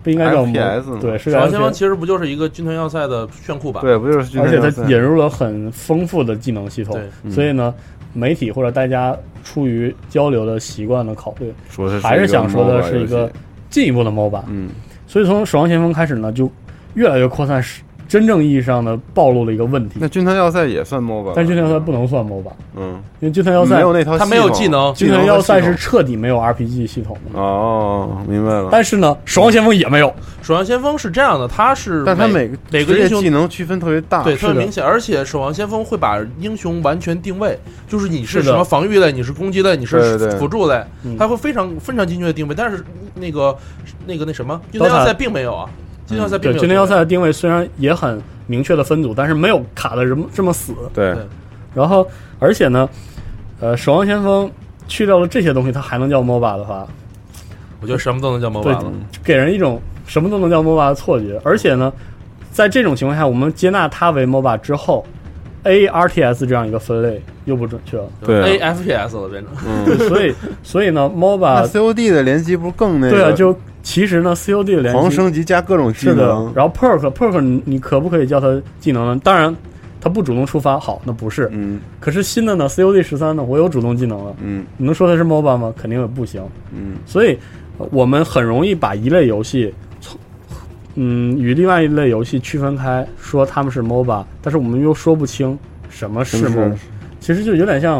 [SPEAKER 4] 不应该叫
[SPEAKER 10] FPS
[SPEAKER 4] 魔
[SPEAKER 10] 嘛
[SPEAKER 4] 对，是
[SPEAKER 2] 守
[SPEAKER 4] 个
[SPEAKER 2] 望先锋
[SPEAKER 4] FPS，
[SPEAKER 2] 其实不就是一个军团要塞的炫酷版？
[SPEAKER 10] 对，不就是
[SPEAKER 4] 而且它引
[SPEAKER 10] 入
[SPEAKER 4] 入了很丰富的技能系统
[SPEAKER 2] 对，
[SPEAKER 4] 所以呢，媒体或者大家出于交流的习惯的考虑，
[SPEAKER 10] 说是
[SPEAKER 4] 还是想说的是
[SPEAKER 10] 是
[SPEAKER 4] 一
[SPEAKER 10] 一个 MOBA 游
[SPEAKER 4] 个
[SPEAKER 10] 戏
[SPEAKER 4] 进一步的 MOBA。
[SPEAKER 10] 嗯
[SPEAKER 4] 所以从《守望先锋》开始呢，就越来越扩散，是真正意义上的暴露了一个问题
[SPEAKER 10] 那。军团要塞也算 MOBA，
[SPEAKER 4] 但军团要塞不能算 MOBA，
[SPEAKER 10] 嗯，
[SPEAKER 4] 因为军团要塞
[SPEAKER 10] 没有那套系统，
[SPEAKER 2] 它没有技能
[SPEAKER 4] 军团
[SPEAKER 10] 和
[SPEAKER 4] 要塞
[SPEAKER 10] 系
[SPEAKER 4] 是
[SPEAKER 10] 统
[SPEAKER 4] 彻底没有 RPG 系统的，
[SPEAKER 10] 哦，明白了。
[SPEAKER 4] 但是呢，《守望先锋》也没有。
[SPEAKER 2] 守望先锋是这样的，它是
[SPEAKER 10] 但它每
[SPEAKER 2] 个
[SPEAKER 10] 每
[SPEAKER 2] 个
[SPEAKER 10] 职
[SPEAKER 2] 英
[SPEAKER 10] 业
[SPEAKER 2] 雄
[SPEAKER 10] 技能区分特别大，
[SPEAKER 2] 对，特
[SPEAKER 4] 是的
[SPEAKER 2] 别明显。而且《守望先锋》会把英雄完全定位，就是你是
[SPEAKER 4] 是的
[SPEAKER 2] 什么防御类，你是攻击类，你是
[SPEAKER 10] 对对对
[SPEAKER 2] 辅助类
[SPEAKER 4] 嗯，
[SPEAKER 2] 它会非常非常精确的定位。但是那个那个那什么，军
[SPEAKER 4] 刀
[SPEAKER 2] 团
[SPEAKER 4] 塔
[SPEAKER 2] 要塞并没有啊，军团要塞并
[SPEAKER 4] 对，
[SPEAKER 2] 没有。
[SPEAKER 4] 军团要塞，的定位虽然也很明确的分组，但是没有卡的这么这么死。
[SPEAKER 10] 对
[SPEAKER 2] 对
[SPEAKER 4] 然后，而且呢，呃，守望先锋去掉了这些东西，它还能叫 MOBA 的话，
[SPEAKER 2] 我觉得什么都能叫 MOBA 了。
[SPEAKER 4] 给人一种什么都能叫 MOBA 的错觉。而且呢，在这种情况下，我们接纳它为 MOBA 之后，ARTS 这样一个分类又不准确了。
[SPEAKER 10] 对啊
[SPEAKER 2] A F P S 了变成。
[SPEAKER 10] 嗯
[SPEAKER 4] 对，所以，所以呢
[SPEAKER 10] 那
[SPEAKER 4] ，MOBA
[SPEAKER 10] COD 的联机不是更那个？
[SPEAKER 4] 对啊，就其实呢，COD 的联
[SPEAKER 10] 狂
[SPEAKER 4] 机
[SPEAKER 10] 升级加各种技
[SPEAKER 4] 是的
[SPEAKER 10] 能，，
[SPEAKER 4] 然后 perk perk 你你可不可以叫它技能呢？当然，它不主动触发，好，那不是。
[SPEAKER 10] 嗯
[SPEAKER 4] 可是新的呢，COD 十三呢，我有主动技能了，
[SPEAKER 10] 嗯
[SPEAKER 4] 你能说它是 MOBA 吗？肯定也不行。
[SPEAKER 10] 嗯，
[SPEAKER 4] 所以呃我们很容易把一类游戏从嗯与另外一类游戏区分开，说他们是 MOBA，但是我们又说不清什么是
[SPEAKER 10] 什么
[SPEAKER 4] MOBA。其实就有点像，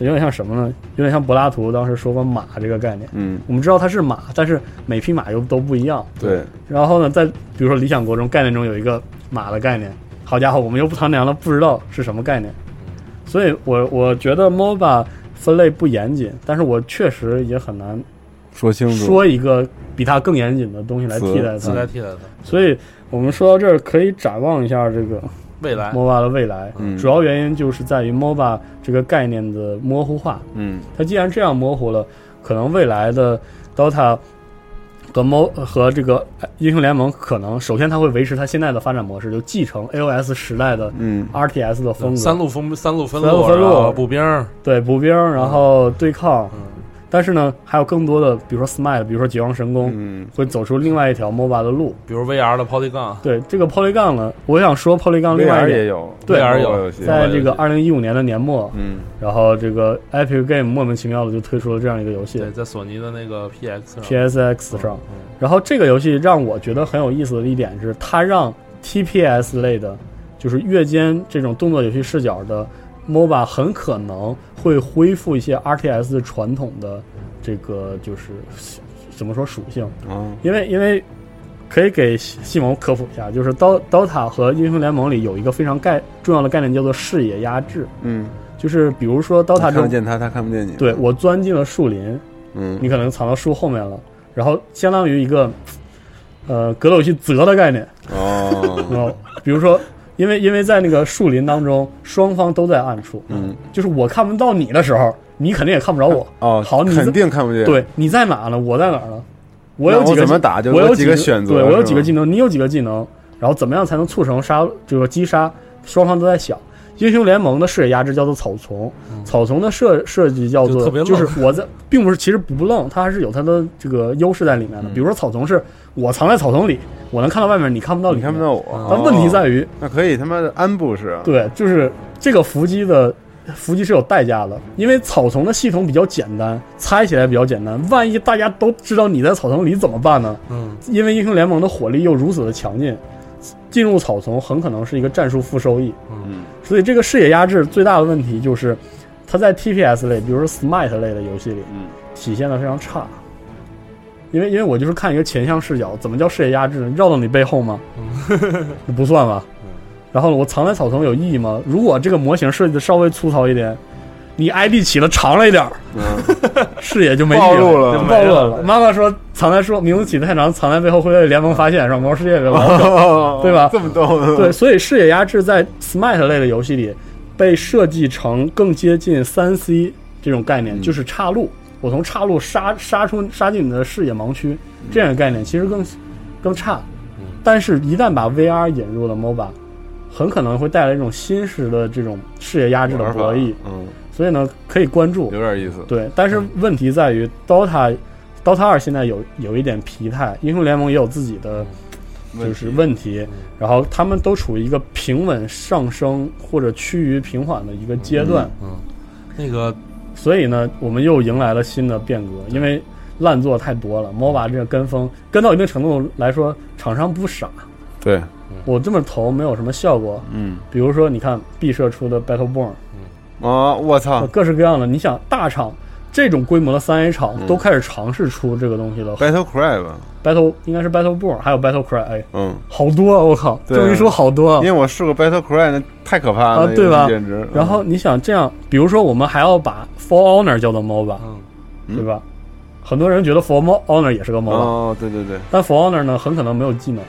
[SPEAKER 4] 有点像什么呢？有点像柏拉图当时说过马这个概念。
[SPEAKER 10] 嗯，
[SPEAKER 4] 我们知道它是马，但是每匹马又都不一样。
[SPEAKER 10] 对，
[SPEAKER 4] 然后呢，在比如说理想国中概念中有一个马的概念，好家伙，我们又不唐量了，不知道是什么概念。所以我我觉得 MOBA 分类不严谨，但是我确实也很难
[SPEAKER 10] 说清楚，
[SPEAKER 4] 说一个比它更严谨的东西来替代
[SPEAKER 2] 自
[SPEAKER 4] 它。
[SPEAKER 2] 代替代的
[SPEAKER 4] 所以我们说到这儿，可以展望一下这个
[SPEAKER 2] 未来，
[SPEAKER 4] MOBA 的未来。
[SPEAKER 10] 嗯
[SPEAKER 4] 主要原因就是在于 MOBA 这个概念的模糊化。
[SPEAKER 10] 嗯
[SPEAKER 4] 它既然这样模糊了，可能未来的 DOTA 和 MO 和这个英雄联盟，可能首先它会维持它现在的发展模式，就继承 AOS 时代的
[SPEAKER 10] 嗯
[SPEAKER 4] RTS 的风格，
[SPEAKER 2] 三路分三路分
[SPEAKER 4] 三路分路
[SPEAKER 2] 然后步兵，
[SPEAKER 4] 对步兵，然后对抗。
[SPEAKER 2] 嗯
[SPEAKER 4] 但是呢，还有更多的，比如说 Smite，比如说绝望神功，
[SPEAKER 10] 嗯
[SPEAKER 4] 会走出另外一条 MOBA 的路。
[SPEAKER 2] 比如 VR 的 Polygon，
[SPEAKER 4] 对这个 Polygon 呢，我想说 Polygon 另外一
[SPEAKER 10] ，VR
[SPEAKER 4] 点
[SPEAKER 10] 也有
[SPEAKER 4] 对
[SPEAKER 2] VR 有
[SPEAKER 10] 有，
[SPEAKER 4] 在这个二零一五年的年末，
[SPEAKER 10] 嗯
[SPEAKER 4] 然后这个 Epic Game 莫名其妙的就推出了这样一个游戏
[SPEAKER 2] 对，在索尼的那个 PX 上，
[SPEAKER 4] ，PSX 上。
[SPEAKER 2] 嗯
[SPEAKER 4] 然后这个游戏让我觉得很有意思的一点是，它让 TPS 类的，就是月间这种动作游戏视角的 MOBA 很可能会恢复一些 RTS 传统的这个就是怎么说属性，
[SPEAKER 10] 哦
[SPEAKER 4] 因为因为可以给西西蒙科普一下，就是刀 DOTA 和英雄联盟里有一个非常概重要的概念叫做视野压制。
[SPEAKER 10] 嗯
[SPEAKER 4] 就是比如说
[SPEAKER 10] 他
[SPEAKER 4] DOTA
[SPEAKER 10] 看
[SPEAKER 4] 中
[SPEAKER 10] 得，见他，他看不见你。
[SPEAKER 4] 对，我钻进了树林，
[SPEAKER 10] 嗯，
[SPEAKER 4] 你可能藏到树后面了，然后相当于一个呃格斗游戏责的概念。然
[SPEAKER 10] 哦，
[SPEAKER 4] 后比如说，因为因为在那个树林当中，双方都在暗处，
[SPEAKER 10] 嗯，
[SPEAKER 4] 就是我看不到你的时候，你肯定也看不着我。
[SPEAKER 10] 哦，
[SPEAKER 4] 好，你在
[SPEAKER 10] 肯定看不见。，
[SPEAKER 4] 对你在哪呢？我在哪呢？我有
[SPEAKER 10] 那我
[SPEAKER 4] 几个
[SPEAKER 10] 怎么
[SPEAKER 4] 技
[SPEAKER 10] 打就
[SPEAKER 4] 我
[SPEAKER 10] 有
[SPEAKER 4] 有
[SPEAKER 10] 几
[SPEAKER 4] 个
[SPEAKER 10] 个选择
[SPEAKER 4] 对我有
[SPEAKER 10] 是
[SPEAKER 4] 几个
[SPEAKER 10] 吧
[SPEAKER 4] 技能，你有几个技能，然后怎么样才能促成杀这个击杀？双方都在想。英雄联盟的视野压制叫做草丛，草丛的设设计叫
[SPEAKER 2] 嗯就
[SPEAKER 4] 做
[SPEAKER 2] 特别
[SPEAKER 4] 就是
[SPEAKER 2] 愣
[SPEAKER 4] 我在，并不是其实不愣，它还是有它的这个优势在里
[SPEAKER 2] 嗯
[SPEAKER 4] 面的。比如说草丛是我藏在草丛里，我能看到外面，你看不到里
[SPEAKER 10] 你看
[SPEAKER 4] 面。
[SPEAKER 10] 不到我。
[SPEAKER 4] 但问题在于，
[SPEAKER 10] 哦，那可以他妈的安布式啊。
[SPEAKER 4] 对，就是这个伏击的伏击是有代价的，因为草丛的系统比较简单，猜起来比较简单。万一大家都知道你在草丛里怎么办呢？
[SPEAKER 2] 嗯，
[SPEAKER 4] 因为英雄联盟的火力又如此的强劲，进入草丛很可能是一个战术负收益。
[SPEAKER 10] 嗯，
[SPEAKER 4] 所以这个视野压制最大的问题就是，它在 TPS 类，比如说 Smite 类的游戏里，
[SPEAKER 10] 嗯，
[SPEAKER 4] 体现的非常差。因为因为我就是看一个前向视角，怎么叫视野压制呢？绕到你背后吗？
[SPEAKER 10] 嗯
[SPEAKER 4] 不算吧。然后我藏在草丛有意义吗？如果这个模型设计的稍微粗糙一点，你 ID 起了长了一点儿，
[SPEAKER 10] 嗯，
[SPEAKER 4] 视野就没意义
[SPEAKER 10] 暴露
[SPEAKER 4] 了，
[SPEAKER 10] 了
[SPEAKER 4] 就暴露了。妈妈说藏在说名字起太长，藏在背后会被联盟发现，让魔 兽世界给玩掉。对吧
[SPEAKER 10] 这么 逗 呢。
[SPEAKER 4] 对，所以视野压制在 Smite 类的游戏里被设计成更接近三 C 这种概
[SPEAKER 10] 嗯
[SPEAKER 4] 念，就是岔路，我从岔路杀杀出杀进你的视野盲区
[SPEAKER 10] 嗯
[SPEAKER 4] 这样的概念，其实更更差。但是，一旦把 VR 引入了 MOBA，很可能会带来一种新式的这种视野压制的
[SPEAKER 10] 玩法
[SPEAKER 4] 博弈，
[SPEAKER 10] 嗯，
[SPEAKER 4] 所以呢，可以关注。
[SPEAKER 10] 有点意思。
[SPEAKER 4] 对，但是问题在于 DOTA。DOTA 二现在有有一点疲态，英雄联盟也有自己的
[SPEAKER 10] 嗯问
[SPEAKER 4] 就
[SPEAKER 10] 题
[SPEAKER 4] 是问题，然后他们都处于一个平稳上升或者趋于平缓的一个
[SPEAKER 10] 嗯
[SPEAKER 4] 阶段，
[SPEAKER 2] 那个
[SPEAKER 4] 所以呢，我们又迎来了新的变革，因为烂作太多了，MOBA 这个跟风跟到一定程度来说，厂商不傻，
[SPEAKER 10] 对，
[SPEAKER 4] 我这么投没有什么效果。
[SPEAKER 10] 嗯，
[SPEAKER 4] 比如说，你看 B 社出的 Battleborn，
[SPEAKER 10] 啊，我操
[SPEAKER 4] 各式各样的，你想大厂这种规模的三 A 厂
[SPEAKER 10] 嗯
[SPEAKER 4] 都开始尝试出这个东西了。
[SPEAKER 10] ，Battle Cry 吧，
[SPEAKER 4] Battle 应该是 Battleborn，还有 Battlecry，哎，
[SPEAKER 10] 嗯，
[SPEAKER 4] 好多啊！我靠，
[SPEAKER 10] 对啊
[SPEAKER 4] 这么一说好多啊
[SPEAKER 10] 因为。我试过 Battle Cry，那太可怕
[SPEAKER 4] 啊
[SPEAKER 10] 了，那个
[SPEAKER 4] 对吧
[SPEAKER 10] 简直。
[SPEAKER 4] 然后你想这样，比如说我们还要把 For Honor 叫做 MOBA，、对
[SPEAKER 10] 嗯
[SPEAKER 4] 吧？很多人觉得 For Mo- Honor 也是个 MOBA，、
[SPEAKER 10] 哦，对对对，
[SPEAKER 4] 但 For Honor 呢，很可能没有技能。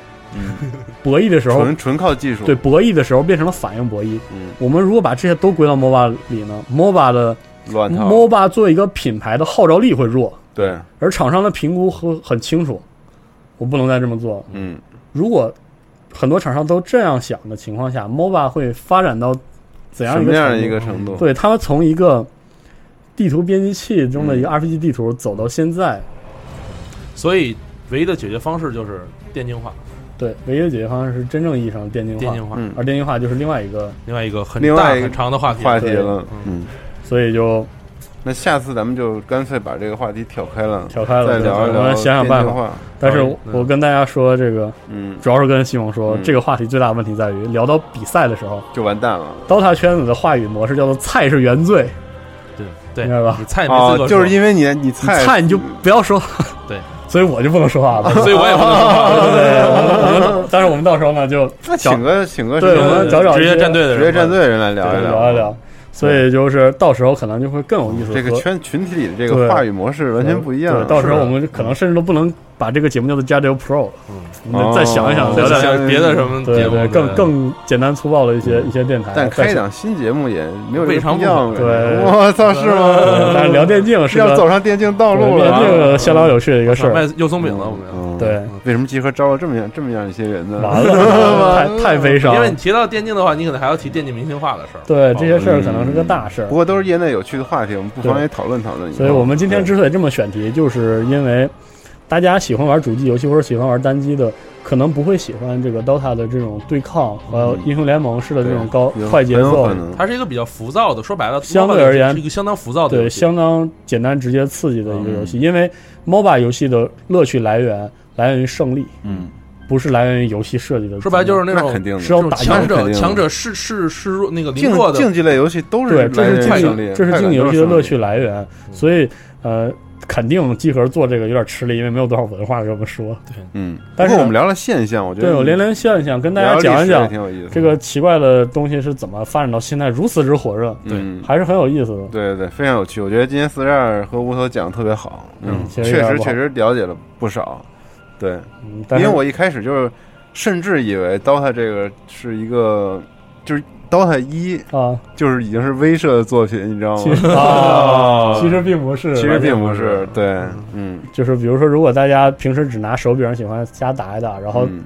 [SPEAKER 4] 博弈的时
[SPEAKER 10] 嗯
[SPEAKER 4] 候，
[SPEAKER 10] 纯纯靠技术。
[SPEAKER 4] 对，博弈的时候变成了反应博弈。
[SPEAKER 10] 嗯
[SPEAKER 4] 我们如果把这些都归到 MOBA 里呢，MOBA 的
[SPEAKER 10] 乱套。
[SPEAKER 4] MOBA 作为一个品牌的号召力会弱，
[SPEAKER 10] 对，
[SPEAKER 4] 而厂商的评估很很清楚，我不能再这么做。
[SPEAKER 10] 嗯，
[SPEAKER 4] 如果很多厂商都这样想的情况下，MOBA 会发展到怎样
[SPEAKER 10] 什
[SPEAKER 4] 一
[SPEAKER 10] 么
[SPEAKER 4] 个
[SPEAKER 10] 样
[SPEAKER 4] 程
[SPEAKER 10] 的
[SPEAKER 4] 度
[SPEAKER 10] 一个程度？
[SPEAKER 4] 对他们从一个地图编辑器中的
[SPEAKER 10] 嗯
[SPEAKER 4] 一个 RPG 地图走到现在，
[SPEAKER 2] 所以唯一的解决方式就是电竞化，
[SPEAKER 4] 对，唯一的解决方案是真正意义上的电竞
[SPEAKER 2] 电
[SPEAKER 4] 化，
[SPEAKER 2] 竞化，
[SPEAKER 10] 嗯
[SPEAKER 4] 而电竞化就是另外一个，
[SPEAKER 2] 另外一个很
[SPEAKER 10] 另
[SPEAKER 2] 大
[SPEAKER 10] 外一个
[SPEAKER 2] 很长的话题。
[SPEAKER 10] 话题
[SPEAKER 4] 对
[SPEAKER 10] 了，嗯，
[SPEAKER 4] 所以就
[SPEAKER 10] 那下次咱们就干脆把这个话题挑开了，
[SPEAKER 4] 挑开了
[SPEAKER 10] 再聊一
[SPEAKER 4] 我
[SPEAKER 10] 聊
[SPEAKER 4] 们想想办法
[SPEAKER 10] 电竞化。
[SPEAKER 4] 但是
[SPEAKER 2] 嗯
[SPEAKER 4] 我跟大家说这个，
[SPEAKER 10] 嗯，
[SPEAKER 4] 主要是跟西蒙说，
[SPEAKER 10] 嗯
[SPEAKER 4] 这个话题最大的问题在于，聊到比赛的时候
[SPEAKER 10] 就完蛋了。
[SPEAKER 4] ，DOTA 圈子的话语模式叫做“菜是原罪
[SPEAKER 2] 对对，
[SPEAKER 4] 明白吧
[SPEAKER 2] 你菜也没
[SPEAKER 10] 哦
[SPEAKER 2] 资格，说，
[SPEAKER 10] 就是因为你你”，
[SPEAKER 4] 你
[SPEAKER 10] 菜
[SPEAKER 4] 菜你就不要说，
[SPEAKER 2] 对，啊
[SPEAKER 4] 所以我就不能说话了。
[SPEAKER 2] 所以我也不能说话。
[SPEAKER 4] 对，我们但是我们到时候呢就
[SPEAKER 10] 那请个请个
[SPEAKER 4] 对
[SPEAKER 10] 什
[SPEAKER 4] 我
[SPEAKER 10] 么
[SPEAKER 4] 们找找
[SPEAKER 2] 职
[SPEAKER 4] 一
[SPEAKER 2] 业
[SPEAKER 4] 些
[SPEAKER 2] 战队的人
[SPEAKER 10] 职业战队人来聊
[SPEAKER 4] 对
[SPEAKER 10] 一
[SPEAKER 4] 聊一聊，所以就是到时候可能就会更有意思和。
[SPEAKER 10] 这个圈群体里的这个
[SPEAKER 4] 对
[SPEAKER 10] 话语模式完全不一样啊
[SPEAKER 4] 对，。到时候我们可能甚至都不能把这个节目叫做《加 a Pro》了，我们
[SPEAKER 10] 哦
[SPEAKER 4] 再想一想，聊
[SPEAKER 2] 聊
[SPEAKER 4] 点
[SPEAKER 2] 点别的什么节
[SPEAKER 4] 对
[SPEAKER 2] 目
[SPEAKER 4] 对
[SPEAKER 2] 的，嗯
[SPEAKER 4] 更更简单粗暴的一些一些电台。
[SPEAKER 10] 但开一
[SPEAKER 4] 再想
[SPEAKER 10] 档新节目也没有
[SPEAKER 2] 未
[SPEAKER 10] 这个
[SPEAKER 2] 尝
[SPEAKER 10] 必
[SPEAKER 2] 不
[SPEAKER 10] 要。
[SPEAKER 4] 可对
[SPEAKER 10] 我操，是
[SPEAKER 4] 对但是
[SPEAKER 10] 吗？
[SPEAKER 4] 聊电竞是
[SPEAKER 10] 要
[SPEAKER 4] 个
[SPEAKER 10] 走上电竞道
[SPEAKER 4] 对
[SPEAKER 10] 路
[SPEAKER 4] 聊电竞
[SPEAKER 10] 了。
[SPEAKER 4] 个相当有趣的一个事
[SPEAKER 2] 想卖
[SPEAKER 4] 儿。
[SPEAKER 2] 肉松饼了，我们要。
[SPEAKER 10] 嗯，
[SPEAKER 4] 对，
[SPEAKER 10] 为什么集合招了这么样这么样一些人呢？
[SPEAKER 4] 完了， 太太悲伤
[SPEAKER 2] 因为
[SPEAKER 4] 了
[SPEAKER 2] 你。提到电竞的话，你可能还要提电竞明星化的事儿。
[SPEAKER 4] 啊对这些事儿可能是个大事儿
[SPEAKER 10] 不，过都是业内有趣的话题，我们不妨也讨论讨论。
[SPEAKER 4] 所以我们今天之所以这么选题，就是因为大家喜欢玩主机游戏或者喜欢玩单机的，可能不会喜欢这个 DOTA 的这种对抗，还有英雄联盟式的这种高
[SPEAKER 10] 嗯有
[SPEAKER 4] 快节
[SPEAKER 10] 很有
[SPEAKER 4] 奏
[SPEAKER 10] 可，能
[SPEAKER 2] 嗯它是一个比较浮躁的，说白了，
[SPEAKER 4] 相对
[SPEAKER 2] MOBA
[SPEAKER 4] 而言
[SPEAKER 2] 是一个相当浮躁的游
[SPEAKER 4] 对，
[SPEAKER 2] 戏
[SPEAKER 4] 相当简单直接刺激的一个
[SPEAKER 10] 嗯
[SPEAKER 4] 游戏。因为 MOBA 游戏的乐趣来源来源于胜利，
[SPEAKER 10] 嗯，
[SPEAKER 4] 不是来源于游戏设计的。
[SPEAKER 2] 说白了就是那
[SPEAKER 10] 那
[SPEAKER 2] 种
[SPEAKER 10] 肯定的
[SPEAKER 4] 是
[SPEAKER 2] 这
[SPEAKER 4] 要
[SPEAKER 2] 种
[SPEAKER 4] 打
[SPEAKER 2] 强
[SPEAKER 10] 那肯
[SPEAKER 2] 者
[SPEAKER 10] 定的
[SPEAKER 2] 强者示示示弱那个凌
[SPEAKER 10] 竞
[SPEAKER 2] 弱的
[SPEAKER 10] 竞技类游戏都
[SPEAKER 4] 对，
[SPEAKER 10] 来
[SPEAKER 4] 这是
[SPEAKER 10] 源于
[SPEAKER 4] 竞
[SPEAKER 10] 胜
[SPEAKER 4] 技
[SPEAKER 10] 利，嗯
[SPEAKER 4] 这是
[SPEAKER 10] 快感
[SPEAKER 4] 竞技游
[SPEAKER 10] 都
[SPEAKER 4] 戏
[SPEAKER 10] 是
[SPEAKER 4] 的
[SPEAKER 10] 胜利
[SPEAKER 4] 乐趣来源。所以呃，肯定集合做这个有点吃力，因为没有多少文化给我们说。
[SPEAKER 2] 对，
[SPEAKER 10] 嗯，
[SPEAKER 4] 但是
[SPEAKER 10] 不过我们聊了现象，我觉得
[SPEAKER 4] 对我连连现象跟大家
[SPEAKER 10] 聊
[SPEAKER 4] 讲一
[SPEAKER 10] 历史也
[SPEAKER 4] 讲
[SPEAKER 10] 挺有意思的，
[SPEAKER 4] 这个奇怪的东西是怎么发展到现在如此之火热，
[SPEAKER 10] 嗯
[SPEAKER 4] 还是很有意思的。
[SPEAKER 10] 对对对，非常有趣。我觉得今天四十二和吴头讲的特别好，
[SPEAKER 4] 嗯
[SPEAKER 10] 确
[SPEAKER 4] 其实有点
[SPEAKER 10] 实
[SPEAKER 4] 不好
[SPEAKER 10] 确实了解了不少。对，
[SPEAKER 4] 嗯但
[SPEAKER 10] 因
[SPEAKER 4] 是
[SPEAKER 10] 为我一开始就是甚至以为 DOTA 这个是一个就是 DOTA 一
[SPEAKER 4] 啊，
[SPEAKER 10] 就是已经是威慑的作品，你知道
[SPEAKER 4] 其实
[SPEAKER 10] 吗？哦
[SPEAKER 4] 啊， 其实并不 是，
[SPEAKER 10] 其实并不是，对，嗯，
[SPEAKER 4] 就是比如说，如果大家平时只拿手柄喜欢瞎打一打，然后
[SPEAKER 10] 嗯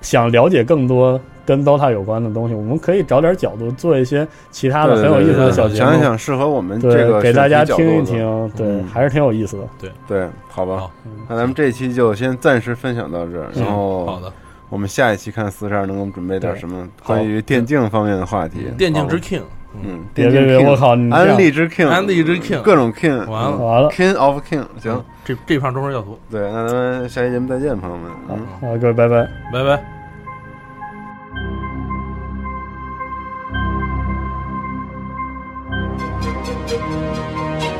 [SPEAKER 4] 想了解更多跟 DOTA 有关的东西，我们可以找点角度做一些其他的
[SPEAKER 10] 对
[SPEAKER 4] 很
[SPEAKER 10] 对
[SPEAKER 4] 有意思
[SPEAKER 10] 对
[SPEAKER 4] 的
[SPEAKER 10] 对
[SPEAKER 4] 小节目，
[SPEAKER 10] 想一想适合我们这
[SPEAKER 4] 对，
[SPEAKER 10] 个
[SPEAKER 4] 给大家
[SPEAKER 10] 选题角
[SPEAKER 4] 听一
[SPEAKER 10] 度的
[SPEAKER 4] 听，对，
[SPEAKER 10] 嗯
[SPEAKER 4] 还是挺有意思的。
[SPEAKER 10] 对，好吧
[SPEAKER 2] 好，
[SPEAKER 10] 那咱们这期就先暂时分享到这
[SPEAKER 4] 嗯
[SPEAKER 10] 儿，然后
[SPEAKER 2] 好的，
[SPEAKER 10] 我们下一期看四十二能给我们准备点什么
[SPEAKER 4] 好
[SPEAKER 10] 关于电竞方面的话题。
[SPEAKER 2] 电竞之
[SPEAKER 10] 好
[SPEAKER 2] King，
[SPEAKER 10] 嗯，
[SPEAKER 4] 别
[SPEAKER 10] 电竞
[SPEAKER 4] 别别
[SPEAKER 10] king，
[SPEAKER 4] 我靠你这样
[SPEAKER 10] 安利之 king，
[SPEAKER 2] 安利之 king
[SPEAKER 10] 各种 king，
[SPEAKER 2] 完了
[SPEAKER 4] 完了
[SPEAKER 10] king of king。行，
[SPEAKER 2] 这这胖中文教徒，
[SPEAKER 10] 对，那咱们下期节目再见，朋友们。嗯。
[SPEAKER 4] 好，各位拜拜。
[SPEAKER 2] 拜拜。
[SPEAKER 11] Thank